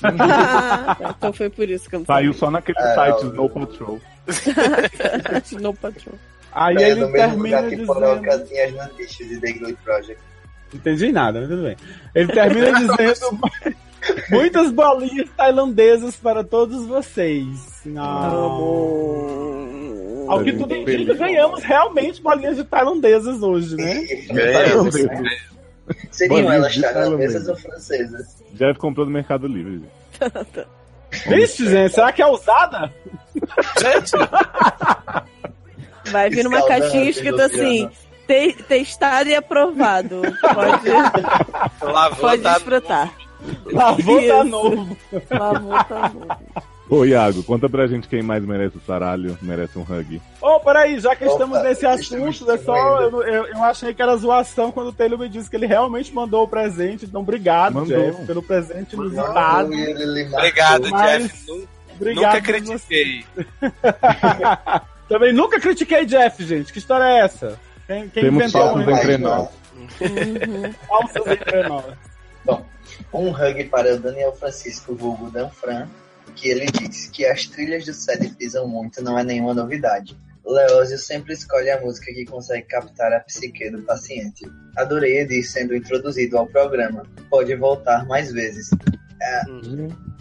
Speaker 9: Ah, (laughs) tá, então foi por isso que eu não
Speaker 4: Saiu só naquele
Speaker 9: É,
Speaker 4: site
Speaker 9: não,
Speaker 4: Snow Patrol.
Speaker 9: sabia. no patrão.
Speaker 3: Aí
Speaker 1: é
Speaker 3: ele
Speaker 1: no mesmo
Speaker 3: termina
Speaker 1: lugar que
Speaker 3: dizendo-
Speaker 1: coloca assim, as notícias de The Glue Project.
Speaker 3: Entendi nada, mas tudo bem. Ele
Speaker 2: (laughs)
Speaker 3: termina dizendo muitas bolinhas tailandesas para todos vocês. Não. Ao que tudo indica, ganhamos realmente bolinhas de tailandesas hoje, né?
Speaker 1: Ganhamos, né? Seriam
Speaker 4: Bolinhas
Speaker 1: elas
Speaker 4: de
Speaker 1: tailandesas
Speaker 4: tailandesas.
Speaker 1: ou francesas?
Speaker 4: Jeff comprou no Mercado Livre. gente.
Speaker 3: Vixe, gente, será que é usada?
Speaker 9: Vai vir numa
Speaker 3: Escaldante,
Speaker 9: caixinha escrito assim: "Te- testado e aprovado.
Speaker 2: Lavou,
Speaker 9: Pode
Speaker 2: tá
Speaker 9: desfrutar.
Speaker 3: Lavou, tá
Speaker 9: Isso.
Speaker 3: novo.
Speaker 9: Lavou, tá novo.
Speaker 4: Ô, Iago, conta pra gente quem mais merece o saralho, merece um hug.
Speaker 3: Ô, peraí, já que estamos nesse assunto, é só. Eu, eu, eu achei que era zoação quando o Taylor me disse que ele realmente mandou o presente. Então, obrigado,
Speaker 2: Mandou.
Speaker 3: Jeff, pelo presente inusitado.
Speaker 2: Obrigado,
Speaker 3: Mas-
Speaker 2: Jeff. Nu-
Speaker 3: Obrigado
Speaker 2: Nunca critiquei.
Speaker 3: (laughs) Também nunca critiquei Jeff, gente. Que história é essa? Quem, quem
Speaker 4: Temos
Speaker 3: inventou
Speaker 4: falsos
Speaker 3: isso?
Speaker 4: em Grenal.
Speaker 2: Uhum.
Speaker 3: Falsas em Grenal.
Speaker 1: Um hug para o Daniel Francisco Vulgo Danfran, que ele diz que as trilhas do set pisam muito não é nenhuma novidade. Leózio sempre escolhe a música que consegue captar a psique do paciente. Adorei Edir sendo introduzido ao programa. Pode voltar mais vezes. É,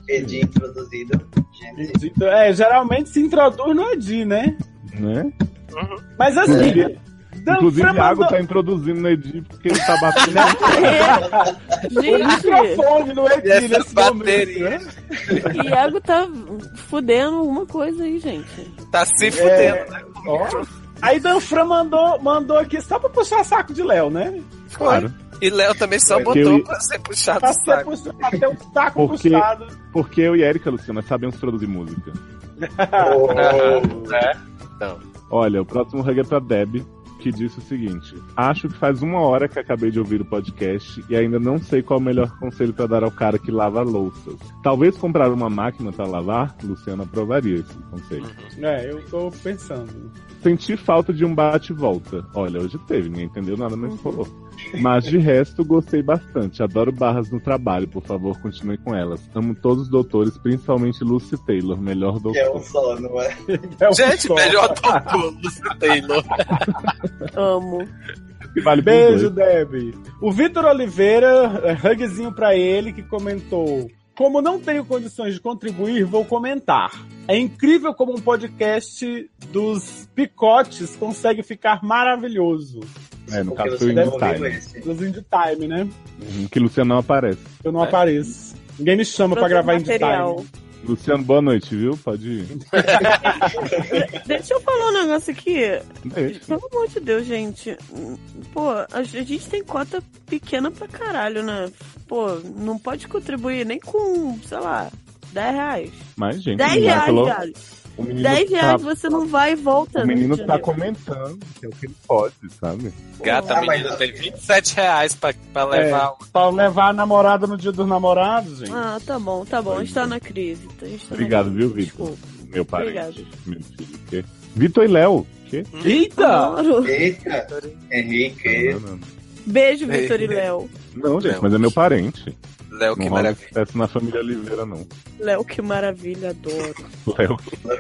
Speaker 1: Edir introduzido.
Speaker 3: Então, É, geralmente se introduz no Edi, né?
Speaker 4: Né?
Speaker 3: Mas assim,
Speaker 4: Inclusive, É. Inclusive, o Iago tá introduzindo no Edi porque ele tá batendo. tá
Speaker 3: o um microfone no Edi nesse momento. né?
Speaker 9: Iago tá fudendo alguma coisa aí, gente.
Speaker 2: Tá se fudendo, né?
Speaker 3: Ó. Aí Danfran mandou, mandou aqui só pra puxar saco de Léo, né?
Speaker 4: Claro.
Speaker 2: E Léo também só
Speaker 4: Porque
Speaker 2: botou
Speaker 4: eu-
Speaker 2: pra ser puxado
Speaker 3: Pra
Speaker 2: o
Speaker 3: ser
Speaker 2: Tá saco.
Speaker 3: puxado, pra ter um saco
Speaker 4: Porque,
Speaker 3: puxado.
Speaker 4: porque eu e Erika, Luciana, sabemos produzir música.
Speaker 2: Aham, né? Então.
Speaker 4: Olha, o próximo hug é pra Deb, que disse o seguinte: Acho que faz uma hora que acabei de ouvir o podcast e ainda não sei qual o melhor conselho pra dar ao cara que lava louças. Talvez comprar uma máquina pra lavar? Luciana aprovaria esse conselho.
Speaker 3: É, eu tô pensando.
Speaker 4: Senti falta de um bate e volta. Olha, hoje teve, ninguém entendeu nada,
Speaker 9: Uhum.
Speaker 4: mas falou. Mas de resto, gostei bastante. Adoro barras no trabalho, por favor, continue com elas. Amo todos os doutores, principalmente Lucy Taylor, melhor
Speaker 1: Que é um
Speaker 4: doutor.
Speaker 1: só, não é?
Speaker 2: (laughs) Gente,
Speaker 3: Tá
Speaker 2: melhor doutor, Lúcio Taylor.
Speaker 9: Amo.
Speaker 4: Vale por
Speaker 3: Beijo,
Speaker 4: dois.
Speaker 3: Deb. O Vitor Oliveira, eh, hugzinho pra ele, que comentou. Como não tenho condições de contribuir, vou comentar. É incrível como um podcast dos picotes consegue ficar maravilhoso.
Speaker 4: É, no
Speaker 1: Porque
Speaker 4: caso
Speaker 1: você
Speaker 4: foi o
Speaker 1: não ouviu
Speaker 4: Time.
Speaker 1: esse.
Speaker 3: Dos Indie Time, né?
Speaker 4: Uhum, Que Luciano não aparece.
Speaker 3: Eu não apareço. Ninguém me chama pra
Speaker 9: Todo
Speaker 3: gravar Indie
Speaker 9: material.
Speaker 3: Time.
Speaker 4: Luciano, boa noite, viu? Pode ir.
Speaker 9: Deixa eu falar um negócio aqui.
Speaker 4: Beijo.
Speaker 9: Pelo amor de Deus, gente. Pô, a gente tem cota pequena pra caralho, né? Pô, não pode contribuir nem com, sei lá, 10 reais.
Speaker 4: Mas, gente,
Speaker 9: 10
Speaker 4: o menino
Speaker 9: reais,
Speaker 4: falou-
Speaker 9: viado.
Speaker 4: o menino
Speaker 9: 10
Speaker 4: tá-
Speaker 9: reais você não vai e volta.
Speaker 4: O menino tá
Speaker 9: né, Janeiro?
Speaker 4: comentando, que é o que ele pode, sabe?
Speaker 2: (laughs) Gata, a menina tem 27 reais pra, pra levar um
Speaker 3: É, pra levar a namorada no dia dos namorados, gente.
Speaker 9: Ah, tá bom, tá bom. A gente tá na crise. A gente tá na
Speaker 4: Obrigado,
Speaker 9: crise.
Speaker 4: viu, Vitor? Meu parente.
Speaker 9: Obrigado.
Speaker 4: Meu filho. o quê? Vitor e Léo. Quê?
Speaker 3: Eita!
Speaker 1: Eita! Henrique.
Speaker 4: Não, não, não.
Speaker 9: Beijo, Vitor e Léo.
Speaker 4: Não, gente, mas é meu parente.
Speaker 2: Léo,
Speaker 4: não
Speaker 2: que
Speaker 4: rola
Speaker 2: maravilha.
Speaker 4: sucesso na família Oliveira, não.
Speaker 9: Léo, que maravilha, adoro.
Speaker 4: Léo.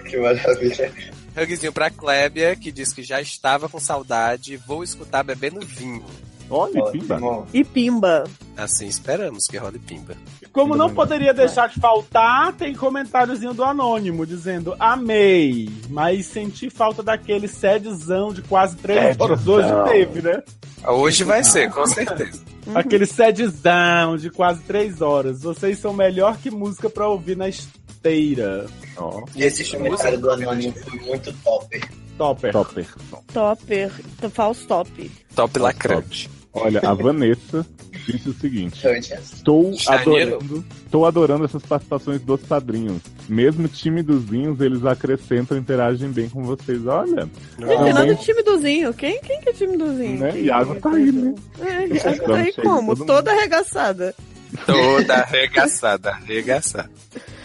Speaker 1: Que
Speaker 4: (laughs)
Speaker 1: maravilha.
Speaker 2: Hugzinho pra Clébia, que diz que já estava com saudade. Vou escutar bebendo vinho.
Speaker 4: Olha, pimba.
Speaker 9: E Pimba.
Speaker 2: Assim esperamos que role pimba.
Speaker 3: Como não poderia deixar de faltar, tem comentáriozinho do Anônimo dizendo: Amei, mas senti falta daquele sedezão de quase três horas. Hoje teve, né?
Speaker 2: Hoje vai ser, com certeza.
Speaker 3: Aquele sedzão de quase três horas. Vocês são melhor que música pra ouvir na esteira.
Speaker 1: Ó. E esse comentário do Anônimo foi muito top.
Speaker 3: Topper.
Speaker 4: Topper.
Speaker 9: Topper. Falso top.
Speaker 2: Top lacrante.
Speaker 4: Olha, a Vanessa disse o seguinte:
Speaker 1: Então,
Speaker 4: Estou adorando, estou adorando essas participações dos padrinhos. Mesmo timidozinhos, eles acrescentam e interagem bem com vocês. Olha.
Speaker 9: Gente, é nada de timidozinho. Quem, quem que é timidozinho?
Speaker 4: Né? Iago tá aí, né?
Speaker 9: É, Iago tá aí como? Toda arregaçada.
Speaker 2: Toda arregaçada, arregaçada.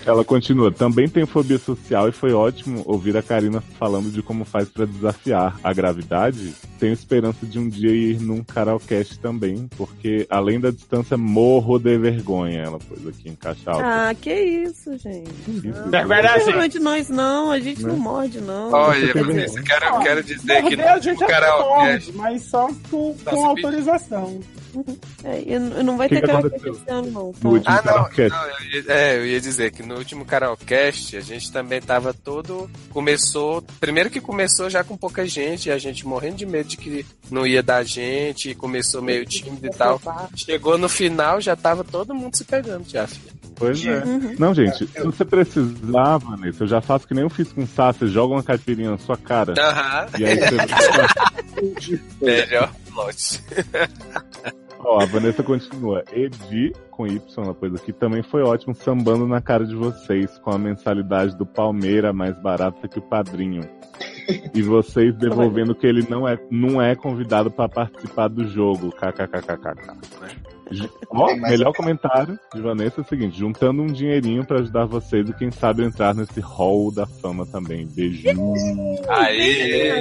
Speaker 4: Ela continua. Também tem fobia social e foi ótimo ouvir a Karina falando de como faz para desafiar a gravidade. Tenho esperança de um dia ir num karaokast também, porque além da distância, morro de vergonha. Ela pôs aqui em caixa alta.
Speaker 9: Ah, que isso, gente.
Speaker 3: Isso,
Speaker 9: ah,
Speaker 3: é verdade.
Speaker 9: Não é de nós, não. A gente não, não morde, não.
Speaker 2: Olha, Vanessa, quero, eu quero dizer
Speaker 3: Morder,
Speaker 2: que
Speaker 3: a gente é karaokast... mas só com, com Nossa, autorização.
Speaker 9: É, e não vai
Speaker 4: Que
Speaker 9: ter
Speaker 4: que
Speaker 9: karaokê
Speaker 4: aconteceu?
Speaker 9: esse ano, não. tá?
Speaker 4: No último
Speaker 2: Ah, não,
Speaker 4: karaokê.
Speaker 2: não, eu ia- é, eu ia dizer que no último Carolcast a gente também tava todo. Começou. Primeiro que começou já com pouca gente, e a gente morrendo de medo de que não ia dar gente, e começou meio tímido e tal. Chegou no final, já tava todo mundo se pegando, já, filha.
Speaker 4: Pois é. Não, gente, se você precisar, Vanessa, eu já faço que nem eu fiz com o Sá, você joga uma caipirinha na sua cara.
Speaker 2: Aham.
Speaker 4: E aí você.
Speaker 2: Melhor plot.
Speaker 4: Ó, a Vanessa continua. Edi, com Y, ela pôs aqui, também foi ótimo sambando na cara de vocês, com a mensalidade do Palmeira mais barata que o padrinho. E vocês devolvendo que ele não é, não é convidado pra participar do jogo. KKKKK. Ju- Ó, melhor comentário de Vanessa é o seguinte: juntando um dinheirinho pra ajudar vocês e quem sabe entrar nesse hall da fama também. Beijinho.
Speaker 2: Aê!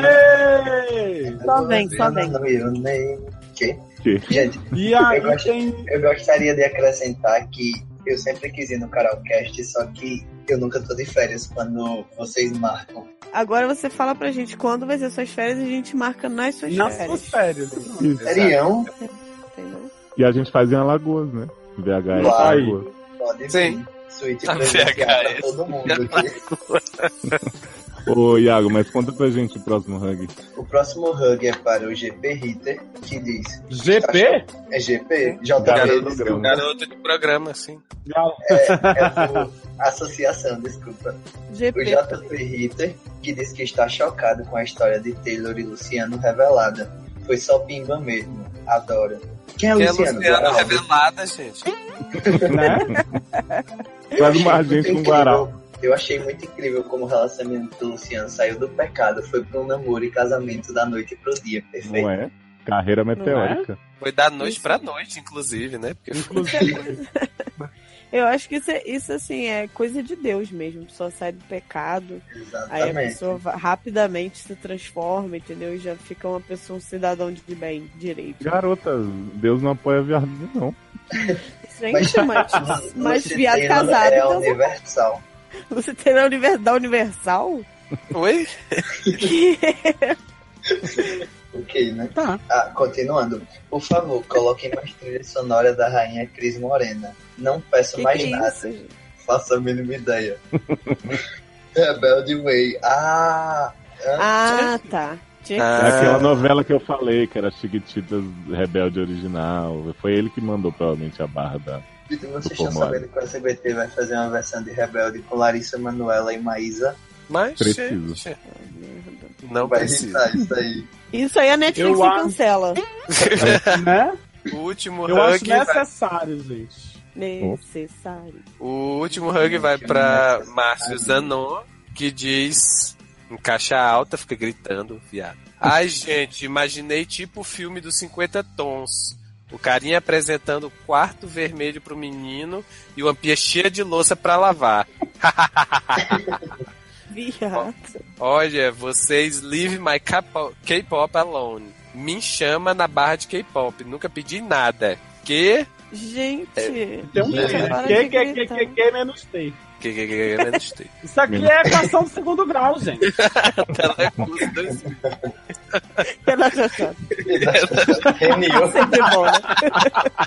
Speaker 1: né?
Speaker 3: Aê!
Speaker 9: Só vem, só vem.
Speaker 1: Eu nem... Que?
Speaker 4: Que?
Speaker 1: Gente,
Speaker 3: E aí
Speaker 1: eu, gost-
Speaker 3: tem.
Speaker 1: eu gostaria de acrescentar que eu sempre quis ir no Carolcast, só que eu nunca tô de férias quando vocês marcam.
Speaker 9: Agora você fala pra gente quando vai ser suas férias e a gente marca nas suas
Speaker 3: Nas
Speaker 9: férias.
Speaker 3: suas férias.
Speaker 9: É
Speaker 1: Serião?
Speaker 9: entendeu?
Speaker 4: E a gente faz em Alagoas, né? VH
Speaker 1: Vai.
Speaker 4: é Alagoas.
Speaker 1: Pode
Speaker 2: Sim.
Speaker 1: vir. Suíte
Speaker 2: Tá no
Speaker 1: presencial pra
Speaker 2: VHS.
Speaker 1: todo mundo aqui.
Speaker 4: Ô, Iago, mas conta pra gente o próximo ranking.
Speaker 1: O próximo hug é para o GP Hitter, que diz...
Speaker 3: GP?
Speaker 1: É GP?
Speaker 4: Garoto
Speaker 1: JP,
Speaker 4: grande.
Speaker 2: Garoto de programa, assim.
Speaker 3: Tá
Speaker 1: é do... Associação, desculpa. O
Speaker 9: GP.
Speaker 1: JP Ritter, que diz que está chocado com a história de Taylor e Luciano revelada. Foi só pimba mesmo. Adoro. Quem é,
Speaker 2: Que é
Speaker 1: Luciano?
Speaker 2: Luciana
Speaker 1: Guaraldo?
Speaker 2: revelada, gente.
Speaker 1: Eu
Speaker 4: Traz
Speaker 1: achei
Speaker 4: Né? uma
Speaker 1: muito
Speaker 4: gente com
Speaker 1: incrível-
Speaker 4: Guará.
Speaker 1: Eu achei muito incrível como o relacionamento do Luciano saiu do pecado, foi para um namoro e casamento da noite pro dia, perfeito.
Speaker 4: Não é? Carreira meteórica.
Speaker 2: Foi da noite pra noite, inclusive, né? Porque foi
Speaker 9: Eu acho que isso, é- isso assim, é coisa de Deus mesmo. A pessoa sai do pecado, aí a
Speaker 1: Exatamente.
Speaker 9: pessoa va- rapidamente se transforma, entendeu? E já fica uma pessoa, um cidadão de bem, direito.
Speaker 4: Garota, Deus não apoia viado, não.
Speaker 9: Gente, mas, é mas
Speaker 1: Luciano
Speaker 9: viado casado,
Speaker 1: É
Speaker 9: então
Speaker 1: universal.
Speaker 9: você terá o univer- da Universal?
Speaker 2: Oi?
Speaker 9: Que
Speaker 1: Ok, né?
Speaker 9: Tá.
Speaker 1: Ah, continuando. Por favor, coloquem mais trilha sonora da rainha Cris Morena. Não peço
Speaker 10: Tá
Speaker 9: que,
Speaker 1: mais
Speaker 9: que é
Speaker 1: nada.
Speaker 9: isso, gente?
Speaker 1: Faço a mínima ideia. (laughs) É, Rebelde Way. Ah!
Speaker 9: Ah, tá. Tinha que-
Speaker 4: É aquela
Speaker 2: Ah,
Speaker 4: novela que eu falei, que era Chiquititas Rebelde Original. Foi ele que mandou, provavelmente, a barra da.
Speaker 1: E que vocês
Speaker 4: Pô,
Speaker 1: estão
Speaker 4: mano.
Speaker 1: sabendo que o SBT vai fazer uma versão de Rebelde com Larissa Manuela e Maísa.
Speaker 2: mas,
Speaker 4: Preciso.
Speaker 2: gente, não
Speaker 1: Vai
Speaker 2: precisa.
Speaker 1: editar isso
Speaker 2: (laughs)
Speaker 1: aí.
Speaker 9: Isso aí a Netflix
Speaker 3: Eu
Speaker 9: se
Speaker 3: acho-
Speaker 9: cancela.
Speaker 3: Né?
Speaker 2: O último
Speaker 3: Eu acho
Speaker 2: ranking vai
Speaker 3: necessário, gente.
Speaker 9: Necessário.
Speaker 2: O último hug vai pra Márcio Zanon, que diz em caixa alta, fica gritando, viado. Ai, gente, imaginei tipo o filme dos 50 tons. O carinha apresentando o quarto vermelho pro menino e uma pia cheia de louça pra lavar.
Speaker 9: Viado.
Speaker 2: Olha, vocês leave my K-po- K-pop alone. Me chama na barra de K-pop. Nunca pedi nada. Que?
Speaker 10: É.
Speaker 9: Gente.
Speaker 3: Tem um
Speaker 9: gente,
Speaker 3: que,
Speaker 9: para
Speaker 3: que,
Speaker 9: de
Speaker 3: que, que,
Speaker 9: gritar.
Speaker 3: que, que, menos T.
Speaker 2: Que que que que menos tem.
Speaker 3: Isso aqui é equação do segundo grau, gente.
Speaker 2: Telecurso 2000.
Speaker 9: Ela já sabe.
Speaker 1: Reniou.
Speaker 9: (laughs) Sempre bom, né?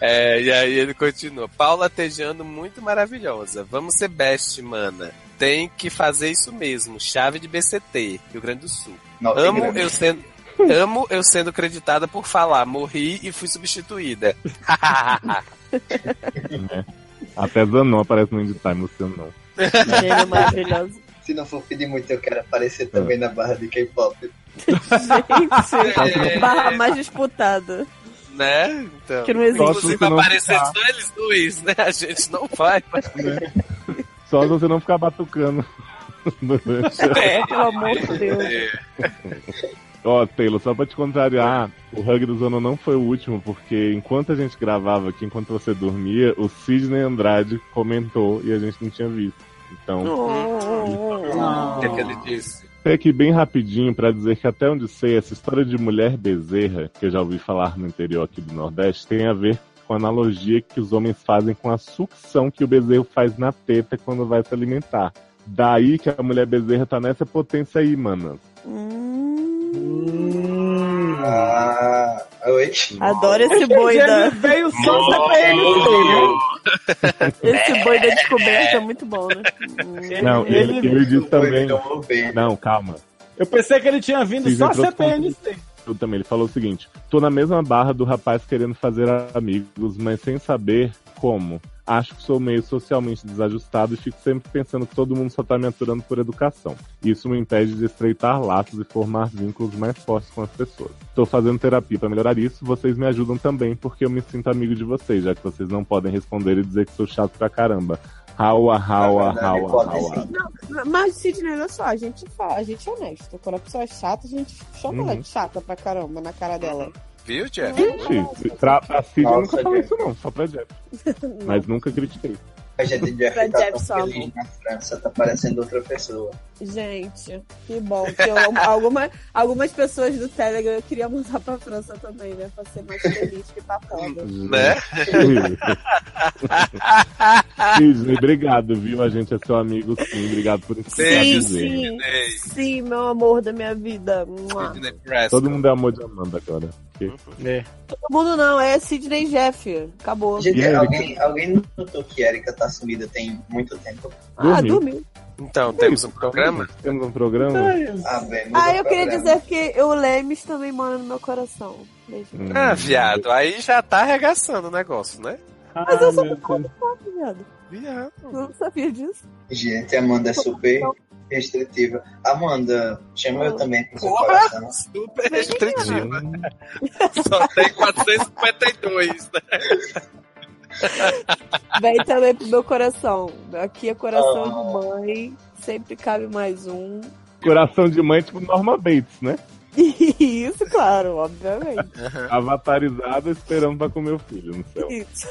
Speaker 2: É, e aí ele continua. Paula Tejano, muito maravilhosa. Vamos ser best, mana. Tem que fazer isso mesmo. Chave de BCT, Rio Grande do Sul.
Speaker 1: Nossa,
Speaker 2: Amo
Speaker 1: grande.
Speaker 2: eu sendo. Amo eu sendo creditada por falar, morri e fui substituída.
Speaker 4: É. Até Zanon aparece no Indie Time, você não.
Speaker 9: Ele é
Speaker 10: (laughs)
Speaker 9: maravilhoso.
Speaker 1: Se não for pedir muito, eu quero aparecer também na barra de K-pop.
Speaker 10: É.
Speaker 9: Gente, barra mais disputada.
Speaker 2: Né? Então,
Speaker 9: Que não existe.
Speaker 4: Só se
Speaker 2: Inclusive,
Speaker 4: não
Speaker 2: aparecer
Speaker 4: ficar.
Speaker 2: só eles dois, né? A gente não vai. mas-
Speaker 4: Só se você não ficar batucando. durante a-
Speaker 9: (laughs) É, pelo amor de Deus.
Speaker 4: Ó, Taylor, só pra te contrariar, o Hug do Zono não foi o último, porque enquanto a gente gravava aqui, enquanto você dormia, o Sidney Andrade comentou e a gente não tinha visto. Então,
Speaker 10: Hum.
Speaker 2: O que, é que ele disse?
Speaker 4: até aqui bem rapidinho pra dizer que até onde sei, essa história de mulher bezerra, que eu já ouvi falar no interior aqui do Nordeste, tem a ver com a analogia que os homens fazem com a sucção que o bezerro faz na teta quando vai se alimentar. Daí que a mulher bezerra tá nessa potência aí, manas.
Speaker 9: Hum.
Speaker 2: Hum.
Speaker 1: Ah, oi.
Speaker 9: Adoro esse boi
Speaker 3: Gente,
Speaker 9: da.
Speaker 3: ele veio só da
Speaker 9: É
Speaker 3: PNC,
Speaker 9: Esse boi da descoberta é muito bom, né?
Speaker 3: né?
Speaker 4: Não, ele, ele, disse também. Não, calma.
Speaker 3: Eu pensei que ele tinha vindo
Speaker 4: Sim,
Speaker 3: só
Speaker 4: entrou
Speaker 3: ser
Speaker 4: com-
Speaker 3: PNC.
Speaker 4: Eu também. Ele falou o seguinte: tô na mesma barra do rapaz querendo fazer amigos, mas sem saber como. Acho que sou meio socialmente desajustado e fico sempre pensando que todo mundo só tá me aturando por educação. Isso me impede de estreitar laços e formar vínculos mais fortes com as pessoas. Tô fazendo terapia pra melhorar isso, vocês me ajudam também, porque eu me sinto amigo de vocês, já que vocês não podem responder e dizer que sou chato pra caramba. Raua, raua, raua, raua.
Speaker 10: Hum. Mas, Sidney, olha só, a gente fala, a gente é honesto. Quando a pessoa é chata, a gente chama
Speaker 4: Hum,
Speaker 10: ela de chata pra caramba na cara dela.
Speaker 2: Viu, Jeff?
Speaker 4: Gente, pra, pra Cid eu nunca
Speaker 1: Nossa,
Speaker 4: falei
Speaker 1: gente.
Speaker 4: isso não, só
Speaker 1: (laughs)
Speaker 4: pra Jeff. Mas nunca critiquei.
Speaker 1: A gente devia
Speaker 10: Pra
Speaker 1: ficar tão
Speaker 10: Jeff Salmon.
Speaker 1: feliz na França, tá parecendo outra pessoa.
Speaker 10: Gente, que bom. Que eu- alguma- algumas pessoas do Telegram eu queria mandar pra França também, né? Pra ser mais feliz que tá foda.
Speaker 2: Né?
Speaker 4: Sidney, obrigado, viu? A gente é seu amigo, sim. Obrigado por escutar
Speaker 10: Sim,
Speaker 4: É, dizer.
Speaker 10: sim, sim, meu amor da minha vida. Mua.
Speaker 4: Todo mundo é amor de Amanda agora.
Speaker 10: Todo mundo não, é Sidney e Jeff. Acabou.
Speaker 1: Gente,
Speaker 4: E aí,
Speaker 1: alguém, alguém notou que Erika tá sumida tem muito tempo?
Speaker 10: Ah, dormiu.
Speaker 2: Então, temos um programa?
Speaker 4: Temos um programa?
Speaker 3: É,
Speaker 1: Ah, bem,
Speaker 10: Ah, eu
Speaker 1: mudou
Speaker 10: queria
Speaker 1: pra
Speaker 10: dizer que o Lemes também mora no meu coração. Beijo.
Speaker 4: Hum.
Speaker 2: Ah, viado, aí já tá arregaçando o negócio, né?
Speaker 10: Mas eu sou do pop, viado.
Speaker 2: Viado.
Speaker 10: Eu não sabia disso.
Speaker 1: Gente, a Amanda é super restritiva. Amanda, chama eu também pro seu coração.
Speaker 2: Super restritiva. Só tem 452, né?
Speaker 10: Vem também pro meu coração. Aqui é coração
Speaker 1: Ah.
Speaker 10: de mãe. Sempre cabe mais um. (laughs)
Speaker 4: Coração de mãe, tipo Norma Bates, né?
Speaker 10: Isso, claro, obviamente.
Speaker 4: Avatarizada esperando pra comer o filho no céu.
Speaker 10: Isso.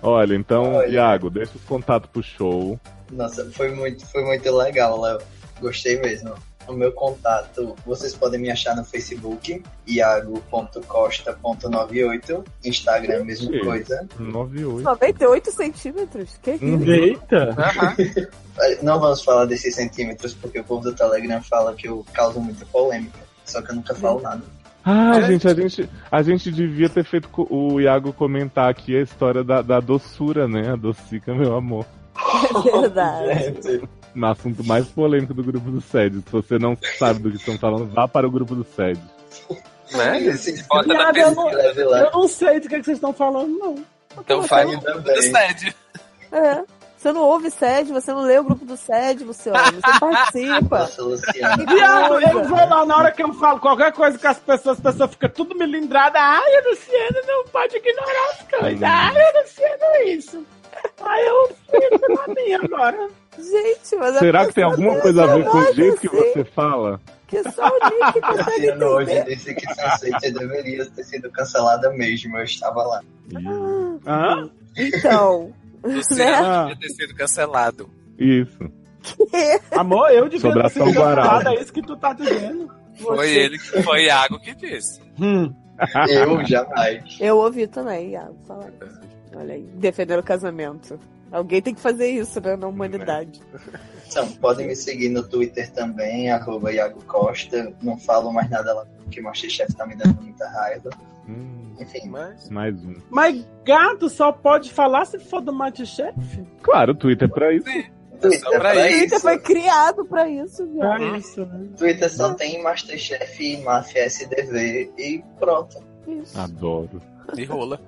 Speaker 4: Olha, então, Iago, deixa os contatos pro show.
Speaker 1: Ah, Nossa, foi muito, foi muito legal, Léo. Gostei mesmo. O meu contato, vocês podem me achar no Facebook, iago.costa.98, Instagram, mesma
Speaker 4: Sim.
Speaker 1: coisa.
Speaker 4: 98.
Speaker 10: 98 centímetros? Que
Speaker 4: Uhum.
Speaker 10: isso?
Speaker 3: Eita!
Speaker 1: Não vamos falar desses centímetros, porque o povo do Telegram fala que eu causo muita polêmica. Só que eu nunca falo nada.
Speaker 4: Ah, gente, a gente, a gente devia ter feito co- o Iago comentar aqui a história da, da doçura, né? A docica, meu amor.
Speaker 10: É verdade.
Speaker 1: (laughs) Gente,
Speaker 4: No assunto mais polêmico do grupo do SED. Se você não sabe do que estão falando, vá para o grupo do SED.
Speaker 2: né?
Speaker 1: esse
Speaker 2: Bota na
Speaker 3: Viado,
Speaker 2: pesquisa.
Speaker 3: eu não,
Speaker 1: escreve
Speaker 3: eu
Speaker 1: lá.
Speaker 3: não sei do que, é que vocês estão falando, não.
Speaker 2: Então faz o grupo do SED.
Speaker 10: É. Você não ouve sede, você não lê o grupo do sede, Luciano. Você não
Speaker 1: (laughs)
Speaker 10: participa.
Speaker 1: Nossa, Luciano.
Speaker 3: Viado, eu vou lá na hora que eu falo qualquer coisa com as pessoas, as pessoas ficam tudo melindradas. Ai, a Luciana não pode ignorar as coisas. Ai, a Luciana é isso. Ai, eu fico na é minha agora.
Speaker 10: Gente, mas é a
Speaker 4: Será que tem
Speaker 10: pessoa
Speaker 4: alguma
Speaker 10: dessa
Speaker 4: coisa a ver com o
Speaker 10: voz,
Speaker 4: jeito que
Speaker 10: assim,
Speaker 4: você fala?
Speaker 10: Que só o
Speaker 4: (laughs)
Speaker 10: Nick consegue
Speaker 1: Luciano hoje
Speaker 10: entender.
Speaker 1: disse que essa aceita deveria ter sido cancelada mesmo. Eu estava lá.
Speaker 3: Hã?
Speaker 10: Então, né?
Speaker 2: Luciano devia ter sido cancelado.
Speaker 4: Isso.
Speaker 3: Amor, eu devia ter
Speaker 4: Sobração
Speaker 3: sido
Speaker 4: Guará.
Speaker 3: cancelado, é isso que tu tá dizendo.
Speaker 2: Foi ele, que- foi Iago que disse.
Speaker 1: Eu jamais.
Speaker 10: Eu ouvi também, Iago, falar isso. Olha aí, defender o casamento. Alguém tem que fazer isso, né, na humanidade.
Speaker 1: Então, podem me seguir no Twitter também, arroba Iago Costa. Não falo mais nada lá, porque o Masterchef tá me dando muita raiva.
Speaker 4: Hum,
Speaker 1: Enfim,
Speaker 2: Mas.
Speaker 4: mais um.
Speaker 3: Mas gato só pode falar se for do Masterchef?
Speaker 4: Claro, o Twitter é pra isso.
Speaker 2: só pra,
Speaker 10: O
Speaker 2: isso.
Speaker 10: Twitter foi criado pra isso,
Speaker 1: Pra
Speaker 10: viado.
Speaker 1: isso, Twitter só tem Masterchef, Máfia, SDV e pronto.
Speaker 4: Ah, Adoro.
Speaker 2: E rola.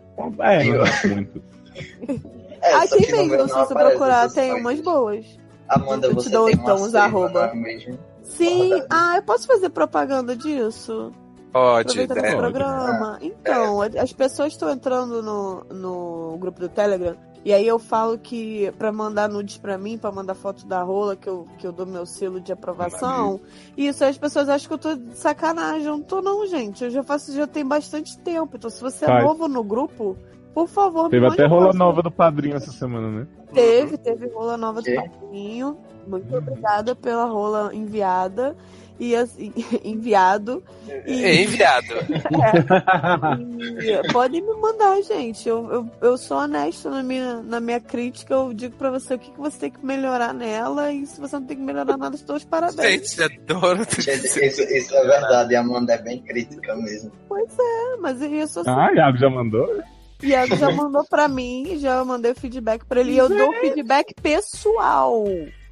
Speaker 3: É,
Speaker 4: muito.
Speaker 10: Aqui
Speaker 1: é, só que no meu
Speaker 10: Assim mesmo, se
Speaker 1: não
Speaker 10: você
Speaker 1: aparece
Speaker 10: procurar,
Speaker 1: essas
Speaker 10: tem um
Speaker 1: coisas.
Speaker 10: umas boas.
Speaker 1: Amanda,
Speaker 10: Eu te
Speaker 1: você
Speaker 10: dou,
Speaker 1: tem
Speaker 10: então,
Speaker 1: uma
Speaker 10: os
Speaker 1: seiva,
Speaker 10: arroba.
Speaker 1: não é mesmo?
Speaker 10: Sim, ah, eu posso fazer propaganda disso?
Speaker 2: Pode,
Speaker 10: Aproveitando
Speaker 2: né?
Speaker 10: esse programa. Então, as pessoas estão entrando no, no grupo do Telegram. E aí eu falo que pra mandar nudes pra mim, pra mandar foto da rola, que eu, que eu dou meu selo de aprovação. Isso, aí as pessoas acham que eu tô de sacanagem. Eu não tô não, gente. Eu já faço já tem bastante tempo. Então se você é
Speaker 4: Faz.
Speaker 10: novo no grupo, por favor,
Speaker 4: Teve
Speaker 10: mande um
Speaker 4: até rola
Speaker 10: foto.
Speaker 4: nova do padrinho essa semana, né?
Speaker 10: Teve, teve rola nova do
Speaker 4: Ok.
Speaker 10: Padrinho. Muito obrigada pela rola enviada. E assim, (laughs) enviado. E-
Speaker 2: É enviado.
Speaker 10: e podem me mandar, gente. Eu, eu, eu sou honesta na minha, na minha crítica. Eu digo pra você o que, que você tem que melhorar nela. E se você não tem que melhorar nada, estou os
Speaker 2: Tá
Speaker 10: parabéns.
Speaker 2: Gente, é adoro.
Speaker 1: Gente, isso, isso é verdade, a Amanda é bem crítica mesmo.
Speaker 10: Pois é, mas isso assim.
Speaker 4: Ah, Iago já mandou?
Speaker 10: Iago já mandou pra mim, já mandei o feedback pra ele. E eu dou feedback pessoal.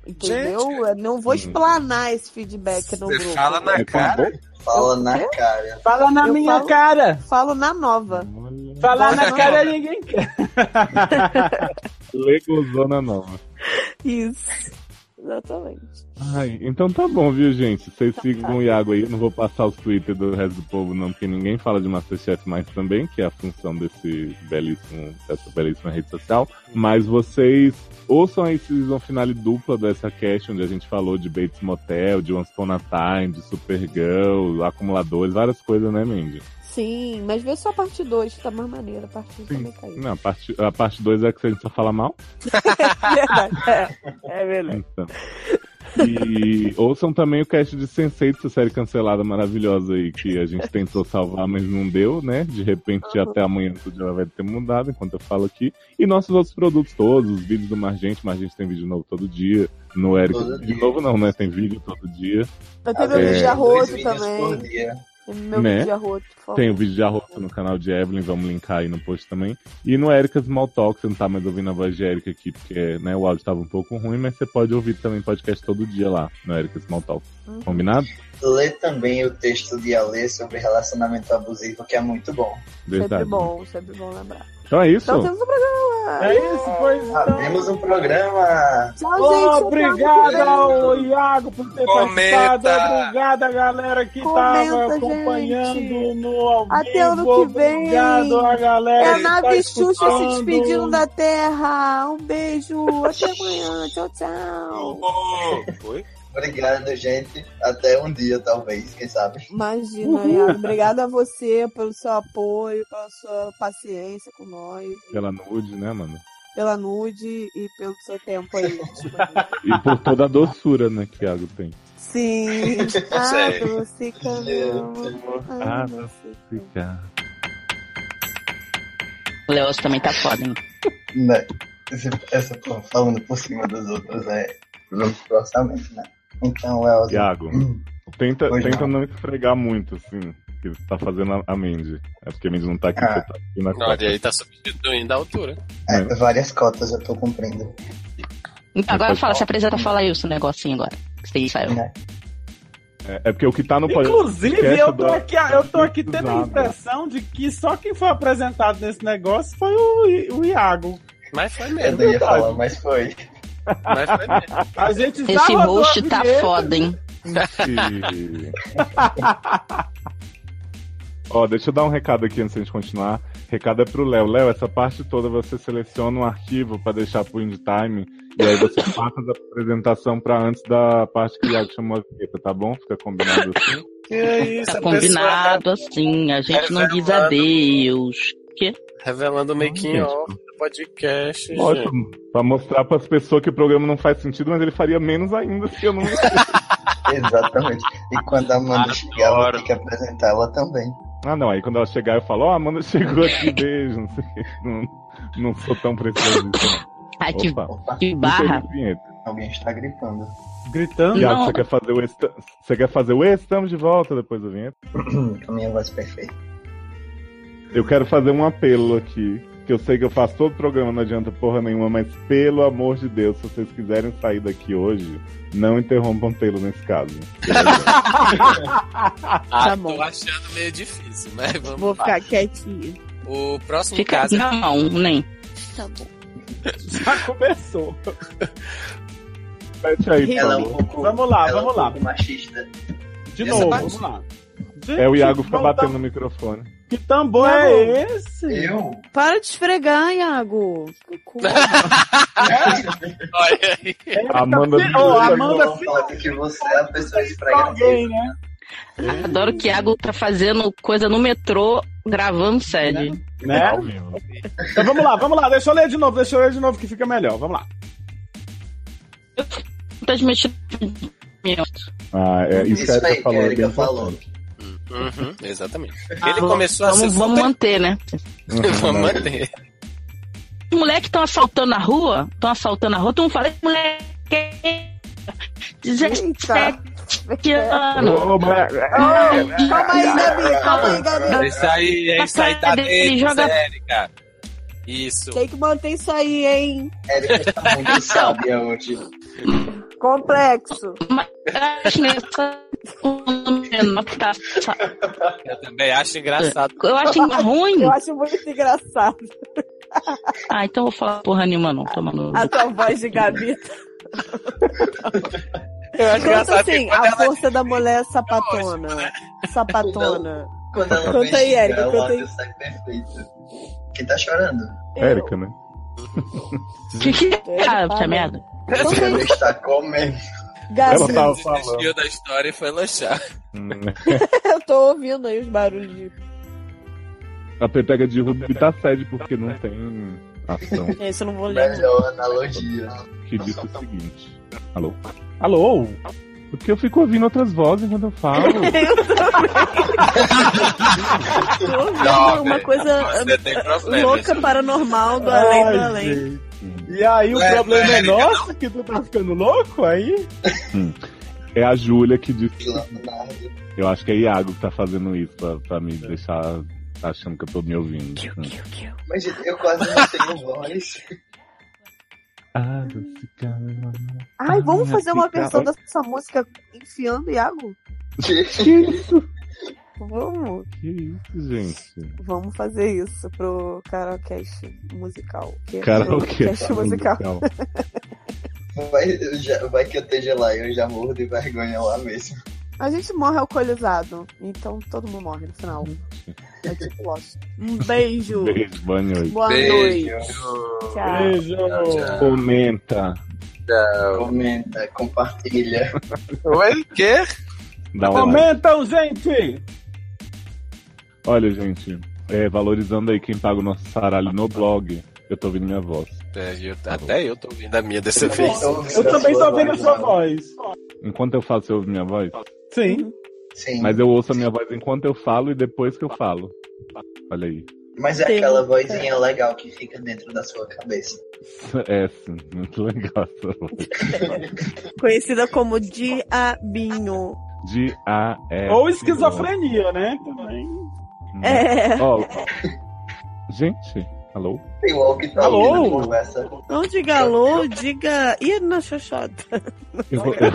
Speaker 10: Entendeu? Eu eh, não vou explanar esse feedback no grupo.
Speaker 2: Fala
Speaker 4: É,
Speaker 2: na
Speaker 4: tá
Speaker 2: cara.
Speaker 1: Fala na cara.
Speaker 3: Fala na
Speaker 10: Eu
Speaker 3: minha
Speaker 10: falo-
Speaker 3: cara.
Speaker 10: Falo na nova.
Speaker 3: Falar na
Speaker 10: Fala
Speaker 3: cara
Speaker 10: nova.
Speaker 3: ninguém quer.
Speaker 4: Legozona nova.
Speaker 10: Isso. Exatamente.
Speaker 4: Ai, então tá bom, viu, gente? Vocês sigam o Iago aí. Eu não vou passar os Twitter do resto do povo, não, porque ninguém fala de Masterchef mais também, que é a função desse belíssimo, dessa belíssima rede social. Mas vocês ouçam aí Season Finale dupla dessa cast, onde a gente falou de Bates Motel, de Once Upon a Time, de Supergirl, acumuladores, várias coisas, né, Mindy?
Speaker 10: Sim, mas vê só a parte 2, que tá mais maneira. A parte 1 também caiu.
Speaker 4: Não, a parte 2 a parte dois é que você só fala mal.
Speaker 10: Verdade. É, é verdade.
Speaker 4: Então. E ouçam também o cast de Sensei, essa série cancelada maravilhosa aí que a gente tentou salvar, mas não deu, né? De repente até amanhã tudo já vai ter mudado, enquanto eu falo aqui. E nossos outros produtos todos, os vídeos do Margente, Margente tem vídeo novo todo dia. No Eric,
Speaker 1: Todo
Speaker 4: de
Speaker 1: dia.
Speaker 4: novo não, né? Tem vídeo todo dia.
Speaker 10: Eu tenho meu
Speaker 4: É.
Speaker 10: vídeo de
Speaker 1: Dois
Speaker 10: arroto
Speaker 1: vídeos por
Speaker 10: também.
Speaker 1: dia.
Speaker 10: Meu
Speaker 4: Né?
Speaker 10: vídeo de arroto, por favor.
Speaker 4: Tem o vídeo de arroto no canal de Evelyn, vamos linkar aí no post também. E no Erika Small Talk, você não tá mais ouvindo a voz de Erika aqui, porque né, o áudio tava um pouco ruim, mas você pode ouvir também podcast todo dia lá, no Erika Small Talk.
Speaker 10: Uhum.
Speaker 4: Combinado?
Speaker 1: Lê também o texto de Alê sobre relacionamento abusivo, que é muito bom.
Speaker 10: Sempre
Speaker 4: Verdade.
Speaker 10: bom, sempre bom lembrar.
Speaker 4: Então é isso.
Speaker 10: Então temos um programa.
Speaker 3: É isso, pois então.
Speaker 1: Temos um programa.
Speaker 10: Tchau, Ah. gente.
Speaker 3: Obrigado
Speaker 10: Obrigada.
Speaker 3: ao Iago por ter
Speaker 2: Comenta.
Speaker 3: participado. Obrigada, galera que
Speaker 10: Comenta,
Speaker 3: tava acompanhando
Speaker 10: gente.
Speaker 3: no ao
Speaker 10: Até ano
Speaker 3: vivo.
Speaker 10: que vem.
Speaker 3: Obrigado a
Speaker 10: É
Speaker 3: galera
Speaker 10: a
Speaker 3: que tá
Speaker 10: nave Xuxa se
Speaker 3: escutando.
Speaker 10: despedindo da Terra. Um beijo. Até amanhã. Tchau, tchau.
Speaker 2: Foi?
Speaker 1: Obrigado, gente. Até um dia, talvez, quem sabe.
Speaker 10: Imagina, Iago. Obrigada a você pelo seu apoio, pela sua paciência com nós,
Speaker 4: Pela nude, né, mano?
Speaker 10: pela nude e pelo seu tempo aí.
Speaker 4: E por toda a doçura, né, que Iago tem.
Speaker 10: Sim. Ah,
Speaker 4: Sério.
Speaker 10: doce canão. Ah,
Speaker 4: Ah, fica.
Speaker 5: O Leoz também tá foda, hein?
Speaker 1: Né? Esse- Essa porra falando por cima dos outros é vamos pro orçamento, né? Então, Elza.
Speaker 4: Iago,
Speaker 1: Hum.
Speaker 4: tenta,
Speaker 1: Pois
Speaker 4: tenta
Speaker 1: não.
Speaker 4: não esfregar muito, assim, que você tá fazendo a, a Mandy. É porque a Mandy não tá aqui,
Speaker 1: Ah.
Speaker 4: você tá aqui na
Speaker 2: Não,
Speaker 4: costa.
Speaker 2: ele tá substituindo a altura.
Speaker 1: É, várias cotas eu tô cumprindo.
Speaker 5: Então, agora
Speaker 4: Depois
Speaker 5: fala,
Speaker 4: fala.
Speaker 5: se apresenta, fala aí o seu negocinho agora. Que você saiu.
Speaker 1: né?
Speaker 4: É, é porque o que tá no
Speaker 10: (laughs)
Speaker 3: Inclusive, eu tô
Speaker 4: do-
Speaker 3: aqui, eu tô aqui tendo a
Speaker 4: Exato.
Speaker 3: impressão de que só quem foi apresentado nesse negócio foi o, I- o Iago.
Speaker 2: Mas foi
Speaker 1: Eu
Speaker 2: mesmo.
Speaker 1: não ia falar, mas foi.
Speaker 2: Mas foi (laughs) mesmo.
Speaker 3: A gente já
Speaker 5: Esse
Speaker 3: rodou a
Speaker 5: host tá
Speaker 3: vinheta.
Speaker 5: foda, hein?
Speaker 4: E- Ó, deixa eu dar um recado aqui antes de gente continuar. Recado é pro Léo. Léo, essa parte toda você seleciona um arquivo pra deixar pro Indie Time e aí você passa da apresentação pra antes da parte que o Iago chamou a vinheta, tá bom? Fica combinado assim.
Speaker 2: Que isso,
Speaker 5: Tá
Speaker 2: a pessoa
Speaker 5: combinado assim. A gente não diz
Speaker 2: Revelando.
Speaker 5: adeus. Que?
Speaker 2: revelando o making
Speaker 4: gente.
Speaker 2: off do podcast, gente.
Speaker 4: Ótimo. Pra mostrar pras pessoas que o programa não faz sentido, mas ele faria menos ainda se eu
Speaker 5: (laughs)
Speaker 4: não.
Speaker 1: Exatamente. E quando a Amanda chegar, ela tem que apresentar ela também.
Speaker 4: Ah, não. Aí quando ela chegar, eu falo: Ó, a Amanda chegou
Speaker 5: (laughs)
Speaker 4: aqui, beijo. Não sei. Não, não sou tão precioso. assim, não.
Speaker 5: Ai, Ah, que,
Speaker 4: Opa.
Speaker 5: que barra.
Speaker 4: Introduzo a vinheta.
Speaker 1: Alguém está gritando.
Speaker 3: Gritando.
Speaker 4: Iago,
Speaker 5: Não.
Speaker 4: você quer fazer o est... Você quer fazer o estamos de volta depois da vinheta?
Speaker 1: Com a minha voz perfeita.
Speaker 4: Eu quero fazer um apelo aqui que eu sei que eu faço todo o programa, não adianta porra nenhuma, mas pelo amor de Deus, se vocês quiserem sair daqui hoje, não interrompam pelo nesse caso.
Speaker 2: ah, tô achando meio difícil, mas vamos
Speaker 10: Tá Vou
Speaker 2: lá.
Speaker 10: ficar quietinha.
Speaker 2: O próximo
Speaker 5: Fica
Speaker 2: caso. é
Speaker 5: não, nem.
Speaker 10: Tá bom.
Speaker 3: Já
Speaker 4: (laughs)
Speaker 3: começou.
Speaker 4: Repete aí,
Speaker 1: Ela é um
Speaker 4: Paulo.
Speaker 1: pouco,
Speaker 3: Vamos lá,
Speaker 1: ela é um
Speaker 3: vamos lá.
Speaker 1: pouco machista.
Speaker 3: De
Speaker 1: Essa
Speaker 3: novo,
Speaker 1: parte-
Speaker 3: vamos lá.
Speaker 4: É o Iago fica
Speaker 3: volta-
Speaker 4: batendo no microfone.
Speaker 3: Que tambor é esse?
Speaker 1: Eu?
Speaker 9: Para de esfregar, Iago.
Speaker 1: Ah,
Speaker 2: Olha aí.
Speaker 3: Tá
Speaker 4: Amanda
Speaker 3: Ô, Amanda,
Speaker 1: Vamos falar que você é a pessoa esfregada.
Speaker 3: alguém, né?
Speaker 5: Adoro que Iago tá fazendo coisa no metrô, gravando sede.
Speaker 3: né?
Speaker 4: Ao vivo.
Speaker 3: Então vamos lá, vamos lá. Deixa eu ler de novo, deixa eu ler de novo que fica melhor. Vamos lá.
Speaker 5: Tá mexendo.
Speaker 4: Ah, é, isso,
Speaker 1: Isso
Speaker 4: que a
Speaker 1: aí
Speaker 4: Erika
Speaker 1: que a
Speaker 4: falou. é
Speaker 1: Erika
Speaker 4: bem
Speaker 1: falou.
Speaker 4: importante.
Speaker 2: Uhum, (laughs) exatamente.
Speaker 5: Ah,
Speaker 2: Ele começou a ser
Speaker 5: Vamos, vamos
Speaker 2: super-
Speaker 5: manter, né?
Speaker 2: (laughs) Vamos manter.
Speaker 5: Os moleques estão assaltando a rua, estão assaltando a rua, tu não fala, "Esse moleque, é 17 anos.
Speaker 4: Ô, mas- é,
Speaker 10: Calma aí, Gabi, calma aí, Gabi.
Speaker 2: É Isso aí, é isso aí, tá
Speaker 5: Tá Ele
Speaker 2: dentro,
Speaker 5: joga-
Speaker 2: Érica. Isso.
Speaker 10: Tem que manter isso aí, hein?
Speaker 1: Erika tá muito sábia hoje.
Speaker 10: Complexo.
Speaker 5: Mas acho nessa- um menor que tá sa-
Speaker 2: Eu também acho engraçado.
Speaker 5: Eu acho ruim.
Speaker 10: Eu acho muito engraçado
Speaker 5: Ah, então eu vou falar porra nenhuma não, tomando.
Speaker 10: a tua voz de Gabi.
Speaker 2: Eu acho
Speaker 10: Canta
Speaker 2: engraçado
Speaker 10: assim,
Speaker 2: que
Speaker 3: Tá
Speaker 2: quando
Speaker 10: a
Speaker 2: ela
Speaker 10: força da mulher sapatona. Sapatona.
Speaker 1: Quando ela
Speaker 10: Canta
Speaker 1: vem
Speaker 10: aí,
Speaker 1: xingar,
Speaker 10: Erika,
Speaker 1: ela
Speaker 10: canta aí.
Speaker 1: abre o saco perfeito. Quem tá chorando?
Speaker 4: Érica, né?
Speaker 5: Que que é? Ah, puta merda.
Speaker 1: Ela está comendo.
Speaker 4: Ela
Speaker 10: Gabi,
Speaker 4: tava falando.
Speaker 2: desistiu da história e foi lanchar.
Speaker 10: eu tô ouvindo aí os barulhos de.
Speaker 4: A peteca de Rubi tá sede porque não tem ação.
Speaker 10: É, Isso eu não vou ler.
Speaker 1: Melhor analogia.
Speaker 4: Que diz o seguinte. Alô?
Speaker 3: Alô?
Speaker 4: Porque eu fico ouvindo outras vozes quando eu falo.
Speaker 9: Tô ouvindo
Speaker 2: Não,
Speaker 9: uma
Speaker 2: velho,
Speaker 9: coisa
Speaker 2: Você tem problema.
Speaker 9: louca, paranormal, do além do além.
Speaker 3: gente. E aí o
Speaker 2: Ué,
Speaker 3: problema é
Speaker 2: Erika,
Speaker 3: nosso que tu tá ficando louco aí?
Speaker 4: É a Júlia que disse.
Speaker 1: Leonardo.
Speaker 4: Eu acho que é Iago que tá fazendo isso pra, pra me deixar achando que eu tô me ouvindo.
Speaker 1: Mas gente, eu quase não tenho voz.
Speaker 4: Ah, doce cama.
Speaker 10: Ai, vamos fazer uma
Speaker 4: Fica-
Speaker 10: versão dessa música enfiando Iago?
Speaker 4: Que isso?
Speaker 10: Vamos.
Speaker 4: Que isso, gente?
Speaker 10: Vamos fazer isso pro Carolcast musical. Que é
Speaker 4: Karaokê. tá
Speaker 10: Karaokecast musical.
Speaker 1: Vai, eu já- vai que eu esteja lá e eu já morro de vergonha lá mesmo.
Speaker 10: A gente morre alcoolizado, então todo mundo morre no final. É tipo Lost.
Speaker 9: Um beijo.
Speaker 4: Beijo, boa noite.
Speaker 10: Boa
Speaker 2: Beijo.
Speaker 10: noite. Tchau.
Speaker 3: Beijo.
Speaker 4: Comenta.
Speaker 1: Comenta, compartilha.
Speaker 2: Oi, quê?
Speaker 4: Dá um like.
Speaker 3: Comentam, gente!
Speaker 4: Olha, gente, é, valorizando aí quem paga o nosso saralho no blog, eu tô ouvindo minha voz.
Speaker 2: É, eu- até eu tô ouvindo a minha dessa vez.
Speaker 1: Então,
Speaker 3: Eu também tô ouvindo a
Speaker 1: né?
Speaker 3: sua voz.
Speaker 4: Enquanto eu falo, você ouve minha voz?
Speaker 3: Sim.
Speaker 1: Sim.
Speaker 4: Mas eu ouço a minha voz enquanto eu falo e depois que eu falo. Olha aí. (laughs)
Speaker 1: Mas é aquela vozinha legal que fica dentro da sua cabeça.
Speaker 4: É, sim, muito legal essa voz.
Speaker 9: Conhecida como Diabinho.
Speaker 4: De A é.
Speaker 3: Ou esquizofrenia, né? Também.
Speaker 9: É.
Speaker 4: né? Ó, gente, alô?
Speaker 1: Tem o Walk tá
Speaker 3: Alô?
Speaker 1: ouvindo a conversa.
Speaker 9: Não diga alô, diga. Ih, na xoxota. (laughs)
Speaker 4: Eu vou,
Speaker 2: (laughs)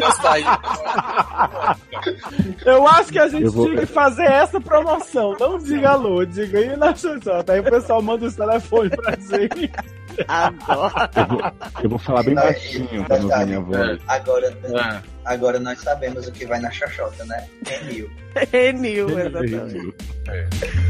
Speaker 2: Eu saí.
Speaker 3: Eu acho que a gente
Speaker 4: Eu vou-
Speaker 3: tinha que fazer essa promoção. Não diga alô, diga aí na Xuxota. Aí o pessoal manda os telefones pra gente.
Speaker 4: eu vou, eu vou falar bem baixinho pra não ouvir minha voz.
Speaker 1: Agora, agora nós sabemos o que vai na xoxota, né? É mil.
Speaker 9: É Nil, exatamente.